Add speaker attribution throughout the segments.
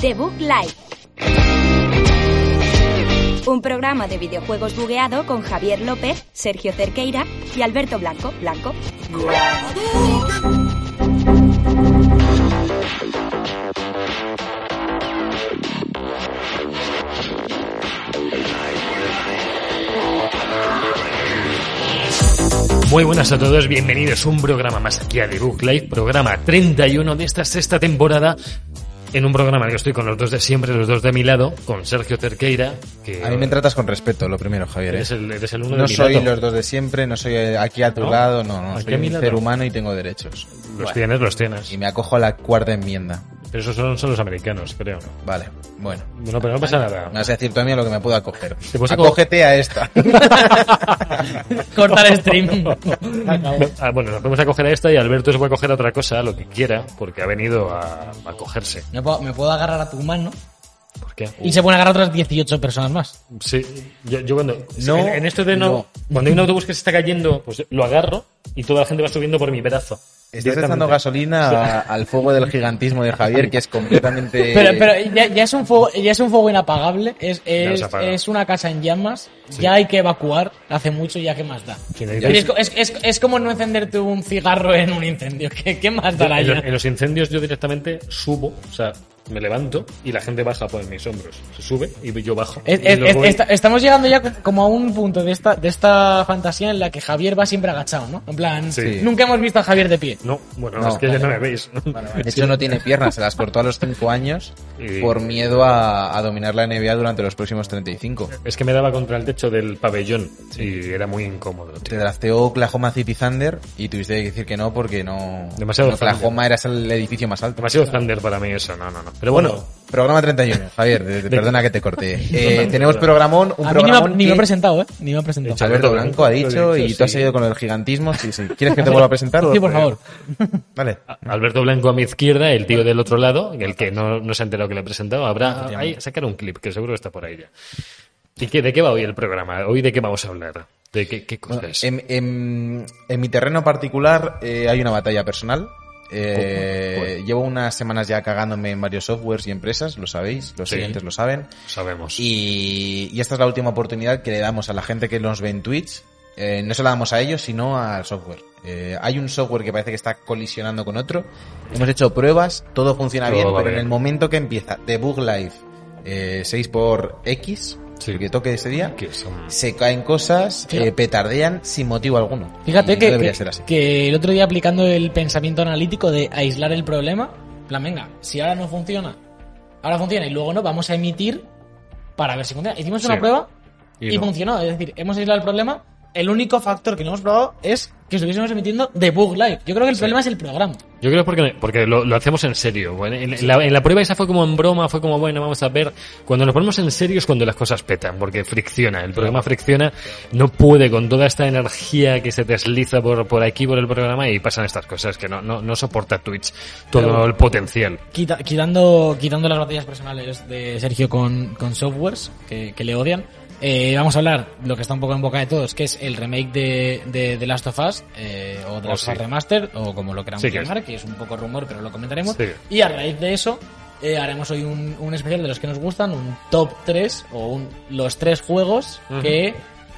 Speaker 1: The Book Live. Un programa de videojuegos bugueado con Javier López, Sergio Cerqueira y Alberto Blanco. Blanco.
Speaker 2: Muy buenas a todos, bienvenidos a un programa más aquí a The Book Live, programa 31 de esta sexta temporada. En un programa en el que estoy con los dos de siempre, los dos de mi lado, con Sergio Cerqueira, que
Speaker 3: A mí me tratas con respeto, lo primero, Javier. ¿eh?
Speaker 2: eres, el, eres el uno
Speaker 3: No
Speaker 2: de mi
Speaker 3: soy
Speaker 2: lado.
Speaker 3: los dos de siempre, no soy eh, aquí a tu
Speaker 2: ¿No?
Speaker 3: lado, no, no,
Speaker 2: Aquí
Speaker 3: soy
Speaker 2: a mi
Speaker 3: un
Speaker 2: lado.
Speaker 3: ser humano y tengo derechos.
Speaker 2: Los tienes, los tienes.
Speaker 3: Y me acojo a la cuarta enmienda.
Speaker 2: Pero esos son, son los americanos, creo.
Speaker 3: Vale, bueno.
Speaker 2: Bueno, pero no pasa
Speaker 3: Me
Speaker 2: nada.
Speaker 3: vas a decir tú a mí a lo que me puedo acoger.
Speaker 2: Te puedes aco-
Speaker 3: Acógete a esta.
Speaker 4: Cortar el stream.
Speaker 2: Ah, bueno, nos podemos acoger a esta y Alberto se puede coger a otra cosa, lo que quiera, porque ha venido a, a cogerse.
Speaker 4: Me puedo, me puedo agarrar a tu mano
Speaker 2: ¿Por qué?
Speaker 4: y se pueden agarrar otras 18 personas más.
Speaker 2: Sí, yo, yo cuando.
Speaker 3: No,
Speaker 2: en, en esto de no,
Speaker 3: no.
Speaker 2: Cuando hay un autobús que se está cayendo, pues lo agarro y toda la gente va subiendo por mi brazo.
Speaker 3: Estás
Speaker 2: Directamente.
Speaker 3: echando gasolina a- al fuego del gigantismo de Javier, que es completamente...
Speaker 4: Pero, pero ya, ya es un fuego, ya es un fuego inapagable, es,
Speaker 2: Ya no
Speaker 4: es,
Speaker 2: se apaga.
Speaker 4: es una casa en llamas, ya hay que evacuar, hace mucho ya que más da.
Speaker 2: Sí,
Speaker 4: Y
Speaker 2: necesitáis-
Speaker 4: Es, co- es, es, es como no encenderte un cigarro en un incendio, ¿qué, qué más dará
Speaker 2: en,
Speaker 4: ya?
Speaker 2: los, en los incendios yo directamente subo, o sea, me levanto y la gente baja por mis hombros. Se sube y yo bajo.
Speaker 4: Es-
Speaker 2: Y
Speaker 4: es-
Speaker 2: luego
Speaker 4: es-
Speaker 2: voy-
Speaker 4: esta- estamos llegando ya co- como a un punto de esta, de esta fantasía en la que Javier va siempre agachado, ¿no? En plan,
Speaker 2: Sí.
Speaker 4: nunca hemos visto a Javier de pie.
Speaker 2: No, bueno,
Speaker 3: No,
Speaker 2: es que ya no me veis.
Speaker 3: De hecho, no tiene piernas, se las cortó a los 5 años
Speaker 2: Y-
Speaker 3: por miedo a, a dominar la NBA durante los próximos 35.
Speaker 2: Es que me daba contra el techo del pabellón y era muy incómodo. tío.
Speaker 3: Te drafteó Oklahoma City Thunder y tuviste que decir que no porque no...
Speaker 2: Demasiado
Speaker 3: en Oklahoma era el edificio más alto.
Speaker 2: Demasiado Thunder para mí eso, no, no, no. Pero bueno,
Speaker 3: Programa 31, Javier, de- de- perdona que te corté. Eh, tenemos programón, un
Speaker 4: a mí ni me, ha-
Speaker 3: programón
Speaker 4: ni me
Speaker 3: que
Speaker 4: he presentado, ¿eh? Ni me he presentado.
Speaker 2: Hecho.
Speaker 3: Alberto Blanco ha
Speaker 2: Lo he
Speaker 3: dicho
Speaker 2: dicho,
Speaker 3: y tú has
Speaker 2: sí.
Speaker 3: seguido con el gigantismo. Sí, sí. ¿Quieres que te vuelva a presentar?
Speaker 4: Sí, por favor.
Speaker 3: Vale.
Speaker 2: Alberto Blanco a mi izquierda, el tío del otro lado, el que no, no se ha enterado que le he presentado.
Speaker 3: Ah,
Speaker 2: Habrá, ahí, sacar un clip, que seguro que está por ahí ya. ¿Y qué, de qué va hoy el programa? ¿Hoy de qué vamos a hablar? ¿De qué, qué
Speaker 3: Bueno,
Speaker 2: cosas?
Speaker 3: en, en- en mi terreno particular eh, hay una batalla personal. Eh, Llevo unas semanas ya cagándome en varios softwares y empresas, lo sabéis, los
Speaker 2: Sí.
Speaker 3: siguientes lo saben.
Speaker 2: Sabemos.
Speaker 3: em- Y, y esta es la última oportunidad que le damos a la gente que nos ve en Twitch. Eh, no se la damos a ellos, sino al software. Eh, hay un software que parece que está colisionando con otro. Hemos hecho pruebas, todo funciona
Speaker 2: Todo
Speaker 3: bien,
Speaker 2: va
Speaker 3: pero en
Speaker 2: bien.
Speaker 3: el momento que empieza The Bug Life eh, 6 por X,
Speaker 2: Sí.
Speaker 3: el que toque ese día,
Speaker 2: Que son-
Speaker 3: se caen cosas,
Speaker 4: Fíjate.
Speaker 3: eh, petardean sin motivo alguno. Y
Speaker 4: Fíjate
Speaker 3: no
Speaker 4: que,
Speaker 3: debería
Speaker 4: que-
Speaker 3: ser así.
Speaker 4: que el otro día aplicando el pensamiento analítico de aislar el problema, en plan, venga, si ahora no funciona, ahora funciona y luego no, vamos a emitir para ver si funciona. Hicimos una
Speaker 2: Sí.
Speaker 4: prueba
Speaker 2: Y
Speaker 4: y,
Speaker 2: no.
Speaker 4: funcionó, es decir, hemos aislado el problema. El único factor que no hemos probado es que estuviésemos emitiendo de bug live. Yo creo que el problema es el programa.
Speaker 2: Yo creo porque, porque lo, lo hacemos en serio. Bueno, En la, en la prueba esa fue como en broma, fue como, bueno, vamos a ver. Cuando nos ponemos en serio es cuando las cosas petan, porque fricciona. El programa fricciona, no puede con toda esta energía que se desliza por, por aquí, por el programa, y pasan estas cosas que no, no, no soporta Twitch todo
Speaker 4: Pero-
Speaker 2: el potencial.
Speaker 4: Quita- quitando, quitando las batallas personales de Sergio con, con softwares que, que le odian, eh, vamos a hablar de lo que está un poco en boca de todos, que es el remake de, de, de Last of Us, eh, o The
Speaker 2: Oh,
Speaker 4: Last of
Speaker 2: sí.
Speaker 4: Us Remaster, o como lo queramos
Speaker 2: Sí que es.
Speaker 4: llamar, que es un poco rumor, pero lo comentaremos.
Speaker 2: Sí.
Speaker 4: Y a raíz de eso, eh, haremos hoy un, un especial de los que nos gustan, un top 3, o un- los tres juegos
Speaker 2: Ujú.
Speaker 4: que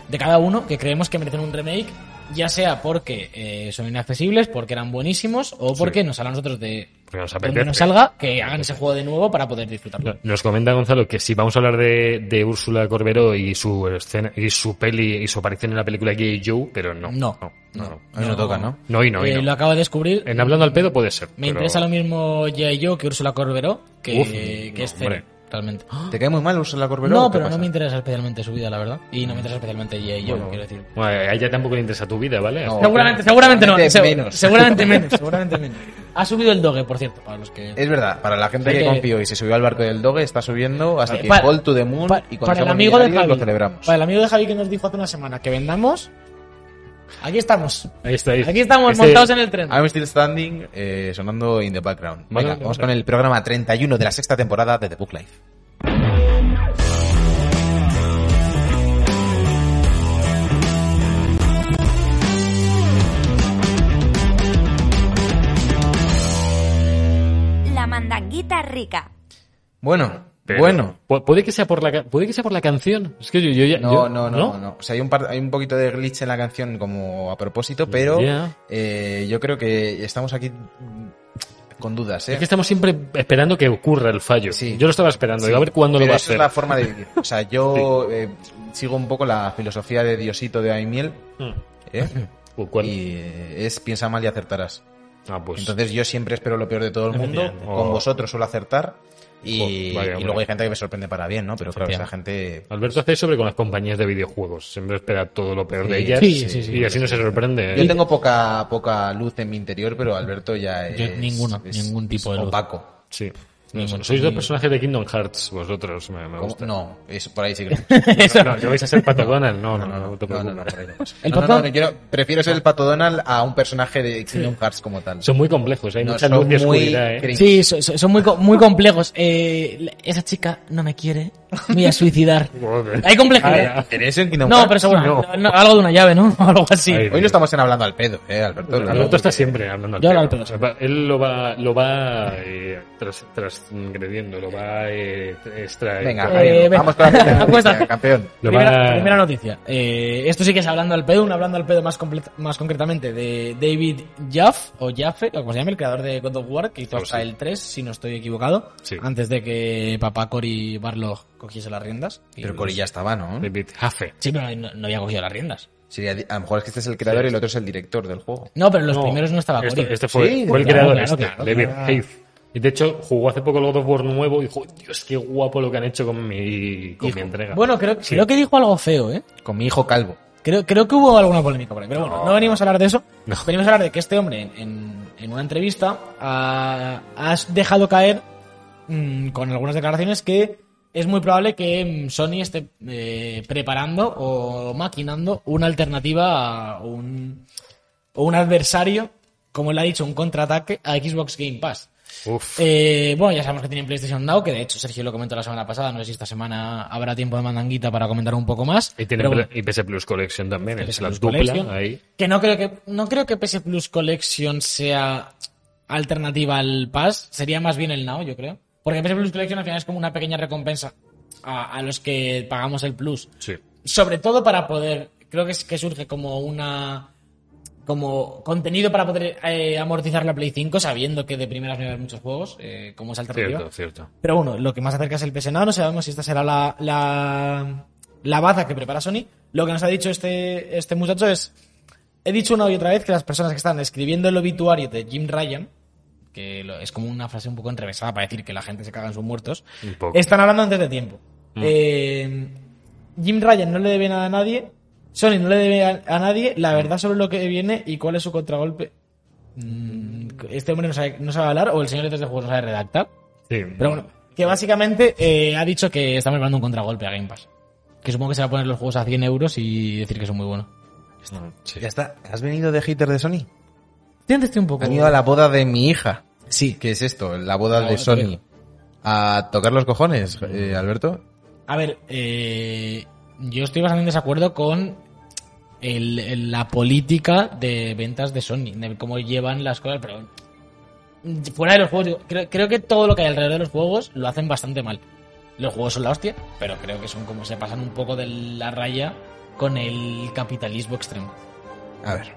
Speaker 4: de cada uno que creemos que merecen un remake. Ya sea porque eh, son inaccesibles, porque eran buenísimos, o porque nos hablan nosotros de
Speaker 2: Porque nos
Speaker 4: donde
Speaker 2: apetece.
Speaker 4: nos salga, que hagan ese juego de nuevo para poder disfrutarlo.
Speaker 2: Nos comenta Gonzalo que si vamos a hablar de, de Úrsula Corberó y su escena, y su peli, y su aparición en la película Gay Joe, pero no.
Speaker 4: No,
Speaker 2: No, no. no.
Speaker 3: Hoy no, toca, ¿no?
Speaker 2: No y no, y
Speaker 4: Eh,
Speaker 2: no.
Speaker 4: Lo acabo de descubrir.
Speaker 2: En hablando al pedo puede ser.
Speaker 4: Me
Speaker 2: pero-
Speaker 4: interesa lo mismo ya yo que Úrsula Corberó, que,
Speaker 2: Uf,
Speaker 4: que
Speaker 2: no,
Speaker 4: este,
Speaker 2: hombre.
Speaker 4: realmente.
Speaker 3: ¿Te cae muy mal Ursula Corberó? o
Speaker 4: No,
Speaker 3: qué
Speaker 4: pero
Speaker 3: pasa?
Speaker 4: no me interesa especialmente su vida, la verdad. Y no me interesa especialmente ya yo, quiero decir.
Speaker 2: Bueno, a ella tampoco le interesa tu vida, ¿vale?
Speaker 3: No.
Speaker 4: Seguramente, seguramente no.
Speaker 3: Seguramente
Speaker 4: se-
Speaker 3: Oh, menos.
Speaker 4: Seguramente menos, seguramente menos. Ha subido el doge, por cierto, para los que...
Speaker 3: Es verdad, para la gente
Speaker 4: Hay
Speaker 3: que
Speaker 4: que-
Speaker 3: confió y se subió al barco del Doge, está subiendo hasta
Speaker 4: Eh,
Speaker 3: que
Speaker 4: para-
Speaker 3: Fall to the Moon
Speaker 4: Pa-
Speaker 3: y cuando
Speaker 4: para el
Speaker 3: seamos
Speaker 4: amigo de
Speaker 3: millonarios
Speaker 4: Javi.
Speaker 3: lo celebramos.
Speaker 4: Para el amigo de Javi que nos dijo hace una semana que vendamos. Aquí estamos.
Speaker 2: Ahí está, ahí está.
Speaker 4: Aquí estamos
Speaker 2: Este-
Speaker 4: montados en el tren.
Speaker 3: I'm still standing, eh, sonando in the background.
Speaker 2: Vale,
Speaker 3: Venga,
Speaker 2: vale,
Speaker 3: vamos
Speaker 2: vale.
Speaker 3: con el programa 31 de la sexta temporada de The Book Life.
Speaker 1: La mandanguita rica.
Speaker 3: Bueno,
Speaker 2: Pero
Speaker 3: bueno.
Speaker 2: pu- Puede que sea por la, ca- puede que sea por la canción. Es que yo, yo ya.
Speaker 3: No,
Speaker 2: yo-
Speaker 3: no, no, no, O sea, hay un, par- hay un poquito de glitch en la canción como a propósito, pero
Speaker 2: Ya.
Speaker 3: eh, yo creo que estamos aquí mm, con dudas, ¿eh?
Speaker 2: Es que estamos siempre esperando que ocurra el fallo.
Speaker 3: Sí.
Speaker 2: Yo lo estaba esperando.
Speaker 3: Sí.
Speaker 2: Digo, a ver cuándo lo
Speaker 3: Pero
Speaker 2: va a
Speaker 3: esa
Speaker 2: hacer.
Speaker 3: es la forma de vivir. O sea, yo eh, sigo un poco la filosofía de Diosito de Aimiel,
Speaker 2: Mm.
Speaker 3: ¿eh?
Speaker 2: ¿O cuál?
Speaker 3: y eh, es piensa mal y acertarás.
Speaker 2: Ah, pues.
Speaker 3: Entonces yo siempre espero lo peor de todo el mundo,
Speaker 2: Bien.
Speaker 3: con
Speaker 2: Oh.
Speaker 3: vosotros suelo acertar y,
Speaker 2: Jo, vaya,
Speaker 3: y
Speaker 2: hombre.
Speaker 3: luego hay gente que me sorprende para bien, ¿no? Pero claro, esa gente...
Speaker 2: Alberto hace sobre con las compañías de videojuegos. Siempre espera todo lo peor de
Speaker 3: Sí,
Speaker 2: ellas.
Speaker 4: sí, sí, sí.
Speaker 2: y así no se sorprende. ¿eh?
Speaker 3: Yo tengo poca poca luz en mi interior, pero Alberto ya es...
Speaker 4: Yo ninguna,
Speaker 3: es-
Speaker 4: ningún tipo de
Speaker 3: es
Speaker 4: luz.
Speaker 3: Opaco.
Speaker 2: Sí. Bueno, sois dos personajes de Kingdom Hearts, vosotros. Me, me
Speaker 3: ¿Cómo?
Speaker 2: gusta.
Speaker 3: No, es por ahí sí que...
Speaker 2: No, no, que vais a ser Patagonal. No, no, no, no, te
Speaker 3: no, no, no,
Speaker 2: preocupes.
Speaker 3: por ahí no pasa.
Speaker 4: ¿El
Speaker 3: No, no,
Speaker 4: pato?
Speaker 3: no, quiero- prefiero ser el pato Donald a un personaje de Kingdom Hearts como tal.
Speaker 2: Son muy complejos. Hay
Speaker 3: No,
Speaker 2: mucha
Speaker 3: son
Speaker 2: luz y
Speaker 3: muy
Speaker 2: oscuridad, ¿eh?
Speaker 3: cringe.
Speaker 4: Sí, so- so- son muy, co- muy complejos. Eh, la- esa chica no me quiere. Me voy a suicidar.
Speaker 2: Joder.
Speaker 4: Hay complejidad.
Speaker 2: Ay,
Speaker 3: ¿En eso en Kingdom
Speaker 4: No,
Speaker 3: Hearts?
Speaker 4: pero seguro.
Speaker 2: No.
Speaker 4: no, no, algo de una llave, ¿no? O algo así.
Speaker 2: Ay,
Speaker 3: Hoy no estamos en hablando al pedo, eh, Alberto. Lo-
Speaker 2: Alberto está siempre hablando al
Speaker 4: Yo
Speaker 2: pedo.
Speaker 4: hablo al pedo, sí.
Speaker 2: Va- Él lo va, lo va eh, tras- transgrediendo, lo va eh, extra-
Speaker 3: Venga,
Speaker 4: Eh,
Speaker 3: Javier,
Speaker 4: venga.
Speaker 3: vamos con la primera
Speaker 4: Acuesta.
Speaker 3: noticia, campeón.
Speaker 2: Lo
Speaker 4: primera,
Speaker 2: va-
Speaker 4: primera noticia. Eh, esto sí que es hablando al pedo, un hablando al pedo más, complet- más concretamente de David Jaff, o Jaffe, o como se llama, el creador de God of War, que hizo
Speaker 2: Oh,
Speaker 4: hasta
Speaker 2: sí.
Speaker 4: el 3, si no estoy equivocado,
Speaker 2: Sí.
Speaker 4: antes de que papá Cory Barlog cogiese las riendas. Y-
Speaker 3: Pero Cori ya estaba, ¿no?
Speaker 2: David Hafe.
Speaker 4: Sí, pero no, no había cogido las riendas.
Speaker 3: Sí, a lo mejor es que este es el creador y el otro es el director del juego.
Speaker 4: No, pero los
Speaker 2: No,
Speaker 4: primeros no estaba Cory.
Speaker 2: Este, este fue,
Speaker 3: Sí,
Speaker 2: fue el
Speaker 4: claro,
Speaker 2: creador,
Speaker 4: claro,
Speaker 2: este,
Speaker 4: claro,
Speaker 2: David
Speaker 4: claro.
Speaker 2: Hafe. Y de hecho, jugó hace poco el God of War nuevo y dijo, Dios, qué guapo lo que han hecho con mi, con mi entrega.
Speaker 4: Bueno, creo,
Speaker 2: Sí.
Speaker 4: creo que dijo algo feo, ¿eh?
Speaker 3: Con mi hijo calvo.
Speaker 4: Creo, creo que hubo alguna polémica por ahí, pero bueno, no, venimos a hablar de eso.
Speaker 2: No.
Speaker 4: Venimos a hablar de que este hombre, en, en- en una entrevista, ha, has dejado caer mm, con algunas declaraciones que es muy probable que mm, Sony esté eh, preparando o maquinando una alternativa a un, o un adversario, como él ha dicho, un contraataque a Xbox Game Pass.
Speaker 2: Uf.
Speaker 4: Eh, bueno, ya sabemos que tienen PlayStation Now, que de hecho Sergio lo comentó la semana pasada, no sé si esta semana habrá tiempo de mandanguita para comentar un poco más.
Speaker 2: y tiene
Speaker 4: pero bueno.
Speaker 2: y PS Plus Collection también,
Speaker 4: PS
Speaker 2: es la
Speaker 4: Plus
Speaker 2: dupla
Speaker 4: Collection.
Speaker 2: ahí.
Speaker 4: Que no creo que, no creo que PS Plus Collection sea alternativa al Pass. Sería más bien el Now, yo creo. Porque PS Plus Collection al final es como una pequeña recompensa a, a los que pagamos el Plus.
Speaker 2: Sí.
Speaker 4: Sobre todo para poder, creo que, es, que surge como una, como contenido para poder eh, amortizar la Play 5, sabiendo que de primeras no hay muchos juegos, eh, como es alternativa.
Speaker 2: Cierto, cierto.
Speaker 4: Pero bueno, lo que más acerca es el PS Now, no sabemos si esta será la, la, la baza que prepara Sony. Lo que nos ha dicho este, este muchacho es, he dicho una y otra vez que las personas que están escribiendo el obituario de Jim Ryan, que lo- es como una frase un poco entrevesada para decir que la gente se caga en sus muertos,
Speaker 2: Un poco. Mm.
Speaker 4: están hablando antes de tiempo. Eh, Jim Ryan no le debe nada a nadie, Sony no le debe a, a nadie la
Speaker 2: Mm.
Speaker 4: verdad sobre lo que viene y cuál es su contragolpe. Mm, Este hombre no sabe, no sabe hablar o el señor de 3 de juegos no sabe redactar.
Speaker 2: Sí.
Speaker 4: Pero bueno, que básicamente eh, ha dicho que estamos preparando un contragolpe a Game Pass. Que supongo que se va a poner los juegos a 100 euros y decir que son muy buenos.
Speaker 2: Sí.
Speaker 3: Ya está. ¿Has venido de hater de Sony?
Speaker 4: Yo antes estoy un poco...
Speaker 3: Han ido a la boda de mi hija.
Speaker 4: Sí.
Speaker 3: ¿Qué es esto? La boda
Speaker 4: La
Speaker 3: de
Speaker 4: boda
Speaker 3: Sony. A tocar los cojones, eh, Alberto.
Speaker 4: A ver, eh, yo estoy bastante en desacuerdo con el- el- la política de ventas de Sony, de cómo llevan las cosas, pero mm, fuera de los juegos, digo, creo, creo que todo lo que hay alrededor de los juegos lo hacen bastante mal. Los juegos son la hostia, pero creo que son como se pasan un poco de la raya con el capitalismo extremo.
Speaker 3: A ver.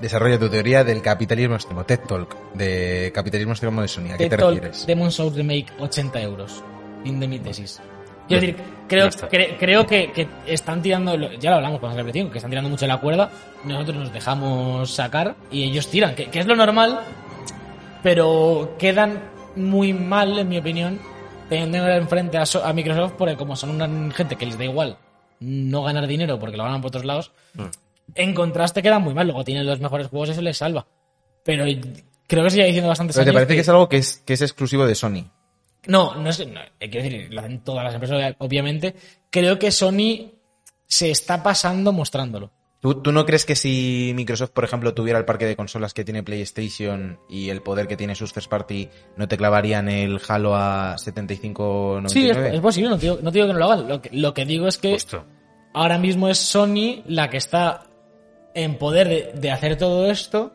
Speaker 3: Desarrolla tu teoría del capitalismo extremo. TED Talk. De capitalismo extremo de Sony. ¿A qué te
Speaker 4: Deadpool
Speaker 3: refieres?
Speaker 4: Demon Souls Remake 80 euros. Fin de mi tesis.
Speaker 2: Bien,
Speaker 4: Quiero decir, creo,
Speaker 2: ya está.
Speaker 4: cre- creo que, que están tirando, lo- ya lo hablamos con la repetición, que están tirando mucho la cuerda, nosotros nos dejamos sacar y ellos tiran, que, que es lo normal, pero quedan muy mal, en mi opinión, teniendo enfrente a, So- a Microsoft, porque como son una gente que les da igual no ganar dinero porque lo ganan por otros lados,
Speaker 3: Hmm.
Speaker 4: en contraste quedan muy mal, luego tienen los mejores juegos y eso les salva. Pero creo que se lleva diciendo bastante
Speaker 3: Pero ¿Te parece que es algo que es, que es exclusivo de Sony?
Speaker 4: no, no es. no, eh, quiero decir, lo hacen todas las empresas, obvia- obviamente. Creo que Sony se está pasando mostrándolo.
Speaker 3: ¿Tú, tú no crees que si Microsoft, por ejemplo, tuviera el parque de consolas que tiene PlayStation y el poder que tiene sus first party, no te clavarían el Halo a 75
Speaker 4: Sí, es, Pues es posible, no digo, no digo que no lo hagan. Lo que, lo que digo es que
Speaker 2: Justo.
Speaker 4: ahora mismo es Sony la que está en poder de, de hacer todo esto.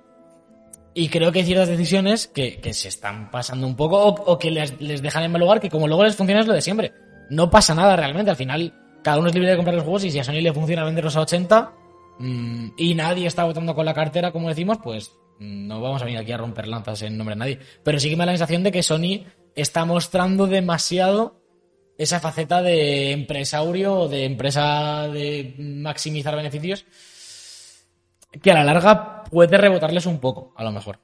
Speaker 4: Y creo que hay ciertas decisiones que, que se están pasando un poco o, o que les, les dejan en mal lugar, que como luego les funciona es lo de siempre. No pasa nada realmente, al final cada uno es libre de comprar los juegos y si a Sony le funciona venderlos a 80 mm, y nadie está votando con la cartera, como decimos, pues mm, no vamos a venir aquí a romper lanzas en nombre de nadie. Pero sí que me da la sensación de que Sony está mostrando demasiado esa faceta de empresario o de empresa de maximizar beneficios que a la larga puede rebotarles un poco, a lo mejor.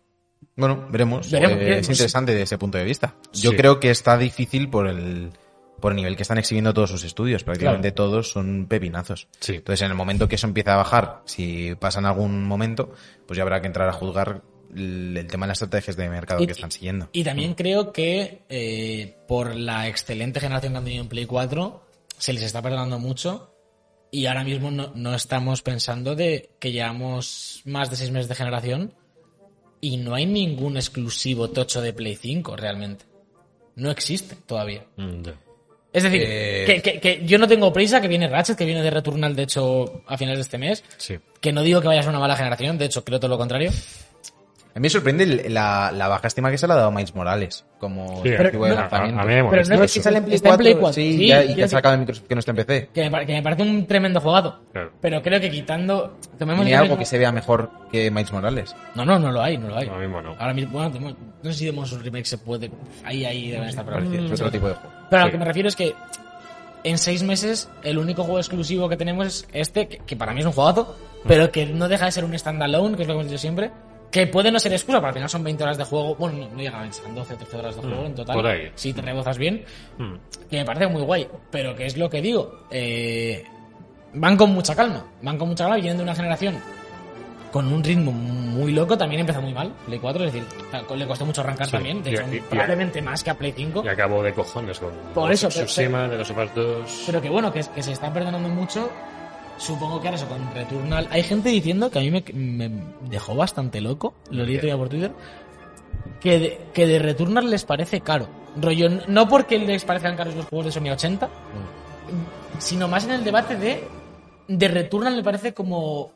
Speaker 3: Bueno, veremos.
Speaker 4: Veremos,
Speaker 3: Eh,
Speaker 4: veremos.
Speaker 3: es interesante desde ese punto de vista. Yo
Speaker 2: Sí.
Speaker 3: creo que está difícil por el por el nivel que están exhibiendo todos sus estudios. Prácticamente todos son pepinazos.
Speaker 2: Sí.
Speaker 3: Entonces, en el momento que eso empieza a bajar, si pasa en algún momento, pues ya habrá que entrar a juzgar el, el tema de las estrategias de mercado
Speaker 4: Y-
Speaker 3: que están siguiendo.
Speaker 4: Y también creo que eh, por la excelente generación que han tenido en Play 4, se les está perdonando mucho. Y ahora mismo no, no estamos pensando de que llevamos más de seis meses de generación y no hay ningún exclusivo tocho de Play 5 realmente. No existe todavía.
Speaker 2: Mm, ya.
Speaker 4: Es decir,
Speaker 3: Eh,
Speaker 4: que, que- que yo no tengo prisa, que viene Ratchet, que viene de Returnal, de hecho, a finales de este mes.
Speaker 2: Sí.
Speaker 4: Que no digo que vaya a ser una mala generación, de hecho, creo todo lo contrario.
Speaker 3: A mí me sorprende el- la, la baja estima que se le ha dado a Miles Morales como
Speaker 2: Sí,
Speaker 3: objetivo
Speaker 4: pero
Speaker 3: de
Speaker 4: no-
Speaker 3: lanzamiento.
Speaker 2: a- a mí me molesta Pero no es que eso.
Speaker 4: sale en Play Está en Play 4, 4,
Speaker 3: sí,
Speaker 4: sí,
Speaker 3: ya-
Speaker 4: quiero
Speaker 3: y que han
Speaker 4: decir-
Speaker 3: sacado en Microsoft que no está en PC.
Speaker 4: Que me, par- que me parece un tremendo jugado.
Speaker 2: Claro.
Speaker 4: Pero creo que quitando. tomemos
Speaker 3: Tiene
Speaker 4: el-
Speaker 3: algo que se vea mejor que Miles Morales.
Speaker 4: No, no, no lo hay, no lo hay.
Speaker 2: Ahora mismo no.
Speaker 4: Ahora mismo, bueno, tenemos- no sé si Demon Souls Remake se puede. Ahí, ahí deben estar. Pero,
Speaker 3: Parecido, es otro tipo de juego.
Speaker 4: pero a lo
Speaker 2: Sí.
Speaker 4: que me refiero es que en seis meses el único juego exclusivo que tenemos es este, que, que para mí es un jugazo,
Speaker 2: Mm.
Speaker 4: pero que no deja de ser un standalone, que es lo que hemos dicho siempre. Que puede no ser excusa, porque al final son 20 horas de juego. Bueno, no, no llega a 20, serán 12 o 13 horas de juego en total.
Speaker 2: Mm, por ahí.
Speaker 4: Si te rebozas bien.
Speaker 2: Mm.
Speaker 4: que me parece muy guay, pero que es lo que digo, eh, van con mucha calma, van con mucha calma, vienen de una generación con un ritmo muy loco, también empezó muy mal, Play 4, es decir, ta- le costó mucho arrancar
Speaker 2: Sí,
Speaker 4: también, de
Speaker 2: y-
Speaker 4: hecho,
Speaker 2: y- y-
Speaker 4: probablemente más que a Play 5,
Speaker 2: Y acabo de cojones con
Speaker 4: Por eso, pero-
Speaker 2: Tsushima, de los Us 2.
Speaker 4: pero que bueno, que, que se está perdonando mucho, supongo que ahora eso con Returnal, hay gente diciendo que a mí me, me dejó bastante loco, lo leí
Speaker 2: ¿Qué?
Speaker 4: todavía por Twitter, que de, que de Returnal les parece caro, rollo, no porque les parezcan caros los juegos de Sony 80, sino más en el debate de de Returnal me parece como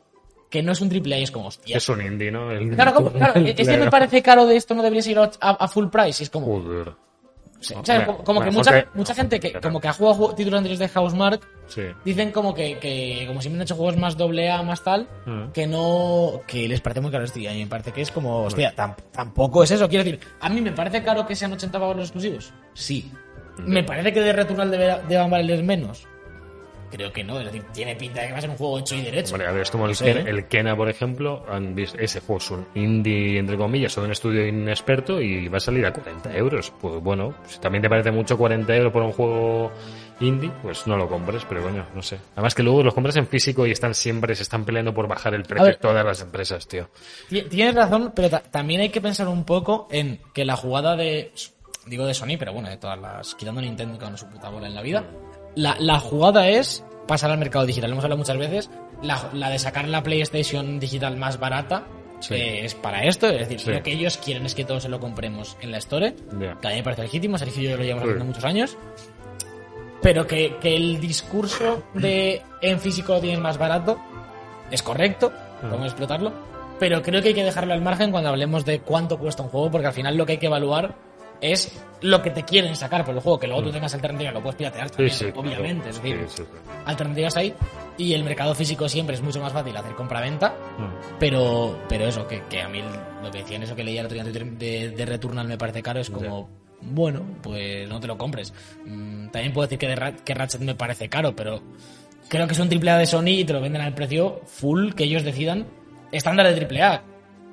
Speaker 4: que no es un triple A, es como hostia.
Speaker 2: es un indie, ¿no? El-
Speaker 4: Claro, como- claro, es que me
Speaker 2: Claro.
Speaker 4: parece caro de esto, no debería ir a, a- a full price. y es como,
Speaker 2: Joder.
Speaker 4: o sea,
Speaker 2: me-
Speaker 4: como, como que
Speaker 2: mejor
Speaker 4: mucha,
Speaker 2: que-
Speaker 4: mucha gente que
Speaker 2: Claro.
Speaker 4: como que ha jugado ju- títulos anteriores de Housemark
Speaker 2: Sí.
Speaker 4: dicen como que, que como siempre han hecho juegos más doble A, más tal,
Speaker 2: Mm.
Speaker 4: que no que les parece muy caro esto y a mí me parece que es como, hostia, tam- tampoco es eso. Quiero decir, a mí me parece caro que sean 80 pavos los exclusivos. Sí. Me parece que de Returnal debe- deban valerles menos. Creo que no, es decir, tiene pinta de que va a ser un juego hecho y derecho.
Speaker 2: Vale, a ver, es como el,
Speaker 4: sé,
Speaker 2: Ken-
Speaker 4: ¿eh?
Speaker 2: el Kena, por ejemplo, han visto- ese juego es un indie, entre comillas, o de un estudio inexperto y va a salir a 40 euros. Pues bueno, si también te parece mucho 40 euros por un juego indie, pues no lo compres, pero bueno, no sé. Además que luego los compras en físico y están siempre, se están peleando por bajar el precio
Speaker 4: ver.
Speaker 2: todas las empresas, tío.
Speaker 4: Ti- Tienes razón, pero ta- también hay que pensar un poco en que la jugada de. Digo de Sony, pero bueno, de todas las. Quitando Nintendo, que aún es su puta bola en la vida. La, la jugada es pasar al mercado digital. Lo hemos hablado muchas veces. La, la de sacar la PlayStation digital más barata
Speaker 2: Sí.
Speaker 4: eh, es para esto. Es decir,
Speaker 2: Sí.
Speaker 4: lo que ellos quieren es que todos se lo compremos en la Store.
Speaker 2: Ya.
Speaker 4: Que a mí me parece legítimo. Sergio y yo lo llevamos
Speaker 2: Sí.
Speaker 4: haciendo muchos años. Pero que, que el discurso de en físico lo tienen más barato es correcto,
Speaker 2: Mm.
Speaker 4: podemos explotarlo, pero creo que hay que dejarlo al margen cuando hablemos de cuánto cuesta un juego, porque al final lo que hay que evaluar es lo que te quieren sacar por el juego, que luego tú tengas alternativas, lo puedes piratear
Speaker 2: Mm. Sí,
Speaker 4: también,
Speaker 2: sí.
Speaker 4: obviamente,
Speaker 2: claro.
Speaker 4: es decir,
Speaker 2: Sí, sí, sí.
Speaker 4: alternativas hay, y el mercado físico siempre es mucho más fácil hacer compra-venta,
Speaker 2: Mm.
Speaker 4: pero, pero eso, que, que a mí lo que decían, eso que leía el otro día en Twitter de, de Returnal me parece caro, es como, bueno, pues no te lo compres. Mm, también puedo decir que, de Ra- que Ratchet me parece caro, pero creo que es un AAA de Sony y te lo venden al precio full que ellos decidan, estándar de AAA.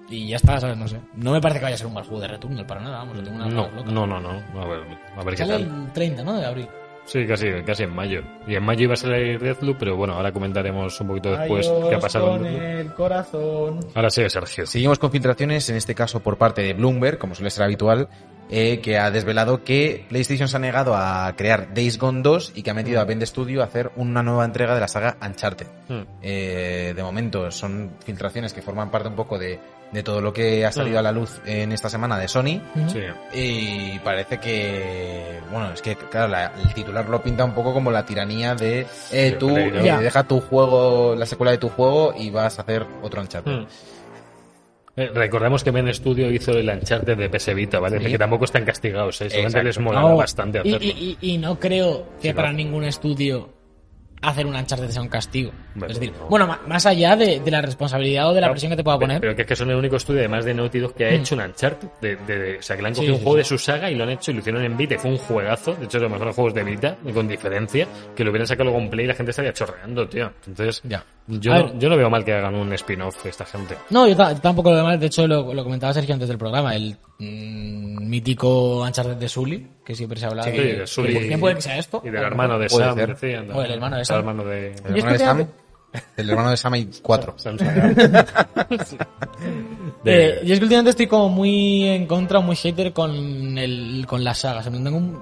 Speaker 4: Y ya está, ¿sabes? No sé. No me parece que vaya a ser un mal juego de Returnal para nada, vamos, lo tengo una
Speaker 2: No,
Speaker 4: ganas locas.
Speaker 2: no, no, no. A ver, a ver qué
Speaker 4: Sale
Speaker 2: tal.
Speaker 4: el 30, ¿no? De abril.
Speaker 2: Sí, casi, casi en mayo. Y en mayo iba a salir Deathloop, pero bueno, ahora comentaremos un poquito después qué ha pasado con Deathloop.
Speaker 4: el corazón.
Speaker 2: Ahora sí, Sergio.
Speaker 3: Seguimos con filtraciones, en este caso por parte de Bloomberg, como suele ser habitual, eh, que ha desvelado que PlayStation se ha negado a crear Days Gone 2 y que ha metido a Bend Studio a hacer una nueva entrega de la saga Uncharted.
Speaker 2: Mm.
Speaker 3: Eh, de momento son filtraciones que forman parte un poco de, de todo lo que ha salido a la luz en esta semana de Sony.
Speaker 2: Sí.
Speaker 3: Y parece que, bueno, es que, claro, la- el titular lo pinta un poco como la tiranía de, eh, tú
Speaker 2: Play, ¿no?
Speaker 3: eh,
Speaker 4: Ya.
Speaker 2: Hmm.
Speaker 3: deja tu juego, la secuela de tu juego y vas a hacer otro Uncharted.
Speaker 2: Mm. Eh, Recordemos que Ben Studio hizo el Uncharted de PS Vita, ¿vale?
Speaker 3: Sí.
Speaker 2: Que tampoco están castigados, ¿eh? Solamente
Speaker 3: Exacto.
Speaker 2: les molaba
Speaker 4: No,
Speaker 2: bastante
Speaker 4: y,
Speaker 2: hacerlo.
Speaker 4: y- y- y no creo que
Speaker 2: Sí,
Speaker 4: para
Speaker 2: no.
Speaker 4: ningún estudio hacer un Uncharted sea un castigo.
Speaker 2: Bueno,
Speaker 4: es decir,
Speaker 2: no.
Speaker 4: bueno, ma- más allá de, de la responsabilidad o de la
Speaker 2: Claro,
Speaker 4: presión que te pueda poner. Mm.
Speaker 2: Pero que es que son el único estudio, además de Naughty Dog, que ha hecho un Uncharted. De, de- de- o sea, que le han
Speaker 4: Sí,
Speaker 2: cogido
Speaker 4: sí,
Speaker 2: un juego
Speaker 4: sí.
Speaker 2: de su saga y lo han hecho y lo hicieron en Vita. y Fue un juegazo. De hecho, es de los mejores juegos de Vita, con diferencia. Que lo hubieran sacado luego en Play y la gente estaría chorreando, tío. Entonces,
Speaker 4: Ya.
Speaker 2: yo,
Speaker 4: A
Speaker 2: no,
Speaker 4: ver.
Speaker 2: yo no veo mal que hagan un spin-off esta gente.
Speaker 4: No, yo ta- tampoco lo veo mal. De hecho, lo, lo comentaba Sergio antes del programa. El mm, mítico Uncharted de Sully, que siempre se ha hablado.
Speaker 2: Sí,
Speaker 4: de-
Speaker 2: de Sully.
Speaker 4: ¿Quién puede que sea esto?
Speaker 2: Y del hermano de
Speaker 3: Puede
Speaker 2: Sam.
Speaker 3: ser.
Speaker 2: decían,
Speaker 4: O el hermano de
Speaker 2: el
Speaker 4: Sam.
Speaker 2: hermano de-
Speaker 3: El
Speaker 4: Yo
Speaker 3: hermano de Sam.
Speaker 4: estoy
Speaker 3: El hermano de Sam hay cuatro.
Speaker 2: Sam Sagan. De-
Speaker 4: Eh, yo es que últimamente estoy como muy en contra, muy hater con, el, con las sagas. O sea, tengo, un-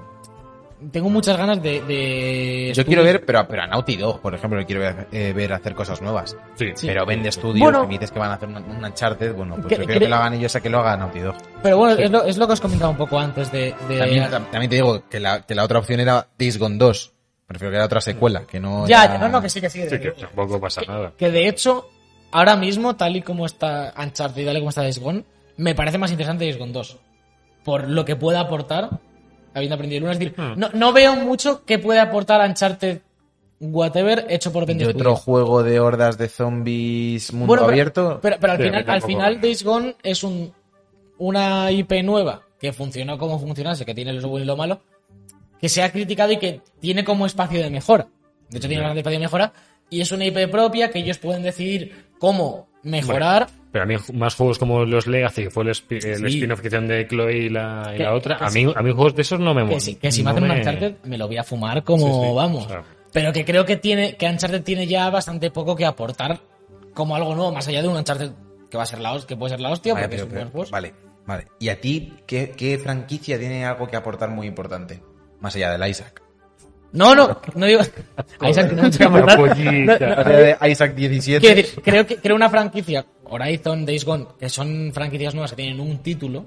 Speaker 4: tengo muchas ganas de. de
Speaker 3: Yo quiero
Speaker 4: estudios-
Speaker 3: ver, pero, pero a Naughty Dog, por ejemplo, le quiero ver, eh, ver hacer cosas nuevas.
Speaker 2: Sí.
Speaker 3: Pero vende estudios,
Speaker 4: Bueno.
Speaker 3: que me dices que van a hacer un, un Uncharted, bueno, pues
Speaker 4: Que-
Speaker 3: yo
Speaker 4: que-
Speaker 3: creo que lo hagan ellos a que lo hagan Naughty Dog.
Speaker 4: Pero bueno, es, lo, es lo que os comentaba un poco antes de. de-
Speaker 3: También, tam- también te digo que la, que la otra opción era Days Gone 2. Prefiero que era otra secuela, que no
Speaker 4: ya,
Speaker 3: era-
Speaker 4: no, no, que sí, que sí.
Speaker 2: Sí, que tampoco pasa nada.
Speaker 4: Que de hecho, ahora mismo, tal y como está Uncharted y tal y como está Days Gone, me parece más interesante Days Gone 2. Por lo que pueda aportar, habiendo aprendido el uno. Es decir,
Speaker 2: Hmm.
Speaker 4: no, no veo mucho que puede aportar Uncharted Whatever hecho por
Speaker 3: Y
Speaker 4: Bend
Speaker 3: otro
Speaker 4: Studios.
Speaker 3: juego de hordas de zombies mundo
Speaker 4: pero,
Speaker 3: abierto.
Speaker 4: Pero, pero al
Speaker 2: Sí, a mí
Speaker 4: final, al
Speaker 2: tampoco.
Speaker 4: final Days Gone es un, una IP nueva que funcionó como funcionase, que tiene lo bueno y lo malo, que se ha criticado y que tiene como espacio de mejora. De hecho, tiene bastante espacio de mejora. Y es una IP propia que ellos pueden decidir cómo mejorar.
Speaker 2: Pero a mí más juegos como los Legacy, que fue el, spi- el
Speaker 4: Sí.
Speaker 2: spin-off que hicieron de Chloe y la, y
Speaker 4: Que-
Speaker 2: la otra,
Speaker 4: que
Speaker 2: a
Speaker 4: sí.
Speaker 2: mí, a mí juegos de esos no me
Speaker 4: que,
Speaker 2: molan.
Speaker 4: si, que si me
Speaker 2: No
Speaker 4: hacen un
Speaker 2: me-
Speaker 4: Uncharted, me lo voy a fumar como
Speaker 2: Sí, sí,
Speaker 4: vamos.
Speaker 2: claro.
Speaker 4: Pero que creo que tiene que Uncharted tiene ya bastante poco que aportar como algo nuevo, más allá de un Uncharted que va a ser la hostia, que pues. puede ser la hostia,
Speaker 3: Vale,
Speaker 4: porque
Speaker 3: pero-
Speaker 4: es un buen
Speaker 3: pero-
Speaker 4: juego.
Speaker 3: vale, vale. ¿Y a ti qué, qué franquicia tiene algo que aportar muy importante? Más allá del Isaac.
Speaker 4: No, no, no digo. Ahí se ha- no se ha aportado.
Speaker 2: Pollita.
Speaker 3: Más allá de Isaac 17.
Speaker 4: Quiero decir, creo que creo una franquicia, Horizon, Days Gone, que son franquicias nuevas que tienen un título.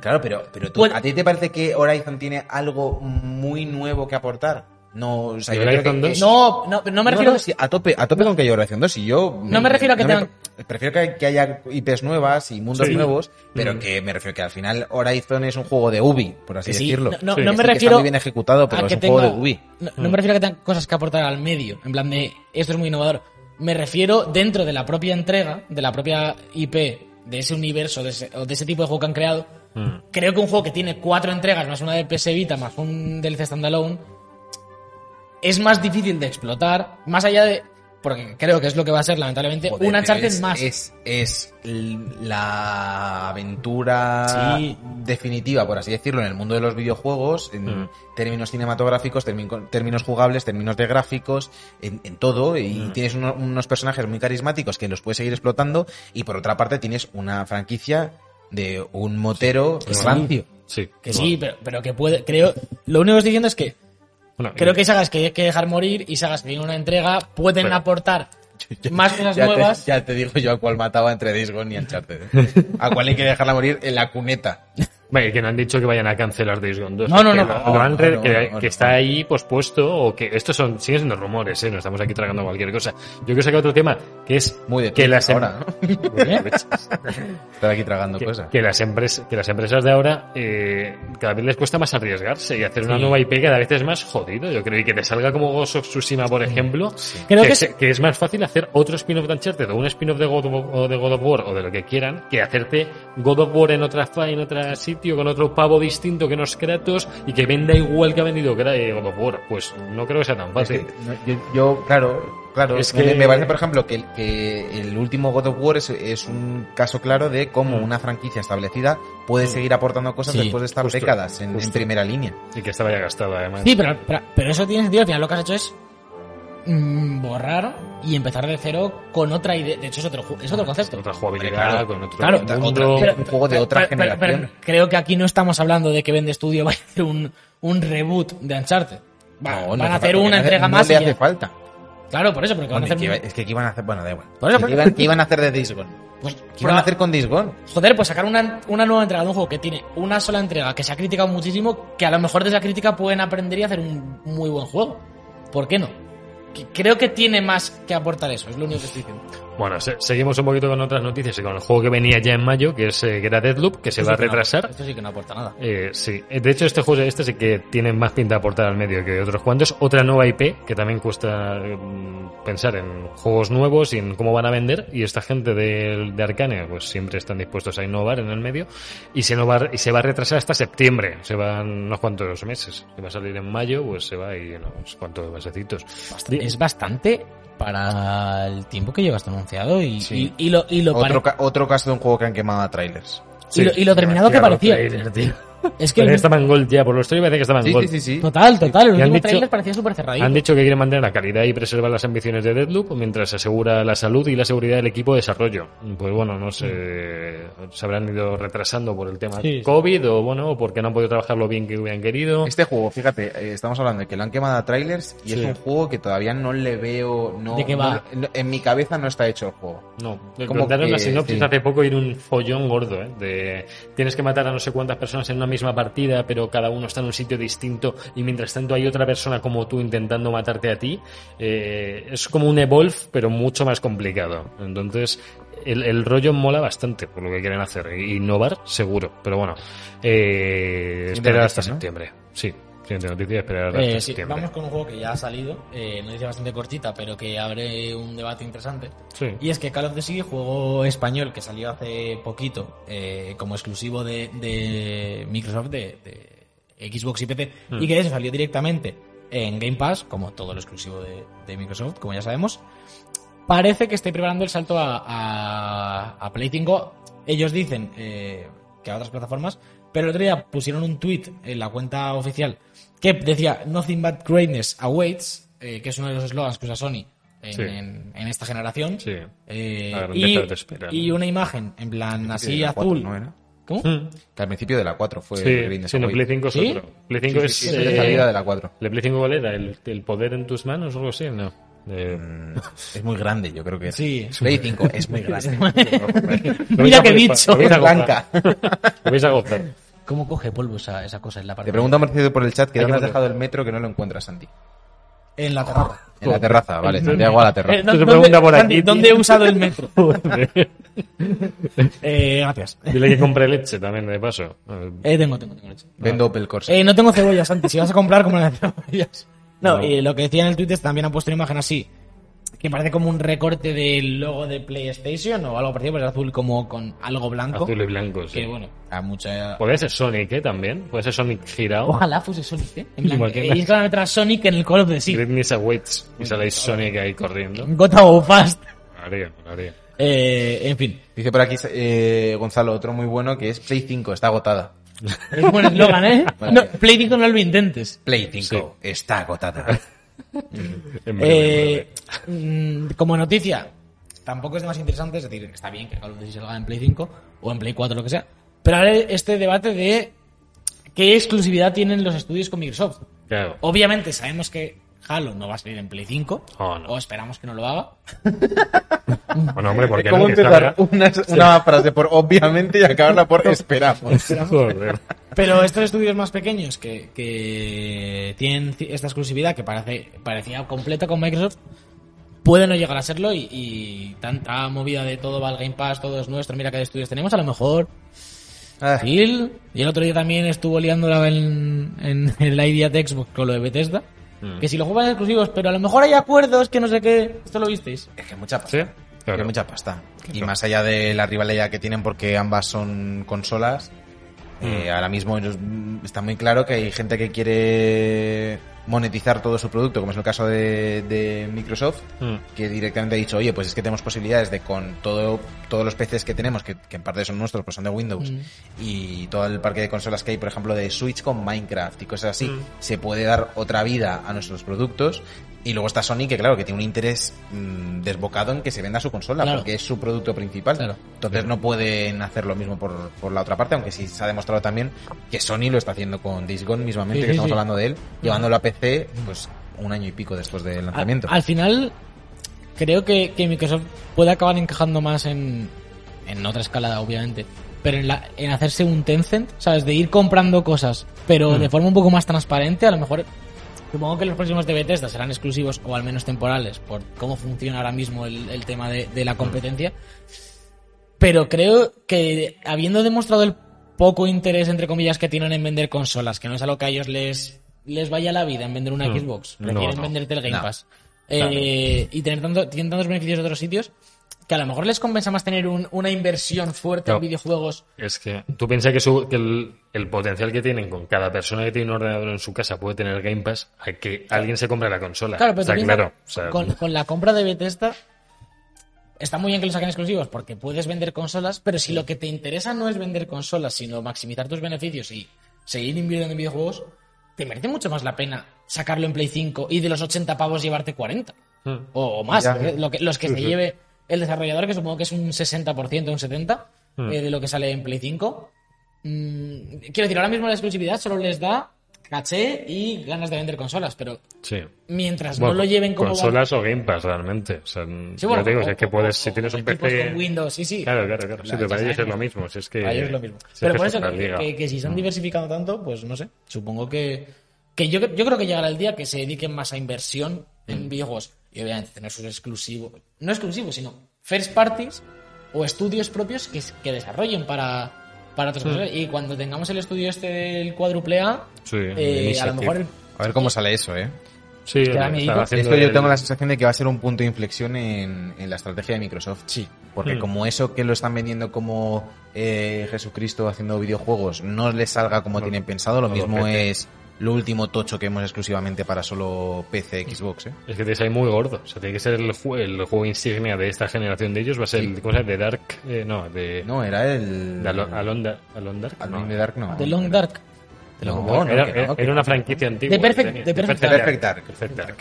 Speaker 3: Claro, pero, pero tú,
Speaker 4: Bueno.
Speaker 3: ¿a ti te parece que Horizon tiene algo muy nuevo que aportar? No, o sea,
Speaker 2: ¿Y
Speaker 3: yo creo
Speaker 2: Horizon
Speaker 3: que-
Speaker 2: 2?
Speaker 4: No, no, no me refiero.
Speaker 3: sí, a tope, a tope con que haya Horizon 2 y yo
Speaker 4: No me refiero a que tengan-
Speaker 3: prefiero que, que haya IPs nuevas y mundos
Speaker 2: Sí.
Speaker 3: nuevos, pero
Speaker 2: Mm.
Speaker 3: que me refiero que al final Horizon es un juego de Ubi, por así
Speaker 4: Sí,
Speaker 3: decirlo.
Speaker 4: no, no,
Speaker 2: Sí.
Speaker 4: no
Speaker 2: Sí,
Speaker 4: me
Speaker 3: Que está
Speaker 4: refiero
Speaker 3: muy bien ejecutado,
Speaker 4: a
Speaker 3: pero es
Speaker 4: que
Speaker 3: un juego de Mm.
Speaker 4: tenga-
Speaker 3: Ubi.
Speaker 4: No, no me refiero a que tengan cosas que aportar al medio, en plan de esto es muy innovador. Me refiero dentro de la propia entrega, de la propia IP, de ese universo de ese- o de ese tipo de juego que han creado.
Speaker 2: Mm.
Speaker 4: Creo que un juego que tiene cuatro entregas, más una de PS Vita, más un DLC standalone, es más difícil de explotar, más allá de. Porque creo que es lo que va a ser, lamentablemente,
Speaker 3: Joder,
Speaker 4: un
Speaker 3: pero
Speaker 4: Uncharted
Speaker 3: es-
Speaker 4: más.
Speaker 3: Es, es l- la aventura
Speaker 4: Sí.
Speaker 3: definitiva, por así decirlo, en el mundo de los videojuegos, en
Speaker 2: Mm.
Speaker 3: términos cinematográficos, termin- términos jugables, términos de gráficos, en, en todo. Y
Speaker 4: Mm.
Speaker 3: tienes uno- unos personajes muy carismáticos que los puedes seguir explotando. Y por otra parte, tienes una franquicia de un motero
Speaker 4: que sí.
Speaker 3: rancio.
Speaker 2: Sí.
Speaker 4: Que sí, pero, pero que puede. Creo. Lo único que estoy diciendo es que
Speaker 2: Bueno,
Speaker 4: creo
Speaker 2: y-
Speaker 4: que sagas que hay que dejar morir y sagas que tienen una entrega pueden
Speaker 2: Pero-
Speaker 4: aportar más cosas
Speaker 3: Ya te-
Speaker 4: nuevas.
Speaker 3: ya te digo yo a cuál mataba entre Days Gone y Uncharted. A cuál hay que dejarla morir en la cuneta.
Speaker 2: Vale, que no han dicho que vayan a cancelar Days Gone 2.
Speaker 4: No, no,
Speaker 2: Que
Speaker 4: no.
Speaker 2: lo- lo han
Speaker 3: No,
Speaker 2: re-
Speaker 3: no,
Speaker 2: que,
Speaker 3: no, no,
Speaker 2: que
Speaker 3: no.
Speaker 2: está ahí pospuesto o que estos son siguen siendo rumores, ¿eh? No estamos aquí tragando
Speaker 4: Mm.
Speaker 2: cualquier cosa. Yo quiero sacar otro tema que es
Speaker 3: Muy de
Speaker 2: que
Speaker 3: Twitch
Speaker 2: las em-
Speaker 3: ahora, Estar aquí tragando
Speaker 2: que,
Speaker 3: cosas.
Speaker 2: que las empresas que las empresas de ahora eh, cada vez les cuesta más arriesgarse y hacer una
Speaker 4: Sí.
Speaker 2: nueva IP cada vez es más jodido yo creo y que te salga como Ghost of Tsushima por ejemplo
Speaker 4: Creo
Speaker 2: que,
Speaker 4: que
Speaker 2: es,
Speaker 4: es-
Speaker 2: que es más fácil hacer otro spin-off de Uncharted o un spin-off de God, of, o de God of War o de lo que quieran que hacerte God of War en otra fa- en otro sitio con otro pavo distinto que no es Kratos y que venda igual que ha vendido Kra- eh, God of War pues no creo que sea tan fácil
Speaker 3: yo, yo, claro, claro.
Speaker 2: Es
Speaker 3: me-
Speaker 2: que-
Speaker 3: me parece, por ejemplo, que, que el último God of War es, es un caso claro de cómo una franquicia establecida puede seguir aportando cosas
Speaker 4: Sí,
Speaker 3: después de estar
Speaker 2: justo,
Speaker 3: décadas en, en
Speaker 2: justo.
Speaker 3: primera línea.
Speaker 2: y que estaba ya gastado además
Speaker 4: Sí, pero, pero, pero eso tiene sentido. Al final lo que has hecho es mm, borrar y empezar de cero con otra idea. De hecho, es otro, ju- es otro concepto.
Speaker 2: otra jugabilidad
Speaker 3: Hombre, claro.
Speaker 2: con otro
Speaker 4: Claro,
Speaker 3: otra-
Speaker 2: mundo.
Speaker 3: otra- un juego de otra generación.
Speaker 4: creo que aquí no estamos hablando de que Vende Studio vaya a hacer un, un reboot de Uncharted. Va-
Speaker 3: No, no
Speaker 4: van
Speaker 3: hace
Speaker 4: a hacer
Speaker 3: falta,
Speaker 4: una
Speaker 3: no hace-
Speaker 4: entrega
Speaker 3: No
Speaker 4: más. y
Speaker 3: le
Speaker 4: ya.
Speaker 3: hace falta.
Speaker 4: Claro, por eso, porque van a
Speaker 3: Bueno,
Speaker 4: hacer.
Speaker 3: y que iba-
Speaker 4: un-
Speaker 3: es que aquí iban a hacer, bueno, da igual.
Speaker 4: Por eso,
Speaker 3: ¿Y
Speaker 4: por
Speaker 3: ¿Qué
Speaker 4: eso.
Speaker 3: iban, qué iban a hacer de Days Gone?
Speaker 4: pues,
Speaker 3: ¿Qué iban a
Speaker 4: proba-
Speaker 3: hacer con Days Gone?
Speaker 4: Joder, pues sacar una, una nueva entrega de un juego que tiene una sola entrega que se ha criticado muchísimo, que a lo mejor de esa crítica pueden aprender y hacer un muy buen juego. ¿Por qué no? Que- creo que tiene más que aportar eso, es lo único que estoy diciendo.
Speaker 2: Bueno, se- seguimos un poquito con otras noticias y con el juego que venía ya en mayo, que es eh, que era Deathloop, que se
Speaker 4: Esto
Speaker 2: va a
Speaker 4: sí que no-
Speaker 2: retrasar.
Speaker 4: esto sí que no aporta nada.
Speaker 2: Eh, sí, Eh, de hecho este juego este sí que tiene más pinta de aportar al medio que otros cuantos. Otra nueva IP que también cuesta eh, pensar en juegos nuevos y en cómo van a vender. Y esta gente de, de Arcane pues siempre están dispuestos a innovar en el medio y se no va, y se va a retrasar hasta septiembre. Se van unos cuantos meses. Que va a salir en mayo, pues se va a ir unos cuantos mesecitos. Di-
Speaker 4: Es bastante para el tiempo que llevas anunciado y,
Speaker 3: Sí.
Speaker 4: y, y lo, y, lo
Speaker 3: Otro,
Speaker 4: pare-
Speaker 3: ca- otro caso de un juego que han quemado a trailers.
Speaker 2: sí.
Speaker 4: y lo- y lo terminado que
Speaker 2: Claro,
Speaker 4: parecía.
Speaker 2: trailer, tío.
Speaker 4: Es
Speaker 2: Parece
Speaker 4: que el-
Speaker 2: que estaba en Gold ya, por lo estoy parece que estaba en
Speaker 3: Sí,
Speaker 2: Gold.
Speaker 3: sí, sí, sí.
Speaker 4: total, total. El
Speaker 2: Y han
Speaker 4: último
Speaker 2: dicho-
Speaker 4: trailer parecía súper cerradito.
Speaker 2: Han dicho que quieren mantener la calidad y preservar las ambiciones de Deadloop mientras se asegura la salud y la seguridad del equipo de desarrollo. Pues bueno, no sé, se habrán ido retrasando por el tema
Speaker 4: Mm. Sí, sí.
Speaker 2: COVID o bueno, o porque no han podido trabajar lo bien que hubieran querido.
Speaker 3: Este juego, fíjate, eh, estamos hablando de que lo han quemado a trailers y
Speaker 2: Sí.
Speaker 3: es un juego que todavía no le veo. No,
Speaker 4: ¿De qué
Speaker 3: no-
Speaker 4: va?
Speaker 3: no- en mi cabeza no está hecho el juego.
Speaker 2: No, le
Speaker 3: Como
Speaker 2: contaron
Speaker 3: que,
Speaker 2: la sinopsis
Speaker 3: sí.
Speaker 2: hace poco y era un follón gordo, ¿eh? De tienes que matar a no sé cuántas personas en una misma partida, pero cada uno está en un sitio distinto y mientras tanto hay otra persona como tú intentando matarte a ti. Eh, es como un Evolve, pero mucho más complicado. Entonces, el, el rollo mola bastante por lo que quieren hacer. E- Innovar, seguro. Pero bueno, eh, esperar hasta
Speaker 3: noticia, ¿no?
Speaker 2: septiembre. Sí, siguiente noticia, esperar hasta
Speaker 4: Eh, sí,
Speaker 2: septiembre.
Speaker 4: vamos con un juego que ya ha salido, eh, noticia bastante cortita, pero que abre un debate interesante.
Speaker 2: Sí.
Speaker 4: Y es que Call of Duty, juego español que salió hace poquito eh, como exclusivo de, de Microsoft, de, de Xbox y PC,
Speaker 2: Mm.
Speaker 4: y que de hecho salió directamente en Game Pass, como todo lo exclusivo de, de Microsoft, como ya sabemos, parece que esté preparando el salto a, a, a Play 5. Ellos dicen eh, que a otras plataformas, pero el otro día pusieron un tweet en la cuenta oficial que decía Nothing but greatness awaits, eh, que es uno de los eslogans que usa Sony en,
Speaker 2: Sí.
Speaker 4: en- en esta generación.
Speaker 2: Sí.
Speaker 4: Eh,
Speaker 2: La grandeza
Speaker 4: y,
Speaker 2: te espera,
Speaker 4: y
Speaker 2: ¿no?
Speaker 4: una imagen en plan
Speaker 3: Sí,
Speaker 4: así
Speaker 3: de la
Speaker 4: azul.
Speaker 3: cuatro, ¿no era?
Speaker 4: ¿Cómo?
Speaker 2: Mm.
Speaker 3: Que al principio de la 4 fue
Speaker 2: Sí,
Speaker 3: el Green
Speaker 2: sí, no,
Speaker 3: Desaway.
Speaker 2: Play 5 es
Speaker 4: ¿Sí?
Speaker 2: otro. Play
Speaker 3: Pues Sí,
Speaker 2: 5
Speaker 3: sí,
Speaker 2: es,
Speaker 3: sí, es de
Speaker 2: eh,
Speaker 3: salida de la 4.
Speaker 2: ¿La Play 5 cuál era? ¿El, el poder en tus manos o algo así? No. Eh,
Speaker 3: Es muy grande, yo creo que.
Speaker 4: Sí.
Speaker 3: Play 5 es muy grande.
Speaker 2: lo vais
Speaker 4: Mira
Speaker 2: a
Speaker 4: qué
Speaker 2: flipar,
Speaker 4: bicho.
Speaker 2: lo vais a gozar.
Speaker 3: Es blanca.
Speaker 2: Lo vais a gozar.
Speaker 4: ¿Cómo coge polvo esa, esa cosa en la parte
Speaker 3: Te pregunta Mercedes por el chat que
Speaker 2: Hay que
Speaker 3: dónde
Speaker 2: poner-
Speaker 3: has dejado el metro que no lo encuentras, Santi.
Speaker 4: En la terraza.
Speaker 3: En la terraza, vale. Santiago a la terraza.
Speaker 4: Eh, ¿dó-
Speaker 2: Se
Speaker 4: dónde-
Speaker 2: pregunta por
Speaker 4: Santi,
Speaker 2: aquí, tío.
Speaker 4: ¿Dónde he usado el metro?
Speaker 2: Joder.
Speaker 4: Eh, gracias.
Speaker 2: Dile que compre leche también, de paso. Eh,
Speaker 4: Eh, tengo, tengo, tengo leche.
Speaker 3: Vendo Opel Corsa.
Speaker 4: Eh, no tengo cebollas, Santi. Si vas a comprar, como las cebollas. No,
Speaker 2: No.
Speaker 4: y lo que decía en el Twitter también han puesto una imagen así. Que parece como un recorte del logo de PlayStation o algo parecido, pero es azul como con algo blanco.
Speaker 2: Azul y blanco, sí.
Speaker 4: Que bueno, a mucha.
Speaker 2: Podría ser Sonic, ¿eh? También. Puede ser Sonic girado.
Speaker 4: Ojalá fuese Sonic, ¿eh? En plan,
Speaker 2: Igual que
Speaker 4: eh,
Speaker 2: la-
Speaker 4: y es que van a meter a Sonic en el Call of Duty.
Speaker 2: Greatness awaits. Y sale Sonic ahí corriendo.
Speaker 4: Gota o Fast.
Speaker 2: Lo haría, lo haría.
Speaker 4: Eh, en fin.
Speaker 3: Dice por aquí eh, Gonzalo otro muy bueno que es Play 5 está agotada.
Speaker 4: Es buen eslogan, ¿eh?
Speaker 3: Vale.
Speaker 4: No, Play 5 no lo intentes.
Speaker 3: Play 5 está agotada.
Speaker 2: En breve,
Speaker 4: Eh, mm, como noticia, tampoco es demasiado interesante. Es decir, está bien que Call of Duty se lo haga en Play 5 o en Play 4, lo que sea. Pero ahora este debate de qué exclusividad tienen los estudios con Microsoft.
Speaker 2: en breve. Claro.
Speaker 4: Obviamente sabemos que Halo no va a salir en Play 5.
Speaker 2: Oh, no.
Speaker 4: O esperamos que no lo haga.
Speaker 2: Bueno, hombre, porque
Speaker 3: ¿Cómo
Speaker 2: no? Que
Speaker 3: empezar
Speaker 2: salga-
Speaker 3: una, una frase por obviamente y acabarla por esperamos?
Speaker 2: Joder.
Speaker 4: Pero estos estudios más pequeños que, que tienen ci- esta exclusividad que parece, parecía completa con Microsoft, puede no llegar a serlo y, y tanta movida de todo va al Game Pass, todo es nuestro, mira qué estudios tenemos, a lo mejor
Speaker 3: Ah,
Speaker 4: Phil, y el otro día también estuvo liándola en, en, en la idea de Xbox con lo de Bethesda,
Speaker 2: Mm.
Speaker 4: que si los juegan exclusivos, pero a lo mejor hay acuerdos que no sé qué, esto lo visteis.
Speaker 3: es que mucha
Speaker 2: ¿Sí?
Speaker 3: pasta.
Speaker 2: Claro.
Speaker 3: Que mucha pasta. Y más allá de la rivalidad que tienen porque ambas son consolas,
Speaker 2: Mm.
Speaker 3: eh, ahora mismo es- está muy claro que hay gente que quiere monetizar todo su producto, como es el caso de, de Microsoft,
Speaker 2: Mm.
Speaker 3: que directamente ha dicho, oye, pues es que tenemos posibilidades de con todo, todos los PCs que tenemos, que, que en parte son nuestros, pues son de Windows,
Speaker 4: Mm.
Speaker 3: y todo el parque de consolas que hay, por ejemplo, de Switch con Minecraft y cosas así,
Speaker 2: Mm.
Speaker 3: se puede dar otra vida a nuestros productos. Y luego está Sony, que claro, que tiene un interés mm, desbocado en que se venda su consola,
Speaker 4: Claro.
Speaker 3: porque es su producto principal.
Speaker 4: Claro.
Speaker 3: Entonces no pueden hacer lo mismo por, por la otra parte, aunque sí se ha demostrado también que Sony lo está haciendo con Days Gone mismamente,
Speaker 4: Sí,
Speaker 3: que
Speaker 4: sí, Mm.
Speaker 3: estamos
Speaker 4: sí.
Speaker 3: hablando de él, llevándolo a PC, pues un año y pico después del
Speaker 4: Al,
Speaker 3: lanzamiento.
Speaker 4: al final, creo que, que Microsoft puede acabar encajando más en, en otra escalada, obviamente, pero en, la, en hacerse
Speaker 2: Mm.
Speaker 4: un Tencent, ¿sabes? De ir comprando cosas, pero de forma un poco más transparente, a lo mejor Supongo que los próximos de Bethesda serán exclusivos o al menos temporales por cómo funciona ahora mismo el, el tema de, de
Speaker 2: Mm.
Speaker 4: la competencia. Pero creo que habiendo demostrado el poco interés, entre comillas, que tienen en vender consolas, que no es a lo que a ellos les, les vaya la vida en vender una
Speaker 2: Mm.
Speaker 4: Xbox,
Speaker 2: No,
Speaker 4: prefieren
Speaker 2: no.
Speaker 4: venderte el Game
Speaker 3: No.
Speaker 4: Pass. Eh, Y tener tanto, tienen tantos beneficios de otros sitios que a lo mejor les compensa más tener un- una inversión fuerte
Speaker 2: No.
Speaker 4: en videojuegos
Speaker 2: Es que tú piensas que, su- que el, el potencial que tienen con cada persona que tiene un ordenador en su casa puede tener Game Pass a que alguien se compre la consola.
Speaker 4: Claro, pero
Speaker 2: Está
Speaker 4: tú piensas,
Speaker 2: claro. O sea,
Speaker 4: con, con la compra de Bethesda está muy bien que lo saquen exclusivos porque puedes vender consolas, pero si lo que te interesa no es vender consolas, sino maximizar tus beneficios y seguir invirtiendo en videojuegos, te merece mucho más la pena sacarlo en Play 5 y de los 80 pavos llevarte 40
Speaker 2: mm,
Speaker 4: o, o más, eh,
Speaker 3: Ya.
Speaker 4: lo que- lo que- los que
Speaker 2: Sí,
Speaker 4: se
Speaker 2: sí.
Speaker 4: lleve el desarrollador, que supongo que es un 60%, un 70%
Speaker 2: Mm.
Speaker 4: eh, de lo que sale en Play 5. Mm, quiero decir, ahora mismo la exclusividad solo les da caché y ganas de vender consolas, pero
Speaker 2: sí.
Speaker 4: mientras
Speaker 2: Bueno,
Speaker 4: Pues no lo lleven como
Speaker 2: consolas o Game Pass realmente. O sea,
Speaker 4: Sí, bueno,
Speaker 2: yo te digo,
Speaker 4: o-
Speaker 2: si es que
Speaker 4: o-
Speaker 2: puedes,
Speaker 4: o-
Speaker 2: si tienes
Speaker 4: o
Speaker 2: un
Speaker 4: equipos
Speaker 2: PC.
Speaker 4: con Windows, sí, sí.
Speaker 2: Claro, claro, claro. Sí,
Speaker 4: Nah,
Speaker 2: pero para
Speaker 4: ya
Speaker 2: ellos es
Speaker 4: saben.
Speaker 2: lo mismo. Si es que,
Speaker 4: Para ellos es lo mismo.
Speaker 2: si es
Speaker 4: Pero
Speaker 2: que
Speaker 4: por
Speaker 2: es
Speaker 4: eso,
Speaker 2: otra
Speaker 4: que,
Speaker 2: liga. Mm.
Speaker 4: que- que si se han diversificado tanto, pues no sé. Supongo que, que yo, yo creo que llegará el día que se dediquen más a inversión
Speaker 2: Mm.
Speaker 4: en videojuegos. Y obviamente tener sus exclusivos. No exclusivos, sino first parties o estudios propios que, s- que desarrollen para,
Speaker 2: Mm.
Speaker 4: para otras cosas. Y cuando tengamos el estudio este del cuádruple A,
Speaker 2: Sí,
Speaker 4: eh, a
Speaker 2: Initiative.
Speaker 4: lo mejor el-
Speaker 3: A ver cómo sale eso, ¿eh?
Speaker 2: Sí,
Speaker 4: que da
Speaker 2: están
Speaker 4: miedito.
Speaker 2: haciendo
Speaker 3: Esto yo
Speaker 2: el-
Speaker 3: tengo la sensación de que va a ser un punto de inflexión en, en la estrategia de Microsoft. Sí. Porque
Speaker 2: Hmm.
Speaker 3: como eso que lo están vendiendo como eh, Jesucristo haciendo videojuegos no les salga como
Speaker 2: No.
Speaker 3: tienen pensado, lo
Speaker 2: No,
Speaker 3: mismo
Speaker 2: PC.
Speaker 3: es lo último tocho que hemos exclusivamente para solo
Speaker 2: Hmm.
Speaker 3: PC, Xbox, ¿eh?
Speaker 2: Es que te sale muy gordo. O sea, tiene que ser el, ju- el juego insignia de esta generación de ellos. Va a ser el, ¿cómo se llama? The Dark. eh, no, de.
Speaker 3: No, era el...
Speaker 2: de Alo- Alonda, Alondar.
Speaker 3: Alone in
Speaker 2: no.
Speaker 3: the Dark, no.
Speaker 4: The Long Dark.
Speaker 3: No,
Speaker 2: No,
Speaker 3: no,
Speaker 2: era,
Speaker 3: que no,
Speaker 2: era-
Speaker 3: que
Speaker 2: era
Speaker 3: no.
Speaker 2: una franquicia antigua.
Speaker 4: The Perfect-
Speaker 2: que
Speaker 4: The Perfect
Speaker 2: Perfect
Speaker 3: Dark.
Speaker 2: Perfect Dark.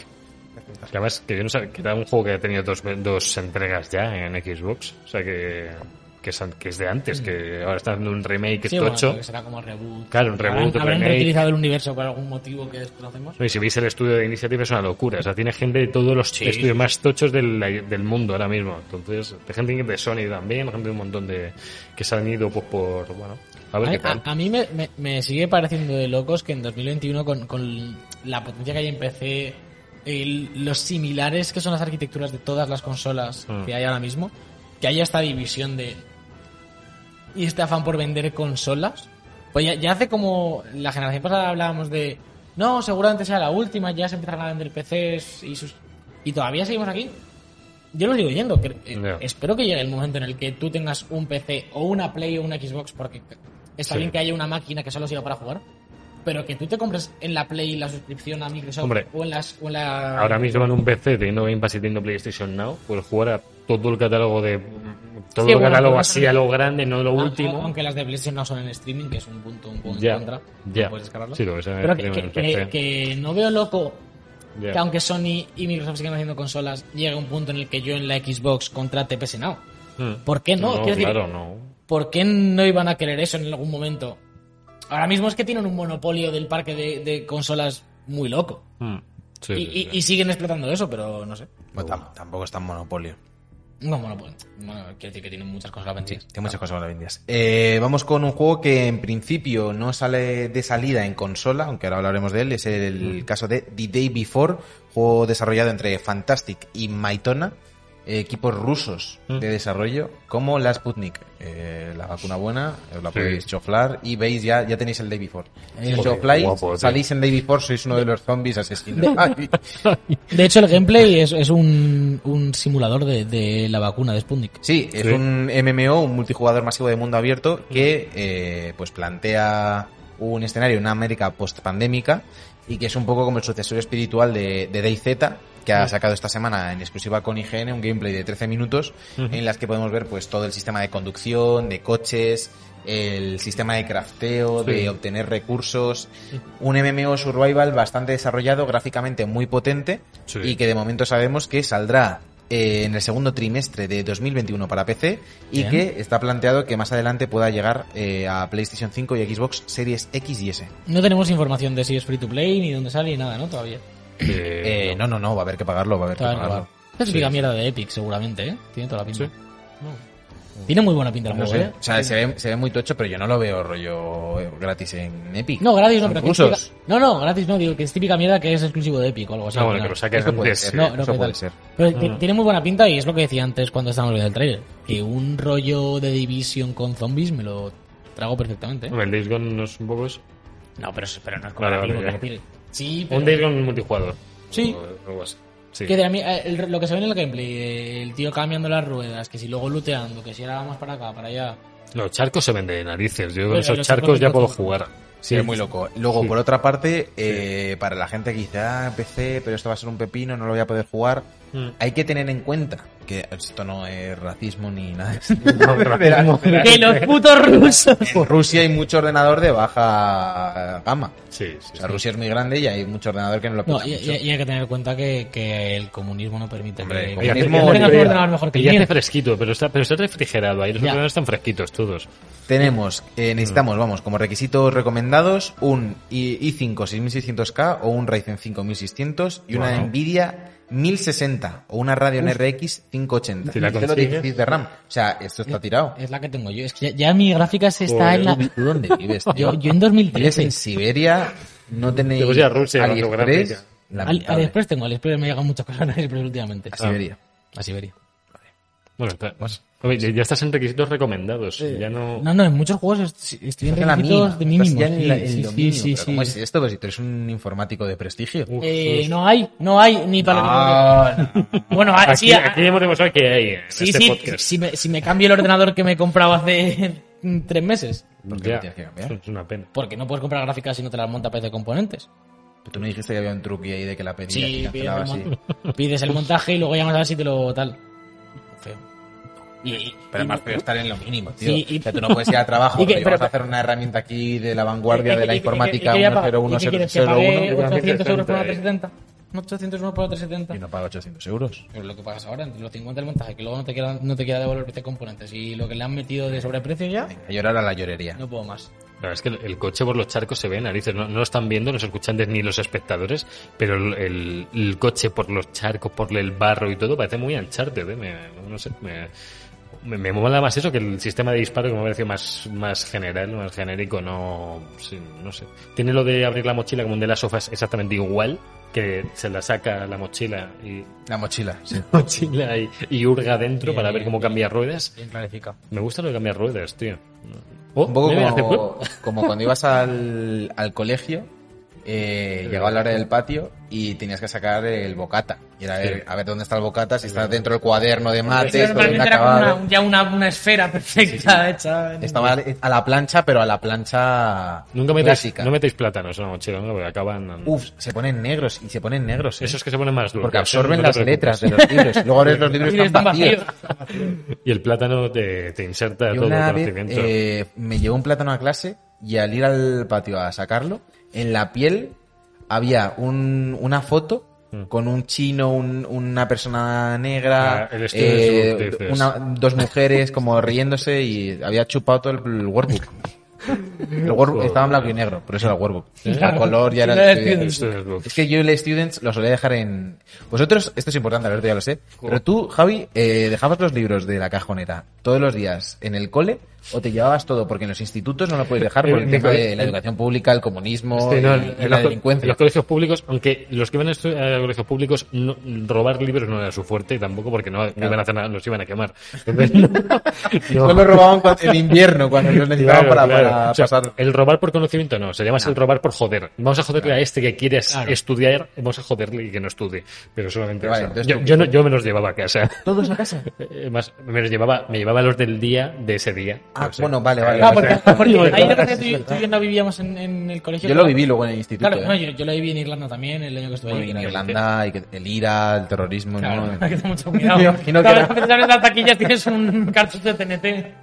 Speaker 2: Que además, que yo no sabía que era un juego que ha tenido dos, dos entregas ya en Xbox. O sea, que, que, es, an- que es de antes, que ahora están haciendo un remake que
Speaker 4: Sí,
Speaker 2: es
Speaker 4: bueno,
Speaker 2: tocho.
Speaker 4: creo que será como reboot.
Speaker 2: Claro, un
Speaker 4: Habrán-
Speaker 2: reboot, un
Speaker 4: Habrán
Speaker 2: remake.
Speaker 4: reutilizado el universo por algún motivo que desconocemos.
Speaker 2: No, y si veis el estudio de iniciativa es una locura. O sea, tiene gente de todos los estudios más tochos del, del mundo ahora mismo. Entonces, de gente de Sony también, gente de un montón de. que se han ido pues, por. bueno, a ver
Speaker 4: A,
Speaker 2: qué
Speaker 4: mí-
Speaker 2: tal.
Speaker 4: a- a mí me, me- me sigue pareciendo de locos que en 2021, con, con la potencia que hay en PC, el- los similares que son las arquitecturas de todas las consolas
Speaker 2: Mm.
Speaker 4: que hay ahora mismo, que haya esta división de. y este afán por vender consolas. Pues ya, ya hace como. La generación pasada hablábamos de. No, seguramente sea la última, ya se empiezan a vender PCs y sus. Y todavía seguimos aquí. Yo lo digo yendo. que- eh,
Speaker 2: Ya.
Speaker 4: Espero que llegue el momento en el que tú tengas un PC o una Play o una Xbox, porque está
Speaker 2: Sí.
Speaker 4: bien que haya una máquina que solo sirva para jugar, pero que tú te compres en la Play la suscripción a Microsoft
Speaker 2: Hombre.
Speaker 4: o en las. O en la...
Speaker 2: Ahora mismo en un PC teniendo Game Pass y teniendo PlayStation Now, pues jugar a todo el catálogo de. todo
Speaker 4: Sí,
Speaker 2: el
Speaker 4: bueno,
Speaker 2: catálogo
Speaker 4: pero
Speaker 2: así
Speaker 4: también-
Speaker 2: a lo grande, no lo
Speaker 4: A-
Speaker 2: último.
Speaker 4: Aunque las de PlayStation no son en streaming, que es un punto un poco
Speaker 2: Ya,
Speaker 4: en contra. no
Speaker 2: ya.
Speaker 4: puedes descargarlo.
Speaker 2: Sí, lo ves en
Speaker 4: pero que,
Speaker 2: el- en el
Speaker 4: que-
Speaker 2: PC.
Speaker 4: que no veo loco
Speaker 2: Ya.
Speaker 4: que aunque Sony y Microsoft sigan haciendo consolas, llegue un punto en el que yo en la Xbox contrate PS Now.
Speaker 2: Hmm.
Speaker 4: ¿Por qué no?
Speaker 2: No,
Speaker 4: Quiero decir,
Speaker 2: claro, no.
Speaker 4: ¿por qué no iban a querer eso en algún momento? Ahora mismo es que tienen un monopolio del parque de, de consolas muy loco.
Speaker 2: Hmm. Sí,
Speaker 4: y,
Speaker 2: sí,
Speaker 4: y-
Speaker 2: sí.
Speaker 4: y siguen explotando eso, pero no sé.
Speaker 3: Bueno, Pues tam- tampoco es tan monopolio.
Speaker 4: No, monopolio. Bueno, quiero decir que tienen muchas
Speaker 3: Sí,
Speaker 4: consolas vencidas.
Speaker 3: tiene muchas cosas ahora vendidas. Eh, vamos con un juego que en principio no sale de salida en consola, aunque ahora hablaremos de él. Es el caso de The Day Before, juego desarrollado entre Fantastic y Maitona, eh, equipos rusos
Speaker 2: Mm.
Speaker 3: de desarrollo, como la Sputnik, eh, la vacuna buena, os la
Speaker 2: Sí.
Speaker 3: podéis choflar y veis, ya, ya tenéis el Day Before. Si os
Speaker 2: Joder,
Speaker 3: chofláis,
Speaker 2: guapo, tío.
Speaker 3: salís en Day Before, sois uno de los zombies asesinos. Ay.
Speaker 4: De hecho, el gameplay es, es un, un simulador de, de la vacuna de Sputnik.
Speaker 3: Sí, es
Speaker 2: Sí.
Speaker 3: un MMO, un multijugador masivo de mundo abierto que eh, pues plantea un escenario, una América post-pandémica y que es un poco como el sucesor espiritual de, de DayZ que ha sacado esta semana en exclusiva con IGN un gameplay de 13 minutos en las que podemos ver pues todo el sistema de conducción, de coches, el sistema de crafteo,
Speaker 2: Sí.
Speaker 3: de obtener recursos, un MMO survival bastante desarrollado, gráficamente muy potente
Speaker 2: Sí.
Speaker 3: y que de momento sabemos que saldrá eh, en el segundo trimestre de 2021 para PC y
Speaker 4: Bien.
Speaker 3: que está planteado que más adelante pueda llegar eh, a PlayStation 5 y Xbox Series X y S.
Speaker 4: No tenemos información de si es free to play, ni dónde sale, ni nada, ¿no? Todavía.
Speaker 2: Eh,
Speaker 3: Eh, no, no, no, va a haber que pagarlo, va a haber que
Speaker 4: Todavía no
Speaker 3: pagarlo.
Speaker 4: va. Esta típica mierda de Epic, seguramente, ¿eh? Tiene toda la pinta.
Speaker 2: Sí.
Speaker 4: No. Tiene muy buena pinta el
Speaker 3: No
Speaker 4: juego,
Speaker 3: sé.
Speaker 4: ¿eh?
Speaker 3: O sea, se ve, se ve muy tocho, pero yo no lo veo rollo eh, gratis en Epic.
Speaker 4: No, gratis no,
Speaker 3: Son
Speaker 4: pero que es
Speaker 3: cursos.
Speaker 4: típica- No, no, gratis no, digo que es típica mierda que es exclusivo de Epic o algo así.
Speaker 2: Ah,
Speaker 4: al
Speaker 2: bueno,
Speaker 4: final.
Speaker 2: que lo saquen
Speaker 3: Eso puede
Speaker 2: antes.
Speaker 3: ser.
Speaker 2: sí.
Speaker 4: No, no,
Speaker 3: eso
Speaker 4: ¿qué
Speaker 3: puede
Speaker 4: tal?
Speaker 3: ser.
Speaker 4: Pero ti- tiene muy buena pinta y es lo que decía antes cuando estábamos viendo el trailer. Que un rollo de Division con zombies me lo trago perfectamente. ¿eh?
Speaker 2: El Days Gone no es un poco eso.
Speaker 4: No, pero, es- pero no es
Speaker 2: Vale, vale,
Speaker 4: cooperativo,
Speaker 2: ya.
Speaker 4: quiero decir. Sí, pero...
Speaker 2: Un Days Gone multijugador.
Speaker 4: Sí.
Speaker 2: O algo así. Sí.
Speaker 4: Que de la mi- eh, el- lo que se ve en el gameplay, eh, el tío cambiando las ruedas, que si luego looteando, que si ahora más para acá, para allá.
Speaker 2: Los charcos se ven de narices. Yo con
Speaker 4: Pero
Speaker 2: esos
Speaker 4: los
Speaker 2: charcos
Speaker 4: charcos
Speaker 2: ya
Speaker 4: no
Speaker 2: puedo
Speaker 4: son-
Speaker 2: jugar.
Speaker 3: Sí, es muy loco. Luego,
Speaker 2: Sí.
Speaker 3: por otra parte, eh, para la gente que dice, ah, PC, pero esto va a ser un pepino, no lo voy a poder jugar,
Speaker 2: Mm.
Speaker 3: hay que tener en cuenta que esto no es racismo ni nada. de eso.
Speaker 2: No, racismo.
Speaker 4: ¡Que los putos rusos!
Speaker 3: en Rusia hay mucho ordenador de baja gama.
Speaker 2: Sí,
Speaker 3: O
Speaker 2: sí.
Speaker 3: sea, Rusia es muy grande y hay mucho ordenador que no lo
Speaker 4: No,
Speaker 3: peta
Speaker 4: y,
Speaker 3: mucho.
Speaker 4: y- y hay que tener en cuenta que, que el comunismo no permite
Speaker 3: Hombre,
Speaker 4: que,
Speaker 3: el
Speaker 4: que
Speaker 2: comunismo
Speaker 4: tengas un
Speaker 3: libera.
Speaker 4: ordenador mejor Ah,
Speaker 2: Que
Speaker 4: que el
Speaker 2: ya
Speaker 4: mío.
Speaker 2: hace fresquito, pero está, pero está refrigerado. Ahí los
Speaker 4: Ya.
Speaker 2: ordenadores están fresquitos todos.
Speaker 3: Tenemos, eh,
Speaker 2: Mm.
Speaker 3: necesitamos, vamos, como requisitos recomendados, un i- i5 6600K o un Ryzen 5600 y una
Speaker 2: Wow.
Speaker 3: Nvidia 1060 o una Radeon RX 580.
Speaker 2: Si la
Speaker 3: Y solo
Speaker 2: consigues.
Speaker 3: 16 de RAM. O sea, esto
Speaker 4: Eh,
Speaker 3: está tirado.
Speaker 4: Es la que tengo yo. Es que ya, ya mi gráfica se está en la...
Speaker 3: ¿Tú dónde vives? tío?
Speaker 4: Yo, yo en
Speaker 3: Vives
Speaker 4: 2013.
Speaker 3: en Siberia, no tenéis
Speaker 2: Yo voy a Rusia,
Speaker 3: AliExpress,
Speaker 2: gráfica.
Speaker 4: Al,
Speaker 3: lamentable.
Speaker 4: AliExpress tengo, AliExpress me ha llegado muchas cosas en AliExpress últimamente.
Speaker 3: A Siberia.
Speaker 4: A Siberia.
Speaker 2: Bueno, está- Oye, ya- ya estás en requisitos recomendados. ya no.
Speaker 4: No, no, en muchos juegos est- estoy en
Speaker 3: Es la mínima.
Speaker 4: requisitos de
Speaker 3: Estás
Speaker 4: mínimos.
Speaker 3: ya en la-
Speaker 4: Sí,
Speaker 3: en
Speaker 4: sí,
Speaker 3: lo
Speaker 4: sí,
Speaker 3: mínimo,
Speaker 4: sí,
Speaker 3: pero
Speaker 4: sí.
Speaker 3: ¿Cómo es esto? Pues si tú eres un informático de prestigio.
Speaker 2: Uf,
Speaker 4: Eh,
Speaker 2: uf.
Speaker 4: no hay, no hay, ni para... Bueno, ah,
Speaker 2: Aquí,
Speaker 4: sí, ah,
Speaker 2: aquí hemos demostrado que hay en
Speaker 4: sí,
Speaker 2: este
Speaker 4: sí,
Speaker 2: podcast.
Speaker 4: si me, si me cambio el ordenador que me compraba hace tres meses.
Speaker 3: ¿Por qué
Speaker 2: Ya.
Speaker 3: lo tienes que cambiar?
Speaker 2: Eso Es una pena.
Speaker 4: Porque no puedes comprar gráficas si no te las monta PC Componentes.
Speaker 3: Tú me dijiste que había un truqui ahí de que la pedías y
Speaker 4: Sí, pides
Speaker 3: cancelaba
Speaker 4: el,
Speaker 3: así.
Speaker 4: mon- pides el montaje y luego llamas a ver si te lo tal. Feo. Y, y-
Speaker 3: Pero
Speaker 4: y-
Speaker 3: además, pero estar en lo mínimo, tío.
Speaker 4: Sí, y-
Speaker 3: O sea, tú no puedes ir a trabajo,
Speaker 4: Y que-
Speaker 3: pero, vamos
Speaker 4: pero-
Speaker 3: a hacer una herramienta aquí de la vanguardia
Speaker 4: y-
Speaker 3: de la
Speaker 4: y- y-
Speaker 3: informática
Speaker 4: y- y- y- y- ¿y eh, qué quieres, que pague
Speaker 3: 1010101
Speaker 4: 800 euros por la
Speaker 2: 370.
Speaker 4: 370? No, 800 euros por la
Speaker 3: y
Speaker 4: 370.
Speaker 3: no paga 800 euros.
Speaker 4: Pero lo que pagas ahora, entre los 50 del montaje, que luego no te quiera, no te quiera devolver PC Componentes y lo que le han metido de sobreprecio ya,
Speaker 3: A llorar a la llorería.
Speaker 4: no puedo más.
Speaker 2: La verdad es que el- el coche por los charcos se ve narices. No, no lo están viendo los escuchantes ni los espectadores, pero el, el- el coche por los charcos, por el barro y todo, parece muy Uncharted. ¿eh? Me, no sé, me, me, me mola más eso que el sistema de disparo que me ha parecido más, más general, más genérico. No, sí, no sé. Tiene lo de abrir la mochila como un de las sofás exactamente igual, que se la saca la mochila y,
Speaker 3: La mochila, sí.
Speaker 2: mochila y, y hurga dentro
Speaker 4: Bien,
Speaker 2: para ver
Speaker 4: bien,
Speaker 2: cómo cambia ruedas.
Speaker 4: Bien clarifica.
Speaker 2: Me gusta lo de cambiar ruedas, tío. Oh,
Speaker 3: Un poco
Speaker 2: mira, hace
Speaker 3: como,
Speaker 2: pop.
Speaker 3: como cuando ibas al, al colegio, eh, llegaba la hora del patio y tenías que sacar el bocata. Y era a ver, a ver dónde está el bocata, si está dentro del cuaderno de mates, todo bien
Speaker 4: normalmente era como
Speaker 3: acabado.
Speaker 4: una, ya una, una esfera perfecta hecha. en-
Speaker 3: Estaba a la plancha, pero a la plancha
Speaker 2: Nunca metéis,
Speaker 3: clásica.
Speaker 2: no metéis plátanos en la mochila, ¿no? porque acaban.
Speaker 3: Uf, se ponen negros y se ponen negros. ¿eh?
Speaker 2: Esos que se ponen más duros.
Speaker 3: Porque
Speaker 2: ¿eh?
Speaker 3: absorben
Speaker 2: No te
Speaker 3: las
Speaker 2: preocupes.
Speaker 3: letras de los libros. Luego ahora los libros
Speaker 4: Mira,
Speaker 3: están vacíos.
Speaker 2: Y el plátano te, te inserta
Speaker 3: Y
Speaker 2: todo el
Speaker 3: una vez
Speaker 2: conocimiento.
Speaker 3: eh, me llevó un plátano a clase y al ir al patio a sacarlo, en la piel había un- una foto
Speaker 2: Mm.
Speaker 3: con un chino, un- una persona negra,
Speaker 2: Ah, el estudio de
Speaker 3: eh,
Speaker 2: Sud, dices.
Speaker 3: una- dos mujeres como riéndose y había chupado todo el, el workbook. El workbook
Speaker 2: Joder. ¿Eh?
Speaker 3: estaba en blanco y negro, pero eso era el workbook. El
Speaker 4: Claro.
Speaker 3: color ya era
Speaker 4: Era
Speaker 3: el
Speaker 4: el
Speaker 3: estudio.
Speaker 2: Esto es lo-
Speaker 3: Es que yo el Students lo solía dejar en... Vosotros, esto es importante, Alberto, ya lo sé. Pero tú, Javi, eh, ¿dejabas los libros de la cajonera todos los días en el cole o te llevabas todo? Porque en los institutos no lo puedes dejar por
Speaker 2: Eh,
Speaker 3: el
Speaker 2: mi
Speaker 3: tema
Speaker 2: cole-
Speaker 3: de la educación pública, el comunismo
Speaker 2: Sí, no,
Speaker 3: y- y,
Speaker 2: en
Speaker 3: la
Speaker 2: los co- en
Speaker 3: delincuencia.
Speaker 2: los colegios públicos, aunque los que iban a estu- a los colegios públicos, no- robar libros no era su fuerte tampoco, porque no, no iban a hacer nada, los iban a quemar. Entonces, no- no.
Speaker 3: Solo robaban cua- en invierno cuando los necesitaban
Speaker 2: Claro,
Speaker 3: para,
Speaker 2: claro.
Speaker 3: para
Speaker 2: O sea,
Speaker 3: pasar...
Speaker 2: El robar por conocimiento no, sería
Speaker 4: Ah.
Speaker 2: más el robar por joder. Vamos a joderle a este que quiere estudiar, vamos a joderle y que no estudie. Pero solamente
Speaker 3: Pero vale,
Speaker 2: eso.
Speaker 3: entonces
Speaker 2: Yo,
Speaker 3: tú-
Speaker 2: yo no- yo me los llevaba a casa.
Speaker 3: ¿Todos a casa?
Speaker 2: Eh, Más, me los llevaba, me llevaba los del día de ese día.
Speaker 3: Ah,
Speaker 2: O sea,
Speaker 3: bueno, vale, vale.
Speaker 4: Ah,
Speaker 3: O sea,
Speaker 4: porque, porque
Speaker 2: Bueno,
Speaker 4: ahí lo
Speaker 2: claro,
Speaker 4: que tú, tú y yo no vivíamos en, en el colegio.
Speaker 3: yo lo viví luego en el instituto.
Speaker 4: Claro,
Speaker 3: ¿eh?
Speaker 4: no, yo, yo lo viví en Irlanda también, el año que estuve
Speaker 3: Bueno,
Speaker 4: ahí.
Speaker 3: y en
Speaker 4: que era-
Speaker 3: Irlanda, y que- el IRA, el terrorismo...
Speaker 4: Claro,
Speaker 3: ¿no?
Speaker 4: hay que tener mucho cuidado.
Speaker 3: Me imagino que
Speaker 4: Cada vez
Speaker 3: era-
Speaker 4: que te sales de la taquilla tienes un cartucho de TNT.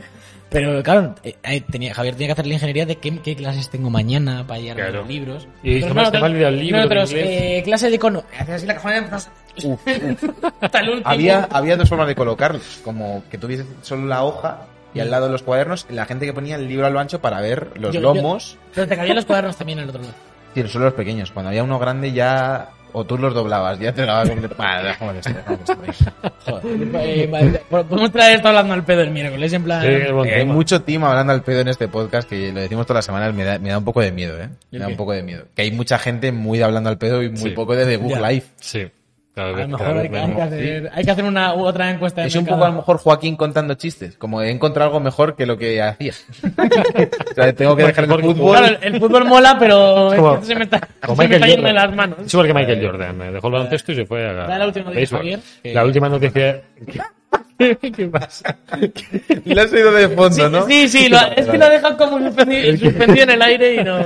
Speaker 4: Pero claro, eh, eh, tenía, Javier tenía que hacer la ingeniería de qué, qué clases tengo mañana para llevarme
Speaker 2: Claro.
Speaker 4: los libros.
Speaker 2: Y este dice, "Más te
Speaker 4: claro,
Speaker 2: vale ir al libro
Speaker 4: Pues
Speaker 2: que
Speaker 4: no, pero
Speaker 2: al inglés".
Speaker 4: eh, clase de cono. Hacías así la cajonera y empezabas
Speaker 3: Uf, uf.
Speaker 4: hasta el último.
Speaker 3: había, había dos formas de colocarlos, como que tuviese solo la hoja y al lado los cuadernos, y la gente que ponía el libro a lo ancho para ver los
Speaker 4: Yo- yo-
Speaker 3: lomos,
Speaker 4: Pero te cabían los cuadernos también en el otro lado.
Speaker 3: sí, solo los pequeños. Cuando había uno grande ya O tú los doblabas, ya te daba completo. Vale, déjame esto, déjame esto. Joder.
Speaker 4: Eh, vale, bueno, podemos traer esto hablando al pedo el miércoles, en plan.
Speaker 2: Sí, es buen
Speaker 3: Eh, hay
Speaker 2: tema.
Speaker 3: mucho team hablando al pedo en este podcast que lo decimos todas las semanas, me da, me da un poco de miedo, ¿eh? Me da
Speaker 4: qué?
Speaker 3: un poco de miedo. Que hay mucha gente muy de hablando al pedo y muy
Speaker 2: Sí.
Speaker 3: poco de debug
Speaker 4: Ya.
Speaker 3: live.
Speaker 2: Sí. Cada
Speaker 4: a
Speaker 2: vez-
Speaker 4: lo mejor
Speaker 2: cada
Speaker 4: hay que,
Speaker 2: vez
Speaker 4: hay que
Speaker 2: menos.
Speaker 4: hacer, hay que hacer una u otra encuesta de
Speaker 3: Es un
Speaker 4: mercado.
Speaker 3: poco a lo mejor Joaquín contando chistes, como he encontrado algo mejor que lo que hacía. o sea, tengo que dejar el
Speaker 2: Mejor que un
Speaker 3: fútbol.
Speaker 4: Claro, el, el fútbol mola, pero es que
Speaker 2: Como-
Speaker 4: esto se me está,
Speaker 2: Como
Speaker 4: se me está
Speaker 2: Michael
Speaker 4: yendo de
Speaker 2: Jordan.
Speaker 4: las manos.
Speaker 2: Sí, porque Michael Jordan eh, dejó el baloncesto y se fue a
Speaker 4: Da la última noticia,
Speaker 2: béisbol.
Speaker 4: Javier, que-
Speaker 2: La última noticia. ¿Qué, qué pasa?
Speaker 3: Lo has oído de fondo, ¿no?
Speaker 4: Sí, sí, lo- es que lo dejan como suspendido, suspendido en el aire y no.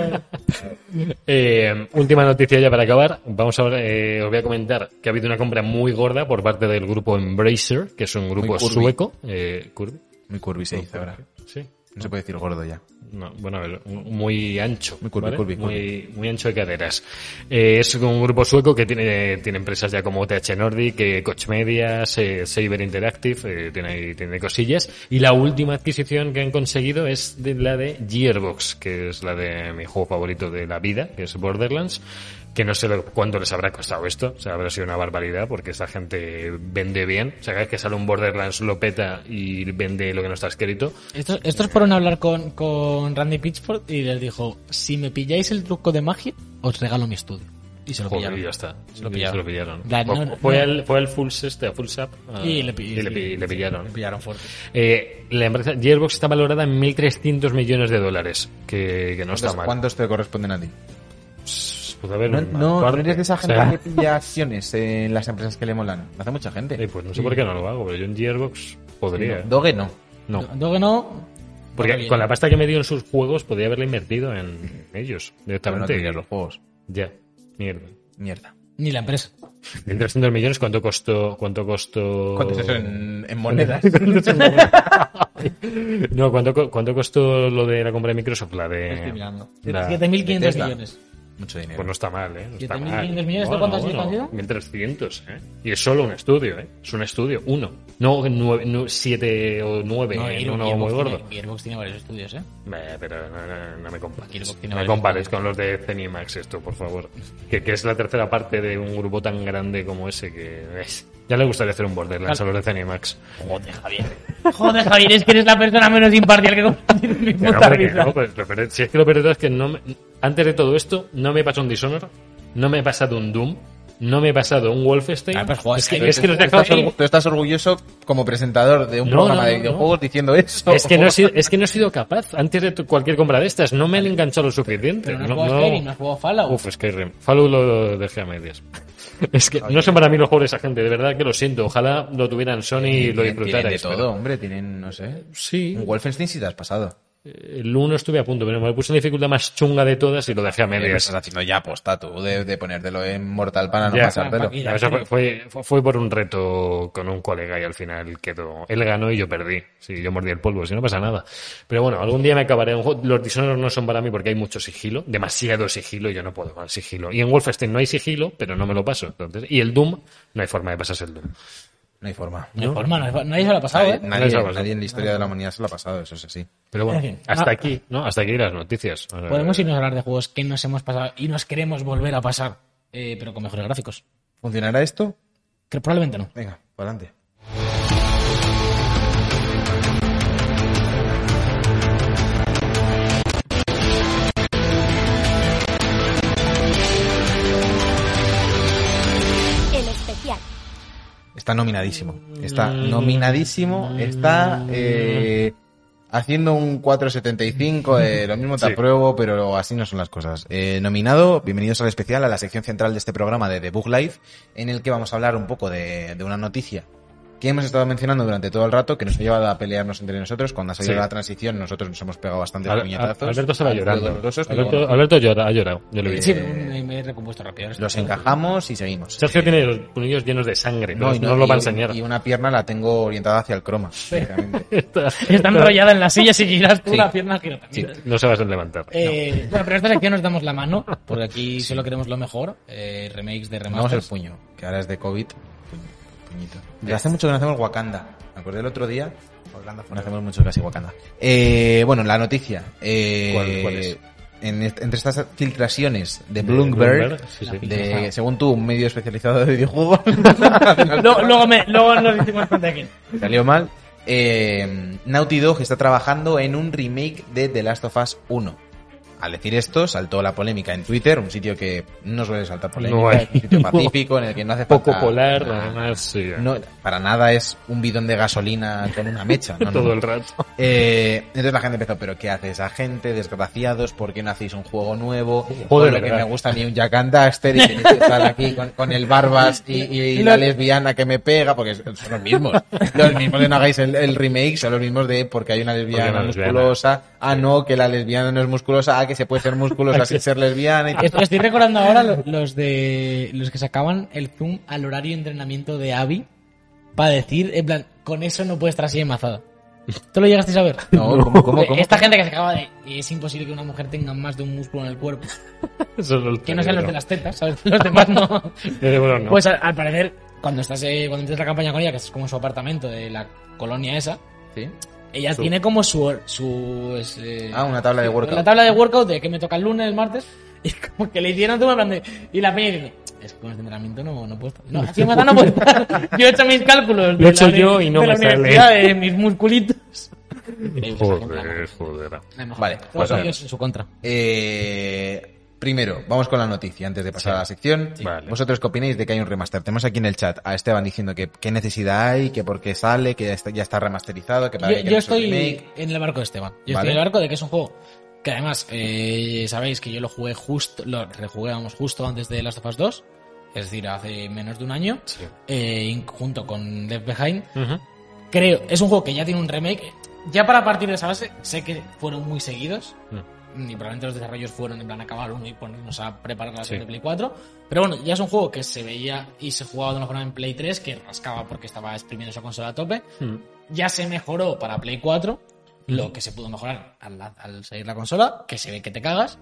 Speaker 2: Eh, última noticia ya para acabar. Vamos a ver, eh, os voy a comentar que ha habido una compra muy gorda por parte del grupo Embracer, que es un grupo
Speaker 3: Muy curvy.
Speaker 2: sueco. Eh, curvy,
Speaker 3: Muy curvy se dice ahora.
Speaker 2: sí.
Speaker 3: No se puede decir gordo ya.
Speaker 2: No, bueno, a ver, un- muy ancho.
Speaker 3: Muy curvy,
Speaker 2: ¿vale?
Speaker 3: curvy, curvy.
Speaker 2: Muy, muy ancho de caderas. Eh, es un grupo sueco que tiene, tiene empresas ya como TH Nordic, eh, Koch Medias, eh, Saber Interactive, eh, tiene, ahí- tiene cosillas. Y la última adquisición que han conseguido es de la de Gearbox, que es la de mi juego favorito de la vida, que es Borderlands. Que no sé lo- cuánto les habrá costado esto, o sea, habrá sido una barbaridad porque esta gente vende bien. O sea, cada vez que sale un Borderlands lo peta y vende lo que no está escrito.
Speaker 4: Estos, estos fueron a hablar con, con Randy Pitchford y les dijo: Si me pilláis el truco de magia, os regalo mi estudio. Y se lo
Speaker 2: Joder, y
Speaker 4: pillaron.
Speaker 2: ya está.
Speaker 4: Se lo
Speaker 2: Y
Speaker 4: pillaron.
Speaker 2: se lo pillaron.
Speaker 4: Da-
Speaker 2: Fue-
Speaker 4: no-
Speaker 2: fue,
Speaker 4: no.
Speaker 2: Al, fue al full este, a full sap. ah,
Speaker 4: Y le pi-
Speaker 2: pi-
Speaker 4: y-
Speaker 2: le pillaron.
Speaker 4: pillaron fuerte.
Speaker 2: Eh, la empresa Gearbox está valorada en 1.300 millones de dólares, que, que no está
Speaker 3: Entonces,
Speaker 2: mal.
Speaker 3: Pues, ¿Cuántos te corresponden a ti?
Speaker 2: Pues a ver,
Speaker 3: No,
Speaker 2: un
Speaker 3: no,
Speaker 2: par-
Speaker 3: no eres de esa
Speaker 2: o
Speaker 3: gente
Speaker 2: sea,
Speaker 3: que pilla acciones en las empresas que le molan. Lo hace mucha
Speaker 2: eh,
Speaker 3: gente.
Speaker 2: pues no sé por qué no lo hago, pero yo en Gearbox podría. ¿eh? No.
Speaker 3: Doge no.
Speaker 4: No, que no. Muy
Speaker 2: Porque
Speaker 4: bien.
Speaker 2: con la pasta que me dio en sus juegos podría haberla invertido en ellos
Speaker 3: Pero no
Speaker 2: directamente.
Speaker 3: tendrías los juegos.
Speaker 2: ya, mierda.
Speaker 3: Mierda.
Speaker 4: Ni la empresa.
Speaker 2: 1.300 millones, ¿cuánto costó? ¿Cuánto costó?
Speaker 3: ¿Cuánto es eso en, en monedas?
Speaker 2: No, ¿cuánto, co- ¿cuánto costó lo de la compra de Microsoft? La de.
Speaker 5: Estoy mirando.
Speaker 2: la-
Speaker 4: 7.500
Speaker 3: Bethesda.
Speaker 4: millones.
Speaker 3: Mucho dinero.
Speaker 2: Pues no está mal, ¿eh? No está
Speaker 4: 7.500
Speaker 2: mal.
Speaker 4: millones, ¿esto cuánto has dicho, han sido?
Speaker 2: 1300, ¿eh? Y es solo un estudio, ¿eh? Es un estudio, uno. No 7 o 9,
Speaker 4: No,
Speaker 2: en
Speaker 4: Gearbox
Speaker 2: uno muy
Speaker 4: tiene-
Speaker 2: gordo.
Speaker 4: Gearbox tiene varios estudios, ¿eh?
Speaker 2: Eh, pero no, no- no me compares.
Speaker 4: Gearbox tiene
Speaker 2: No me
Speaker 4: varios
Speaker 2: compares con los de Cenimax esto, por favor. Que, que es la tercera parte de un grupo tan grande como ese que... es. Ya le gustaría hacer un Borderlands a los de Cenimax.
Speaker 4: Joder, Javier. Joder, Javier, es que eres la persona menos imparcial que he conocido en mi
Speaker 2: Que no,
Speaker 4: puta
Speaker 2: hombre, que
Speaker 4: vida.
Speaker 2: no, pues, lo peor- si es que lo peor es que no me- antes de todo esto, no me he pasado un Dishonor, no me he pasado un Doom, no me he pasado un Wolfenstein.
Speaker 4: Ah, pues, joder,
Speaker 2: es que,
Speaker 4: es que-
Speaker 2: es que los
Speaker 3: Tú estás,
Speaker 2: dejados-
Speaker 3: orgu- tú estás orgulloso como presentador de un
Speaker 2: No,
Speaker 3: programa
Speaker 2: no,
Speaker 3: de
Speaker 2: no,
Speaker 3: videojuegos diciendo eso.
Speaker 2: es que no he sido, es que no he sido capaz. Antes de tu- cualquier compra de estas, no me han enganchado lo suficiente.
Speaker 4: Pero no has
Speaker 2: No-
Speaker 4: jugado
Speaker 2: no-
Speaker 4: Skyrim, no has jugado Fallout.
Speaker 2: Uf, Skyrim. Fallout lo dejé a medias. Es que no son para mí los juegos de esa gente, de verdad que lo siento. Ojalá lo tuvieran Sony y lo
Speaker 3: Tienen- tienen de
Speaker 2: disfrutarais.
Speaker 3: todo,
Speaker 2: pero-
Speaker 3: hombre. Tienen, no sé.
Speaker 2: Sí,
Speaker 3: Un Wolfenstein si te has pasado.
Speaker 2: eh, el 1 estuve a punto, pero me puse la dificultad más chunga de todas y lo dejé a
Speaker 3: Pero
Speaker 2: medias.
Speaker 3: Estás haciendo ya aposta tú de, de ponértelo en Mortal para no
Speaker 2: Ya.
Speaker 3: pasártelo.
Speaker 4: Pa- pa-
Speaker 2: Ya, eso fue, fue, fue por un reto con un colega y al final quedó. Él ganó y yo perdí. Sí, yo mordí el polvo, si no pasa nada. Pero bueno, algún día me acabaré. un juego- Los Dishonored no son para mí porque hay mucho sigilo, demasiado sigilo y yo no puedo con el sigilo. Y en Wolfenstein no hay sigilo, pero no me lo paso. Entonces, y el Doom, no hay forma de pasarse el Doom.
Speaker 3: No hay forma.
Speaker 4: No hay forma, no hay forma. Nadie se lo ha pasado,
Speaker 3: Nadie,
Speaker 4: ¿eh?
Speaker 3: nadie-
Speaker 2: Eso pasa.
Speaker 3: nadie en la historia de la humanidad se lo ha pasado, eso es así.
Speaker 2: Pero bueno,
Speaker 4: En fin,
Speaker 2: hasta
Speaker 4: ah.
Speaker 2: aquí, ¿no? Hasta aquí las noticias.
Speaker 3: Eh,
Speaker 2: Ahora-
Speaker 4: Podemos irnos a hablar de juegos que nos hemos pasado y nos queremos volver a pasar, eh, pero con mejores gráficos.
Speaker 3: ¿Funcionará esto?
Speaker 4: Que probablemente no.
Speaker 3: Venga, para adelante.
Speaker 1: El especial.
Speaker 3: Está nominadísimo. Está
Speaker 2: Mm.
Speaker 3: nominadísimo. Está eh, haciendo un 475. eh, lo mismo te
Speaker 2: Sí.
Speaker 3: apruebo, pero así no son las cosas. Eh, nominado, bienvenidos al especial, a la sección central de este programa de The Book Life, en el que vamos a hablar un poco de, de una noticia que hemos estado mencionando durante todo el rato, que nos ha llevado a pelearnos entre nosotros. Cuando ha salido
Speaker 2: Sí.
Speaker 3: la transición, nosotros nos hemos pegado bastante
Speaker 2: Al-
Speaker 3: puñetazos.
Speaker 2: Al- Alberto se va
Speaker 3: Algo
Speaker 2: llorando.
Speaker 3: dolorosos, pero
Speaker 2: Alberto,
Speaker 3: bueno,
Speaker 2: Alberto llora- ha llorado. Yo lo he
Speaker 3: Eh,
Speaker 2: visto.
Speaker 4: Sí, me, me he recompuesto rápido. ahora
Speaker 3: los
Speaker 4: estoy-
Speaker 3: encajamos y seguimos. Eh,
Speaker 2: Sergio tiene los punillos llenos de sangre. No,
Speaker 3: y
Speaker 2: no lo va a
Speaker 3: y-
Speaker 2: enseñar.
Speaker 3: Y una pierna la tengo orientada hacia el croma. directamente.
Speaker 2: Está-
Speaker 4: Está enrollada en la silla si giras tú
Speaker 3: Sí.
Speaker 4: la pierna gira también.
Speaker 2: No se vas a levantar.
Speaker 4: Eh, Bueno, pero en esta sección nos damos la mano, porque aquí solo queremos lo mejor. eh, remakes de
Speaker 3: Tomamos el
Speaker 4: remasters.
Speaker 3: puño, que ahora es de COVID. Puño- Puñito. Ya hace mucho que no hacemos Wakanda. Me acordé el otro día. No hacemos mucho casi Wakanda. Eh, bueno, la noticia. Eh,
Speaker 2: ¿Cuál- cuál es?
Speaker 3: en est- entre estas filtraciones de Bloomberg,
Speaker 2: Bloomberg, sí, sí.
Speaker 3: de, según tú, un medio especializado de videojuegos,
Speaker 4: Lo- luego, me, luego nos hicimos cuenta que.
Speaker 3: salió mal. eh, Naughty Dog está trabajando en un remake de The Last of Us 1. Al decir esto, saltó la polémica en Twitter, un sitio que no suele saltar polémica,
Speaker 2: No hay.
Speaker 3: es un sitio pacífico en el que no hace
Speaker 2: Poco
Speaker 3: falta
Speaker 2: polar,
Speaker 3: nada.
Speaker 2: además, sí.
Speaker 3: No, para nada es un bidón de gasolina con una mecha. No, no,
Speaker 2: todo
Speaker 3: no.
Speaker 2: el rato.
Speaker 3: Eh, entonces la gente empezó, pero ¿qué hace esa gente? Desgraciados, ¿por qué no hacéis un juego nuevo?
Speaker 2: Joder,
Speaker 3: Por lo que
Speaker 2: ¿verdad?
Speaker 3: me gusta a mí un Jack and Daxter y tenéis que estar aquí con, con el barbas y, y la
Speaker 4: Lo-
Speaker 3: lesbiana que me pega, porque son los mismos. Los mismos de no hagáis el, el remake, son los mismos de porque hay una lesbiana
Speaker 2: una lesbiana.
Speaker 3: musculosa, ah no, que la lesbiana no es musculosa, ah que se puede ser musculosa sin ser lesbiana. y-
Speaker 4: Estoy, estoy recordando ahora lo- los de los que sacaban el zoom al horario de entrenamiento de Abby para decir, en plan, con eso no puedes estar así embarazada. ¿Tú lo llegasteis a ver?
Speaker 3: No, ¿cómo, cómo, cómo?
Speaker 4: Esta gente que se acaba de. Es imposible que una mujer tenga más de un músculo en el cuerpo.
Speaker 2: Solo el
Speaker 4: Que no sean los
Speaker 2: cerebro.
Speaker 4: de las tetas, ¿sabes? Los demás no.
Speaker 2: Cerebro Eh, no.
Speaker 4: Pues al, al parecer, cuando estás eh, cuando empiezas la campaña con ella, que es como su apartamento de la colonia esa,
Speaker 3: ¿Sí?
Speaker 4: ella
Speaker 2: Su-
Speaker 4: tiene como su. su es, eh,
Speaker 3: Ah, una tabla de
Speaker 4: La
Speaker 3: workout.
Speaker 4: tabla de workout de que me toca el lunes, el martes, y como que le hicieron tú, en plan de- Y la peña dice: Es que con este entrenamiento no, no puedo estar. No, así en verdad no puedo estar. Yo he hecho mis cálculos. de
Speaker 2: Lo he hecho
Speaker 4: la-
Speaker 2: yo y no
Speaker 4: de la
Speaker 2: me sale.
Speaker 4: universidad, De mis musculitos.
Speaker 2: Joder, joder.
Speaker 3: Vale,
Speaker 4: Todos
Speaker 3: pues a ver.
Speaker 4: ellos en su contra.
Speaker 3: Eh, primero, vamos con la noticia antes de pasar a la sección.
Speaker 2: Sí. Vale.
Speaker 3: ¿Vosotros qué opináis de que hay un remaster? Tenemos aquí en el chat a Esteban diciendo que qué necesidad hay, que por qué sale, que ya está, ya está remasterizado, que para
Speaker 4: Yo,
Speaker 3: qué
Speaker 4: yo
Speaker 3: queremos un
Speaker 4: estoy
Speaker 3: remake.
Speaker 4: en el barco de Esteban.
Speaker 3: Vale.
Speaker 4: Yo estoy en el barco de que es un juego que además eh, sabéis que yo lo jugué justo, lo rejugué vamos, justo antes de Last of Us 2, es decir, hace menos de un año,
Speaker 2: Sí.
Speaker 4: eh, in- junto con Left Behind.
Speaker 2: Ujú.
Speaker 4: Creo, es un juego que ya tiene un remake. Ya para partir de esa base, sé que fueron muy seguidos. Y probablemente los desarrollos fueron en plan acabar uno y ponernos a preparar la serie
Speaker 2: Sí.
Speaker 4: de Play 4. Pero bueno, ya es un juego que se veía y se jugaba de una forma en Play 3 que rascaba porque estaba exprimiendo esa consola a tope
Speaker 2: Mm.
Speaker 4: ya se mejoró para Play 4, lo que se pudo mejorar al, al salir la consola, que se ve que te cagas.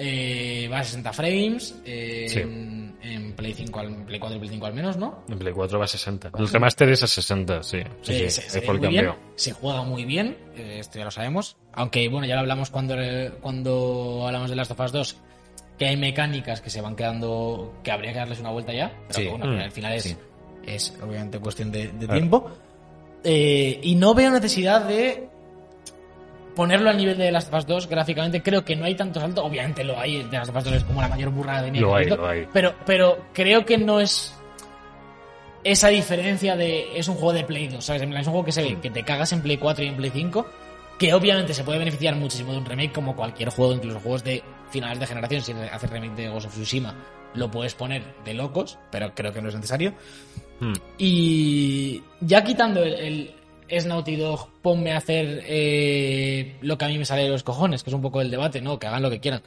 Speaker 4: Eh, va a 60 frames eh,
Speaker 2: Sí.
Speaker 4: en, en Play 5 al, Play 4 y Play 5 al menos, ¿no?
Speaker 2: En Play 4 va a 60. El remaster es a 60, sí. Sí, sí,
Speaker 4: Eh, se,
Speaker 2: es
Speaker 4: se ve
Speaker 2: por el
Speaker 4: muy bien,
Speaker 2: cambio.
Speaker 4: se juega muy bien, eh, esto ya lo sabemos. Aunque bueno, ya lo hablamos cuando, eh, cuando hablamos de Last of Us 2, que hay mecánicas que se van quedando, que habría que darles una vuelta ya. Pero
Speaker 3: Sí.
Speaker 4: que, bueno, al
Speaker 2: Mm.
Speaker 4: final- al final es,
Speaker 3: Sí.
Speaker 4: es obviamente cuestión de, de
Speaker 2: Claro.
Speaker 4: tiempo. Eh, y no veo necesidad de ponerlo al nivel de Last of Us 2 gráficamente. Creo que no hay tanto salto. Obviamente lo hay, de Last of Us 2 es como la mayor burrada de mi
Speaker 2: Lo hay,
Speaker 4: ejército,
Speaker 2: lo hay.
Speaker 4: Pero, pero creo que no es esa diferencia de es un juego de Play 2, ¿sabes? En plan, es un juego que se ve que te cagas en Play 4 y en Play 5, que obviamente se puede beneficiar muchísimo de un remake como cualquier juego, incluso juegos de finales de generación, si haces remake de Ghost of Tsushima, lo puedes poner de locos, pero creo que no es necesario.
Speaker 2: Mm.
Speaker 4: Y ya quitando el, el es Naughty Dog, ponme a hacer eh, lo que a mí me sale de los cojones, que es un poco el debate, ¿no? Que hagan lo que quieran.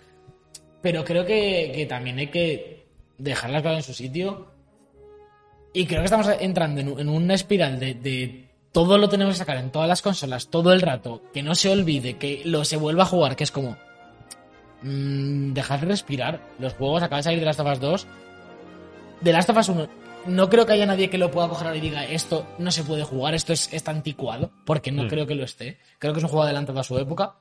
Speaker 4: Pero creo que, que también hay que dejar las cosas en su sitio. Y creo que estamos entrando en, un- en una espiral de, de todo lo tenemos que sacar en todas las consolas, todo el rato, que no se olvide, que lo se vuelva a jugar, que es como... mm, dejar de respirar. Los juegos acaban de salir de Last of Us 2. De Last of Us 1, no creo que haya nadie que lo pueda coger ahora y diga esto no se puede jugar, esto es, está anticuado, porque no
Speaker 2: Mm.
Speaker 4: creo que lo esté. Creo que es un juego adelantado a su época.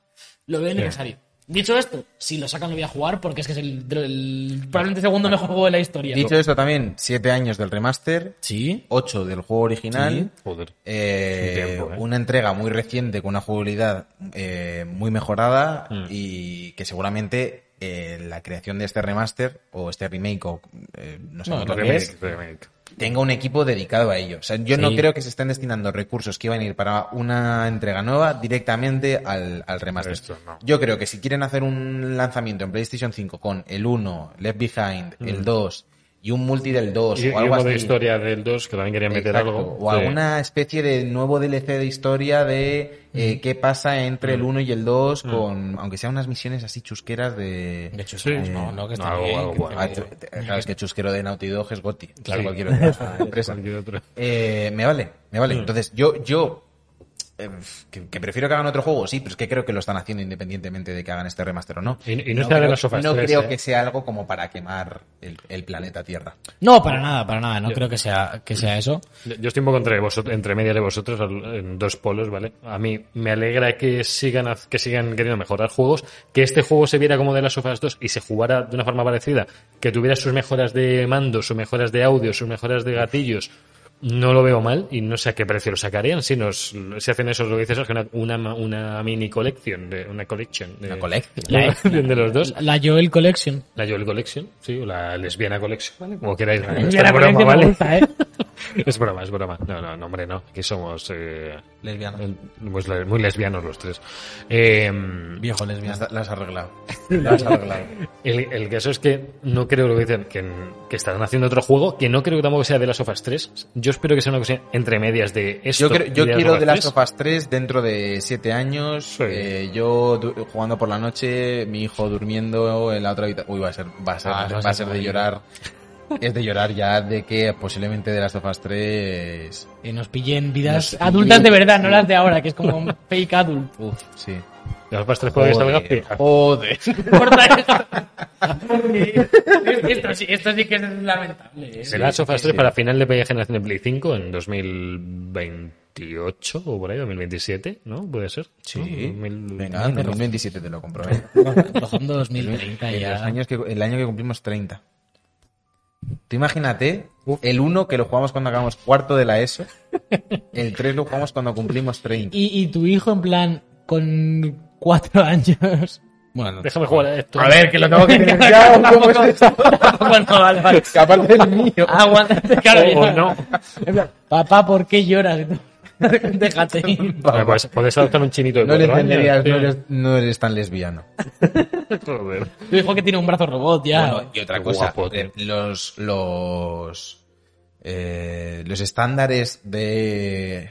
Speaker 4: Lo veo necesario. Dicho esto, si lo sacan lo voy a jugar porque es que es el, el probablemente segundo mejor juego de la historia.
Speaker 3: Dicho esto también, 7 años del remaster,
Speaker 4: Sí.
Speaker 3: 8 del juego original,
Speaker 2: Joder.
Speaker 3: eh,
Speaker 2: Es un tiempo, ¿eh?
Speaker 3: una entrega muy reciente con una jugabilidad eh, muy mejorada
Speaker 2: Mm.
Speaker 3: y que seguramente eh, la creación de este remaster o este remake o eh, no sé
Speaker 4: No,
Speaker 3: cómo
Speaker 4: el
Speaker 3: lo
Speaker 2: Remake,
Speaker 3: ves,
Speaker 2: remake.
Speaker 3: tenga un equipo dedicado a ello. O sea, yo no
Speaker 4: Sí.
Speaker 3: creo que se estén destinando recursos que iban a ir para una entrega nueva directamente al, al remaster.
Speaker 2: Esto, no.
Speaker 3: Yo creo que si quieren hacer un lanzamiento en PlayStation 5 con el 1, Left Behind, el 2 y un multi del 2
Speaker 2: Mm. Y, y
Speaker 3: Pues o algo
Speaker 2: uno
Speaker 3: así.
Speaker 2: de historia del 2 que también querían meter
Speaker 3: exacto,
Speaker 2: algo.
Speaker 3: o
Speaker 2: Sí.
Speaker 3: alguna especie de nuevo DLC de historia de eh,
Speaker 2: Mm.
Speaker 3: qué pasa entre el 1 y el 2 con aunque sean unas misiones así chusqueras de, eh,
Speaker 4: De hecho,
Speaker 2: Sí.
Speaker 4: no, no, que está
Speaker 2: No, algo-
Speaker 4: bien,
Speaker 2: algo
Speaker 4: que
Speaker 2: bueno.
Speaker 3: Ah,
Speaker 4: está
Speaker 3: chu-
Speaker 4: bien.
Speaker 3: claro, es que chusquero de Naughty Dog es Gotti, claro,
Speaker 2: Sí.
Speaker 3: cualquier otra empresa.
Speaker 2: Cualquier otro.
Speaker 3: Eh, me vale, me vale. Entonces, yo, yo eh, que, que prefiero que hagan otro juego, sí, pero es que creo que lo están haciendo independientemente de que hagan este remaster o no.
Speaker 2: Y, y no, está de
Speaker 3: creo-
Speaker 2: las sofás
Speaker 3: no
Speaker 2: 3,
Speaker 3: creo
Speaker 2: ¿eh?
Speaker 3: que sea algo como para quemar el, el planeta Tierra.
Speaker 4: No, para nada, para nada. No creo que sea, que sea eso.
Speaker 2: Yo estoy un poco entre, vosotros, entre medias de vosotros, al- en dos polos, ¿vale? A mí me alegra que sigan, haz- que sigan queriendo mejorar juegos, que este juego se viera como de las sofás 2 y se jugara de una forma parecida, que tuviera sus mejoras de mando, sus mejoras de audio, sus mejoras de gatillos. No lo veo mal y no sé a qué precio lo sacarían si nos si hacen eso, lo que dices, Sergio, una, una, una mini collection, de, una collection. De,
Speaker 3: Una collection.
Speaker 2: de- de los dos.
Speaker 4: La Joel Collection.
Speaker 2: La Joel Collection, sí, o la Lesbiana Collection, ¿vale? Como queráis. ¿no?
Speaker 4: Lesbiana
Speaker 2: Esto es broma,
Speaker 4: Collection me
Speaker 2: ¿vale?
Speaker 4: gusta, ¿eh?
Speaker 2: es broma, es broma. No, no, no, hombre, no. Aquí somos eh,
Speaker 3: Lesbiana.
Speaker 2: pues, le- muy lesbianos los tres. Eh,
Speaker 4: Viejo lesbiano.
Speaker 3: Las, las has arreglado. Las has arreglado.
Speaker 2: el, el caso es que no creo lo que dicen, que, que estarán haciendo otro juego, que no creo que tampoco sea de las sofás 3. Yo espero que sea una cosa entre medias de esto.
Speaker 3: Yo, creo- yo
Speaker 2: y de
Speaker 3: quiero de las
Speaker 2: Us 3.
Speaker 3: sofás 3 dentro de 7 años.
Speaker 2: Sí.
Speaker 3: eh, yo du- jugando por la noche, mi hijo durmiendo en la otra habitación. Uy, va a ser, va a ser,
Speaker 4: Ah, eso
Speaker 3: va a ser de
Speaker 4: muy-
Speaker 3: llorar. Es de llorar ya de que posiblemente de las sofás 3.
Speaker 4: Y nos pillen vidas
Speaker 3: Nos
Speaker 4: adultas de
Speaker 3: pillen,
Speaker 4: verdad,
Speaker 3: sí.
Speaker 4: no las de ahora, que es como un fake adult.
Speaker 3: Uf, sí.
Speaker 2: De las sofás 3 puede que salga fija.
Speaker 3: joder. oh,
Speaker 4: Corta eso. esto, sí, esto sí que es lamentable. ¿eh?
Speaker 2: De las sofás 3
Speaker 3: sí.
Speaker 2: para final de media generación de Play 5 en 2028 o por ahí, 2027, ¿no? Puede ser.
Speaker 3: Sí.
Speaker 2: ¿No? 2000
Speaker 3: Venga, en 2027 te lo compro. ¿eh?
Speaker 4: Bajando 2030
Speaker 3: En los
Speaker 4: ya.
Speaker 3: años que, el año que cumplimos 30. Tú imagínate el 1 que lo jugamos cuando acabamos cuarto de la ESO. El 3 lo jugamos cuando cumplimos 30.
Speaker 4: Y, y tu hijo, en plan, con cuatro años. Bueno, no.
Speaker 2: Déjame jugar a esto.
Speaker 3: A ver, que lo tengo que tener ya. ¿cómo es
Speaker 4: Tampoco-
Speaker 3: esto?
Speaker 4: tampoco, no, vale, vale.
Speaker 3: Capaz del mío.
Speaker 4: Aguántate, claro.
Speaker 2: O- o
Speaker 4: ya.
Speaker 2: Oh, no.
Speaker 4: En plan, Papá, ¿por qué lloras? Déjate. ir.
Speaker 2: Bueno, pues, podés adoptar un chinito de
Speaker 3: No le
Speaker 2: cuatro
Speaker 3: entenderías,
Speaker 2: años,
Speaker 3: no
Speaker 2: sí.
Speaker 3: eres, no eres tan lesbiano.
Speaker 2: Joder.
Speaker 4: Tu hijo que tiene un brazo robot ya.
Speaker 3: Bueno, y otra
Speaker 2: Qué
Speaker 3: cosa,
Speaker 2: guapo, tío.
Speaker 3: eh, los los eh, los estándares de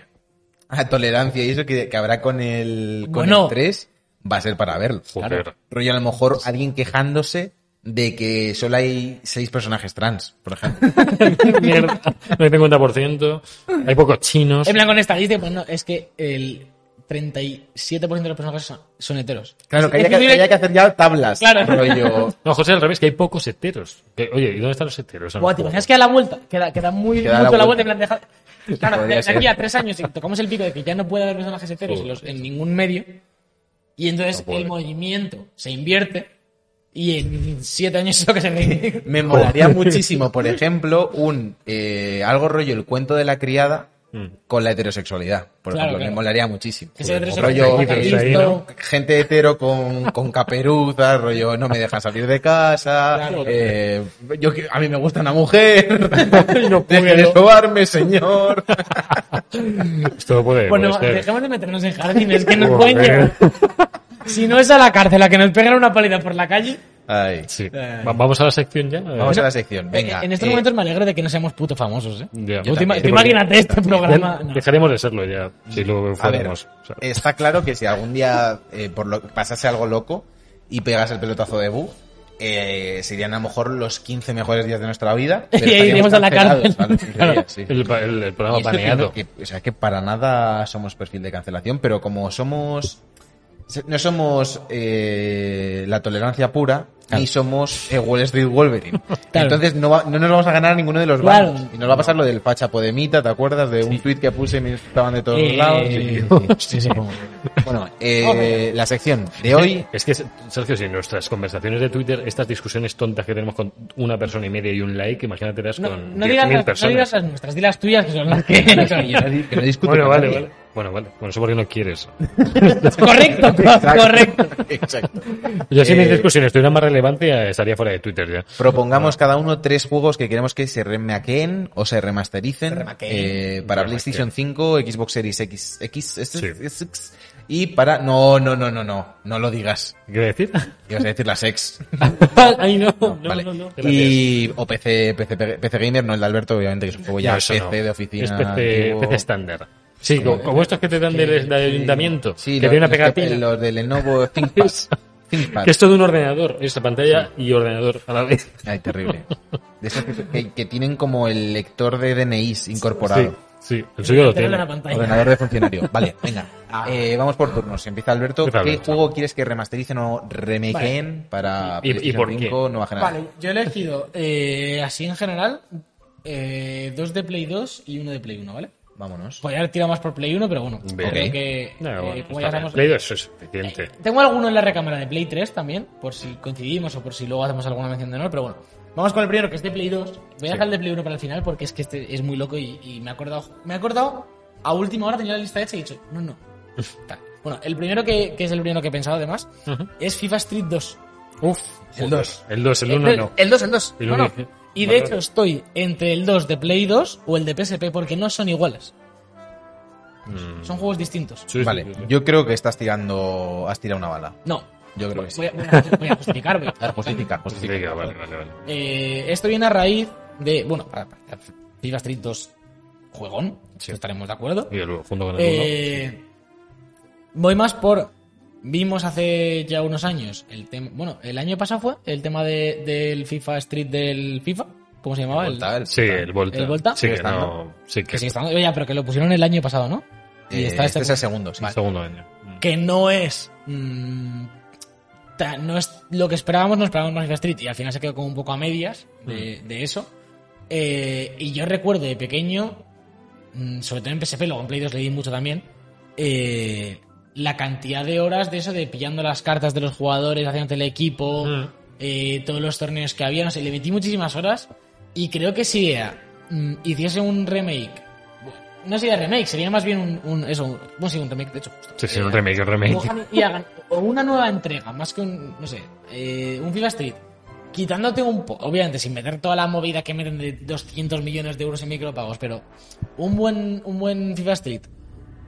Speaker 3: a tolerancia y eso que, que habrá con el con
Speaker 4: Bueno.
Speaker 3: el 3 va a ser para verlo.
Speaker 2: Joder.
Speaker 3: Rollo, a lo mejor alguien quejándose de que solo hay seis personajes trans, por ejemplo.
Speaker 2: Mierda. No hay 50%. Hay pocos chinos.
Speaker 4: En plan, con estadística, pues no, es que el 37% de los personajes son, son heteros.
Speaker 3: Claro, que haya que,
Speaker 4: Es
Speaker 3: que haya que hacer ya tablas.
Speaker 4: Claro.
Speaker 3: Rollo,
Speaker 2: No, José, al revés, que hay pocos heteros. Que- oye, ¿y dónde están los heteros?
Speaker 4: Buah, ¿te imaginas que a la vuelta? Queda, queda muy
Speaker 3: Queda
Speaker 4: mucho
Speaker 3: la
Speaker 4: la
Speaker 3: vuelta.
Speaker 4: vuelta. en plan, deja- Claro,
Speaker 3: Podría
Speaker 4: de de aquí
Speaker 3: ser.
Speaker 4: a tres años y tocamos el pico de que ya no puede haber personajes heteros en, los- en ningún medio. Y entonces
Speaker 2: No puede.
Speaker 4: el movimiento se invierte y en siete años es lo que se ve.
Speaker 2: Oh.
Speaker 3: Me molaría muchísimo, por ejemplo, un eh, algo rollo el cuento de la criada
Speaker 2: Mm.
Speaker 3: con la heterosexualidad. Por
Speaker 4: Claro,
Speaker 3: ejemplo,
Speaker 4: claro.
Speaker 3: me molaría muchísimo.
Speaker 4: Que sea
Speaker 3: Joder,
Speaker 4: heterosexual,
Speaker 3: rollo
Speaker 4: que
Speaker 2: listo.
Speaker 3: ahí, ¿no? gente hetero con, con caperuza, rollo no me dejan salir de casa,
Speaker 4: Claro.
Speaker 3: eh, yo que- a mí me gusta una mujer,
Speaker 2: No
Speaker 3: deje de
Speaker 2: puedo.
Speaker 3: sobarme, señor.
Speaker 2: Esto puede,
Speaker 4: Bueno,
Speaker 2: puede ser.
Speaker 4: dejemos de meternos en jardines que nos
Speaker 2: Joder.
Speaker 4: pueden llevar. Si no es a la cárcel, a que nos pegan una paliza por la calle.
Speaker 3: Ay.
Speaker 2: Sí.
Speaker 4: Eh.
Speaker 2: Va- Vamos a la sección ya.
Speaker 3: Vamos a la sección, venga.
Speaker 4: en este estos
Speaker 3: eh,
Speaker 4: momentos me alegro de que no seamos puto famosos, ¿eh?
Speaker 2: Ya.
Speaker 4: Tú te ima-
Speaker 3: también.
Speaker 4: tú imagínate este programa. no.
Speaker 2: Dejaremos de serlo ya, si lo
Speaker 3: A ver,
Speaker 2: fuéramos. O sea,
Speaker 3: está claro que si algún día eh, por lo, pasase algo loco y pegas el pelotazo de Bu, eh, serían a lo mejor los 15 mejores días de nuestra vida. pero
Speaker 4: Y ahí
Speaker 3: estaríamos
Speaker 4: iremos a la
Speaker 3: cancelados
Speaker 4: cárcel.
Speaker 3: a los 15
Speaker 4: Claro.
Speaker 3: días, sí.
Speaker 2: el, pa- el- el
Speaker 3: Y
Speaker 2: programa
Speaker 3: eso que
Speaker 2: paneado.
Speaker 3: no- que- o sea, que para nada somos perfil de cancelación, pero como somos. se- No somos eh, la tolerancia pura, ni somos eh, Wall Street Wolverine.
Speaker 4: Claro.
Speaker 3: Entonces no, va- no nos vamos a ganar ninguno de los
Speaker 4: Claro.
Speaker 3: bandos. Y nos va a pasar lo del facha Podemita, ¿te acuerdas? De un tweet que puse y me estaban de todos
Speaker 4: Eh,
Speaker 3: lados.
Speaker 4: sí, sí, sí.
Speaker 3: Bueno, eh, la sección de hoy.
Speaker 2: Eh, Es que, Sergio, si en nuestras conversaciones de Twitter, estas discusiones tontas que tenemos con una persona y media y un like, imagínate las
Speaker 4: No,
Speaker 2: con
Speaker 4: no digas
Speaker 2: 10.000
Speaker 4: las, no
Speaker 2: personas.
Speaker 4: digas las nuestras, di las tuyas que son las que.
Speaker 3: Que no discuto
Speaker 2: bueno,
Speaker 3: con
Speaker 2: vale,
Speaker 3: nadie.
Speaker 2: vale. Bueno, vale. Bueno, eso porque no quieres.
Speaker 4: correcto,
Speaker 3: Exacto.
Speaker 4: correcto.
Speaker 3: Exacto.
Speaker 2: Yo si
Speaker 3: Eh,
Speaker 2: mis discusiones tuvieran más relevancia estaría fuera de Twitter ya.
Speaker 3: Propongamos
Speaker 2: Ah.
Speaker 3: cada uno tres juegos que queremos que se remaqueen o se remastericen
Speaker 4: Remaqueen.
Speaker 3: eh, para
Speaker 2: Remaqueen.
Speaker 3: PlayStation 5, Xbox Series X, X, este-
Speaker 2: Sí.
Speaker 3: es- X, y para no, no, no, no, no, no lo digas.
Speaker 2: ¿Qué quiere decir?
Speaker 3: Ibas a decir las X.
Speaker 2: Ay, no, no,
Speaker 3: vale.
Speaker 2: no, no.
Speaker 3: Y o PC, PC, PC gamer, no el de Alberto, obviamente que es un juego ya
Speaker 2: No, eso
Speaker 3: PC
Speaker 2: no.
Speaker 3: de oficina.
Speaker 2: Es PC,
Speaker 3: antiguo.
Speaker 2: PC estándar. Sí, como, como estos que te dan del, del ayuntamiento,
Speaker 3: Sí,
Speaker 2: que
Speaker 3: los-
Speaker 2: tiene una
Speaker 3: los que-
Speaker 2: pegatina.
Speaker 3: los de Lenovo ThinkPad. ThinkPad.
Speaker 2: Que es todo un ordenador, esta pantalla y ordenador a la vez.
Speaker 3: Ay, terrible. De esos que, que- que tienen como el lector de DNIs incorporado.
Speaker 2: Sí. Sí, el suyo lo
Speaker 4: Tenerlo
Speaker 2: tiene.
Speaker 4: en la pantalla. Ah.
Speaker 3: Ordenador de funcionario. Vale, venga. Eh, vamos por turnos. Empieza Alberto.
Speaker 2: Empieza
Speaker 3: ¿Qué
Speaker 2: Alberto.
Speaker 3: juego quieres que remastericen o remakeen para
Speaker 2: ¿Y- y
Speaker 3: PlayStation
Speaker 2: por qué?
Speaker 3: 5 nueva generación?
Speaker 4: Vale, yo he elegido eh, así en general eh, dos de Play 2 y uno de Play 1, ¿vale?
Speaker 3: Vámonos.
Speaker 4: Podría haber tirado más por Play 1, pero bueno,
Speaker 2: Bien.
Speaker 4: creo que
Speaker 2: No,
Speaker 4: eh,
Speaker 2: bueno, está
Speaker 4: como ya
Speaker 2: bien.
Speaker 4: sabemos-
Speaker 2: Play 2 es suficiente.
Speaker 4: Tengo alguno en la recámara de Play 3 también, por si coincidimos o por si luego hacemos alguna mención de honor, pero bueno. Vamos con el primero, que es de Play 2. Voy a dejar el de Play 1 para el final porque es que este es muy loco y, y me he acordado. Me he acordado, a última hora tenía la lista hecha y he dicho, no, no. Tal. Bueno, el primero que, que es el primero que he pensado además
Speaker 2: Ujú.
Speaker 4: es FIFA Street 2.
Speaker 2: Uf.
Speaker 3: El 2.
Speaker 2: El 2, el
Speaker 4: El Eh,
Speaker 2: 1
Speaker 4: de-
Speaker 2: no.
Speaker 4: El 2, el 2.
Speaker 2: El
Speaker 4: No,
Speaker 2: uno
Speaker 4: no.
Speaker 2: sí.
Speaker 4: Y de
Speaker 2: Vale.
Speaker 4: hecho estoy entre el 2 de Play 2 o el de PSP porque no son iguales.
Speaker 2: Mm.
Speaker 4: Son juegos distintos.
Speaker 2: Sí, sí,
Speaker 3: Vale,
Speaker 2: sí, sí.
Speaker 3: yo creo que estás tirando. Has tirado una bala.
Speaker 4: No.
Speaker 3: Yo creo que sí.
Speaker 4: Voy a, voy a- voy a justificar, voy a
Speaker 3: A ver, Justifica,
Speaker 2: Sí,
Speaker 3: justifica.
Speaker 2: venga, vale, vale, vale.
Speaker 4: Eh, esto viene a raíz de. Bueno, a- a- FIFA Street 2, juegón, si estaremos de acuerdo.
Speaker 2: Y luego, junto con el 1.
Speaker 4: Eh, voy más por. Vimos hace ya unos años el tema. Bueno, el año pasado fue el tema de- del FIFA Street del FIFA. ¿Cómo se llamaba? El-
Speaker 3: Tal,
Speaker 2: sí, el Volta.
Speaker 4: ¿El Volta?
Speaker 2: Sí, que
Speaker 3: Está,
Speaker 2: no. Sí, que
Speaker 4: que sigue
Speaker 2: es
Speaker 4: estando- Oye, pero que lo pusieron el año pasado, ¿no?
Speaker 3: Eh,
Speaker 4: está
Speaker 3: este es el segundo, sí.
Speaker 2: el segundo año. Mm.
Speaker 4: que no es mm, ta- no es lo que esperábamos no esperábamos más FIFA Street y al final se quedó como un poco a medias
Speaker 2: Mm.
Speaker 4: de, de eso Eh, y yo recuerdo de pequeño mm, sobre todo en PSP luego en Play 2 le di mucho también eh, la cantidad de horas de eso de pillando las cartas de los jugadores haciendo el equipo
Speaker 2: Mm.
Speaker 4: eh, todos los torneos que había no sé le metí muchísimas horas y creo que si eh, mm, hiciese un remake no sería remake, sería más bien un, un- eso, un- bueno, sí, un remake, de hecho. justo.
Speaker 2: Sí, sí,
Speaker 4: Eh,
Speaker 2: un remake, un remake.
Speaker 4: cojan y hagan o una nueva entrega, más que un, no sé, eh, un FIFA Street, quitándote un poco, obviamente sin meter toda la movida que meten de 200 millones de euros en micropagos, pero un buen, un buen FIFA Street,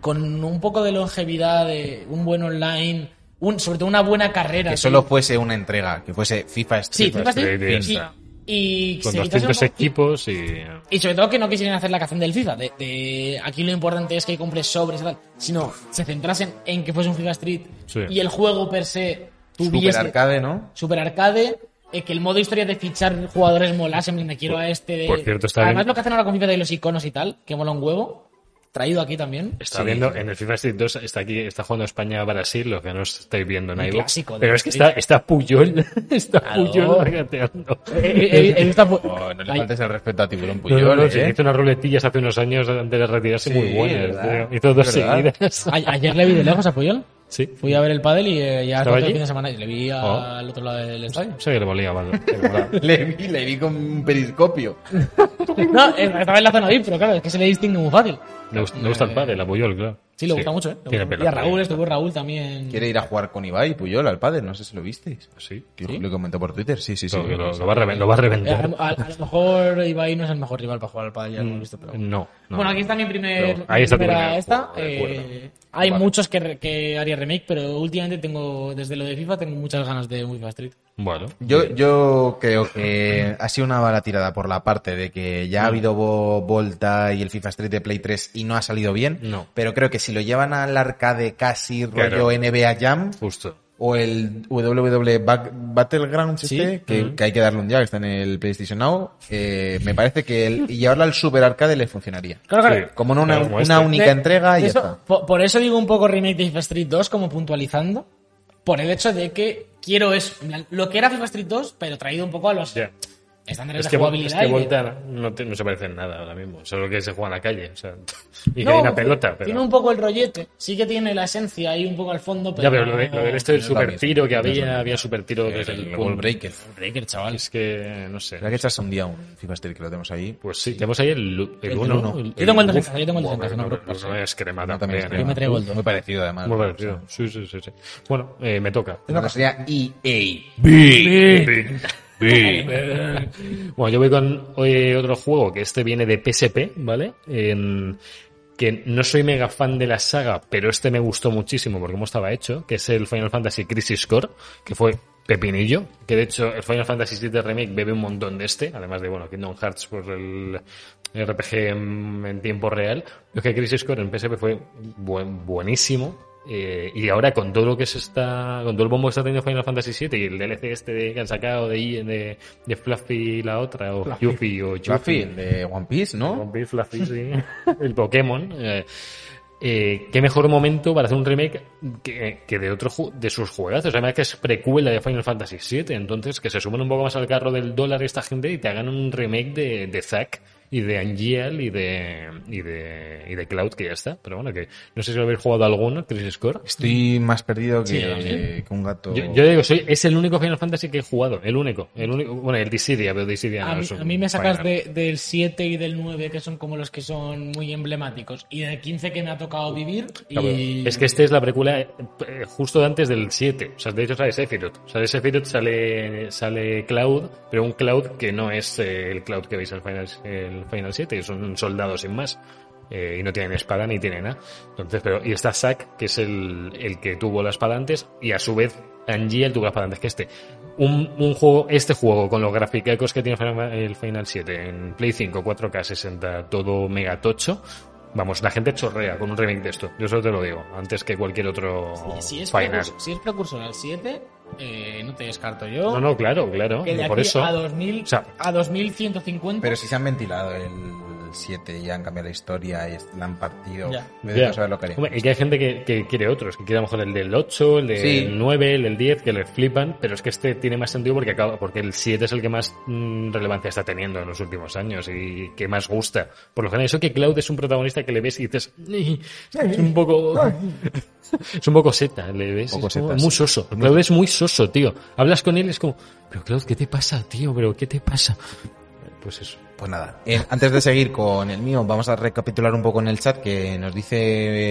Speaker 4: con un poco de longevidad, de un buen online, un, sobre todo una buena carrera.
Speaker 3: Que
Speaker 4: tío.
Speaker 3: solo fuese una entrega, que fuese FIFA
Speaker 4: Sí,
Speaker 3: Street.
Speaker 4: FIFA Street.
Speaker 2: Street,
Speaker 4: y-
Speaker 2: ya está.
Speaker 4: Y, y
Speaker 2: Con
Speaker 4: se quitasen un
Speaker 2: 200
Speaker 4: poco-
Speaker 2: equipos y.
Speaker 4: y sobre todo que no quisieran hacer la canción del FIFA, de, de aquí lo importante es que compres sobres y tal, sino se centrasen en que fuese un FIFA Street
Speaker 2: Sí.
Speaker 4: y el juego per se
Speaker 3: Super
Speaker 4: tuviese
Speaker 3: arcade, ¿no?
Speaker 4: super arcade, eh, que el modo historia de fichar jugadores molase, me quiero a este de...
Speaker 2: Por cierto, está
Speaker 4: Además
Speaker 2: bien.
Speaker 4: lo que hacen ahora con FIFA de los iconos y tal, que mola un huevo, traído aquí también.
Speaker 2: Está
Speaker 3: Sí.
Speaker 2: viendo en el FIFA Street 2 está aquí está jugando España Brasil lo que no estáis viendo
Speaker 4: Un
Speaker 2: en iVoox.
Speaker 4: clásico de
Speaker 2: pero es que
Speaker 4: Madrid.
Speaker 2: está está Puyol está
Speaker 4: Claro.
Speaker 2: Puyol regateando.
Speaker 4: Eh, eh, eh, en esta-
Speaker 3: Oh, no le
Speaker 4: Ay,
Speaker 3: faltes el respeto a Tiburón
Speaker 2: No,
Speaker 3: Puyol,
Speaker 2: no, no,
Speaker 3: ¿eh?
Speaker 2: sí, hizo unas ruletillas hace unos años antes de retirarse
Speaker 3: Sí,
Speaker 2: muy buenas.
Speaker 3: ¿verdad?
Speaker 2: tío. Hizo dos
Speaker 3: ¿Verdad?
Speaker 2: seguidas.
Speaker 4: a- ayer le vi de lejos a Puyol.
Speaker 2: Sí.
Speaker 4: Fui a ver el pádel y eh, ya
Speaker 2: ¿Estaba
Speaker 4: todo el
Speaker 2: allí?
Speaker 4: fin de semana y le vi a-
Speaker 2: Oh.
Speaker 4: al otro lado del estadio.
Speaker 2: Se que le molía, vale. de verdad.
Speaker 3: Le vi, le vi con un periscopio.
Speaker 4: No, eh, estaba en la zona VIP, pero claro, es que se le distingue muy fácil.
Speaker 2: Le gusta, le gusta el padre, la Puyol, claro.
Speaker 4: Sí, le gusta mucho, ¿eh? Le
Speaker 2: Tiene
Speaker 4: gusta-
Speaker 2: pelo.
Speaker 4: Y a Raúl, estuvo Raúl también. Eh,
Speaker 3: Quiere ir a jugar con Ibai Puyol al padre, no sé si lo visteis.
Speaker 2: Sí.
Speaker 3: Que Lo comentó por Twitter, sí, sí, sí.
Speaker 2: Lo, lo- lo va a reven- lo va a
Speaker 4: Eh, a,
Speaker 2: reventar.
Speaker 4: a- a lo mejor Ibai no es el mejor rival para jugar al pádel, ya lo he
Speaker 3: Mm.
Speaker 4: visto, pero...
Speaker 2: No, no.
Speaker 4: bueno, aquí está mi primer.
Speaker 2: Pero ahí está tu
Speaker 4: primera
Speaker 2: primer
Speaker 4: esta.
Speaker 2: juego, de
Speaker 4: eh,
Speaker 2: acuerdo.
Speaker 4: hay
Speaker 2: Vale.
Speaker 4: muchos que, re- que haría remake, pero últimamente tengo, desde lo de FIFA, tengo muchas ganas de un FIFA Street.
Speaker 2: Bueno.
Speaker 3: Yo, yo creo que ha sido una bala tirada por la parte de que
Speaker 2: Mm.
Speaker 3: ya ha habido Vo- Volta y el FIFA Street de Play 3 y no ha salido bien.
Speaker 2: No.
Speaker 3: Pero creo que si lo llevan al arcade casi rollo
Speaker 2: Claro.
Speaker 3: NBA Jam
Speaker 2: Justo.
Speaker 3: o el WWE Back- Battlegrounds
Speaker 4: Sí.
Speaker 3: este, que,
Speaker 2: Mm.
Speaker 3: que hay que darle un día, que está en el PlayStation Now, eh, me parece que el, y llevarlo al super arcade le funcionaría.
Speaker 4: Claro, claro.
Speaker 2: Sí.
Speaker 3: Como no una,
Speaker 2: Claro, como
Speaker 3: una
Speaker 2: este.
Speaker 3: única
Speaker 4: De-
Speaker 3: entrega y
Speaker 4: de
Speaker 3: ya
Speaker 4: eso-
Speaker 3: está.
Speaker 4: Por, por eso digo un poco remake de FIFA Street 2, como puntualizando, por el hecho de que quiero es lo que era FIFA Street 2, pero traído un poco a los
Speaker 2: Ya.
Speaker 4: estándares
Speaker 2: Es
Speaker 4: de
Speaker 2: que, Vol- es
Speaker 4: jugabilidad.
Speaker 2: que
Speaker 4: y de-
Speaker 2: Volta no, te- no se parece en nada ahora mismo. Solo que se juega en la calle. O sea, y que
Speaker 4: No,
Speaker 2: hay una pelota. Pero...
Speaker 4: Tiene un poco el rollete, sí que tiene la esencia ahí un poco al fondo, pero.
Speaker 2: Ya, pero lo, de,
Speaker 4: no-
Speaker 2: lo del este del
Speaker 3: es lo mismo,
Speaker 2: super tiro que
Speaker 3: no es lo
Speaker 2: había,
Speaker 3: mismo.
Speaker 2: había super tiro desde
Speaker 3: El
Speaker 2: el
Speaker 3: Wall Breaker.
Speaker 4: Breaker, chaval.
Speaker 2: Es que, no sé.
Speaker 3: Habrá que echarse un día un FIFA Street que lo tenemos ahí.
Speaker 2: Pues sí, tenemos ahí el
Speaker 3: El
Speaker 2: 1.
Speaker 3: uno.
Speaker 4: Yo tengo el defensa, yo tengo el defensa, no preocupes.
Speaker 2: No es crema
Speaker 3: No,
Speaker 2: también.
Speaker 3: también
Speaker 2: ¿eh?
Speaker 3: es
Speaker 4: Yo me traigo el dos.
Speaker 3: Muy parecido además.
Speaker 2: Muy parecido. Sí, sí, sí. sí. Bueno, eh, me toca.
Speaker 3: Una cosa sería EA.
Speaker 2: Bueno, yo voy con eh, otro juego que este viene de PSP, ¿vale? En- que no soy mega fan de la saga, pero este me gustó muchísimo por cómo estaba hecho, que es el Final Fantasy Crisis Core, que fue pepinillo, que de hecho el Final Fantasy VII Remake bebe un montón de este, además de, bueno, Kingdom Hearts por el RPG en, en tiempo real, pero es que Crisis Core en PSP fue buen- buenísimo, Eh, y ahora con todo lo que se está, con todo el bombo que está teniendo Final Fantasy VII y el DLC este de- que han sacado de, I- de, de Fluffy y la otra, o
Speaker 4: Fluffy.
Speaker 2: Yuffie o
Speaker 3: Luffy,
Speaker 2: Yuffie,
Speaker 3: el de One Piece, ¿no?
Speaker 2: One Piece, Fluffy, sí. el Pokémon, eh, eh, qué mejor momento para hacer un remake que, que de otro ju- de sus juegazos. Además que es precuela de Final Fantasy VII, entonces que se suman un poco más al carro del dólar esta gente y te hagan un remake de, de Zack y de Angel y de, y de y de Cloud que ya está. Pero bueno, que no sé si lo habéis jugado alguno, Chris Score.
Speaker 3: Estoy más perdido que, eh,
Speaker 4: Sí, sí.
Speaker 3: que un gato.
Speaker 2: Yo, yo digo, soy, es el único Final Fantasy que he jugado, el único, el único, bueno, el Dissidia, pero Dissidia
Speaker 4: A
Speaker 2: no
Speaker 4: mí,
Speaker 2: es un
Speaker 4: a mí me sacas
Speaker 2: Final.
Speaker 4: de- del 7 y del 9, que son como los que son muy emblemáticos, y del 15 que me ha tocado vivir. Y...
Speaker 2: Es que este es la película justo antes del 7. O sea, de hecho sale Sephiroth. Sale Sephiroth, sale, sale Cloud, pero un Cloud que no es eh, el Cloud que veis en el Final, el Final 7. Son soldados sin más. Eh, y no tienen espada ni tienen nada. Entonces, pero, y está Zack, que es el, el que tuvo la espada antes, y a su vez Angiel tuvo la espada antes que este. Un, un juego, este juego, con los graficacos que tiene Final- el Final 7 en Play 5, 4K, 60, todo mega tocho, Vamos, la gente chorrea con un remake de esto. Yo solo te lo digo, antes que cualquier otro
Speaker 4: si, si es
Speaker 2: final.
Speaker 4: precursor, si es precursor al 7, eh, no te descarto yo.
Speaker 2: No, no, claro, claro.
Speaker 4: que de
Speaker 2: Por
Speaker 4: aquí
Speaker 2: eso.
Speaker 4: a 2000,
Speaker 2: O sea,
Speaker 4: a 2150.
Speaker 3: Pero si se han ventilado el 7 y han cambiado la historia y la han partido.
Speaker 4: Ya.
Speaker 3: Me
Speaker 2: ya.
Speaker 3: dejo saber lo que haría.
Speaker 2: Hombre, y que hay gente que, que quiere otros, que quiere a lo mejor el del 8, el del
Speaker 3: Sí.
Speaker 2: 9, el del 10, que les flipan, pero es que este tiene más sentido porque acaba, porque el 7 es el que más mm, relevancia está teniendo en los últimos años y que más gusta. Por lo general, eso que Cloud es un protagonista que le ves y dices, "Ay, es un poco, es un poco seta, le ves,
Speaker 3: Poco
Speaker 2: es como
Speaker 3: seta,
Speaker 2: muy
Speaker 3: sí.
Speaker 2: soso. Cloud es muy soso, tío. Hablas con él y es como, pero Cloud, ¿qué te pasa, tío? Pero ¿qué te pasa? Pues eso.
Speaker 3: Pues nada, eh, antes de seguir con el mío, vamos a recapitular un poco en el chat que nos dice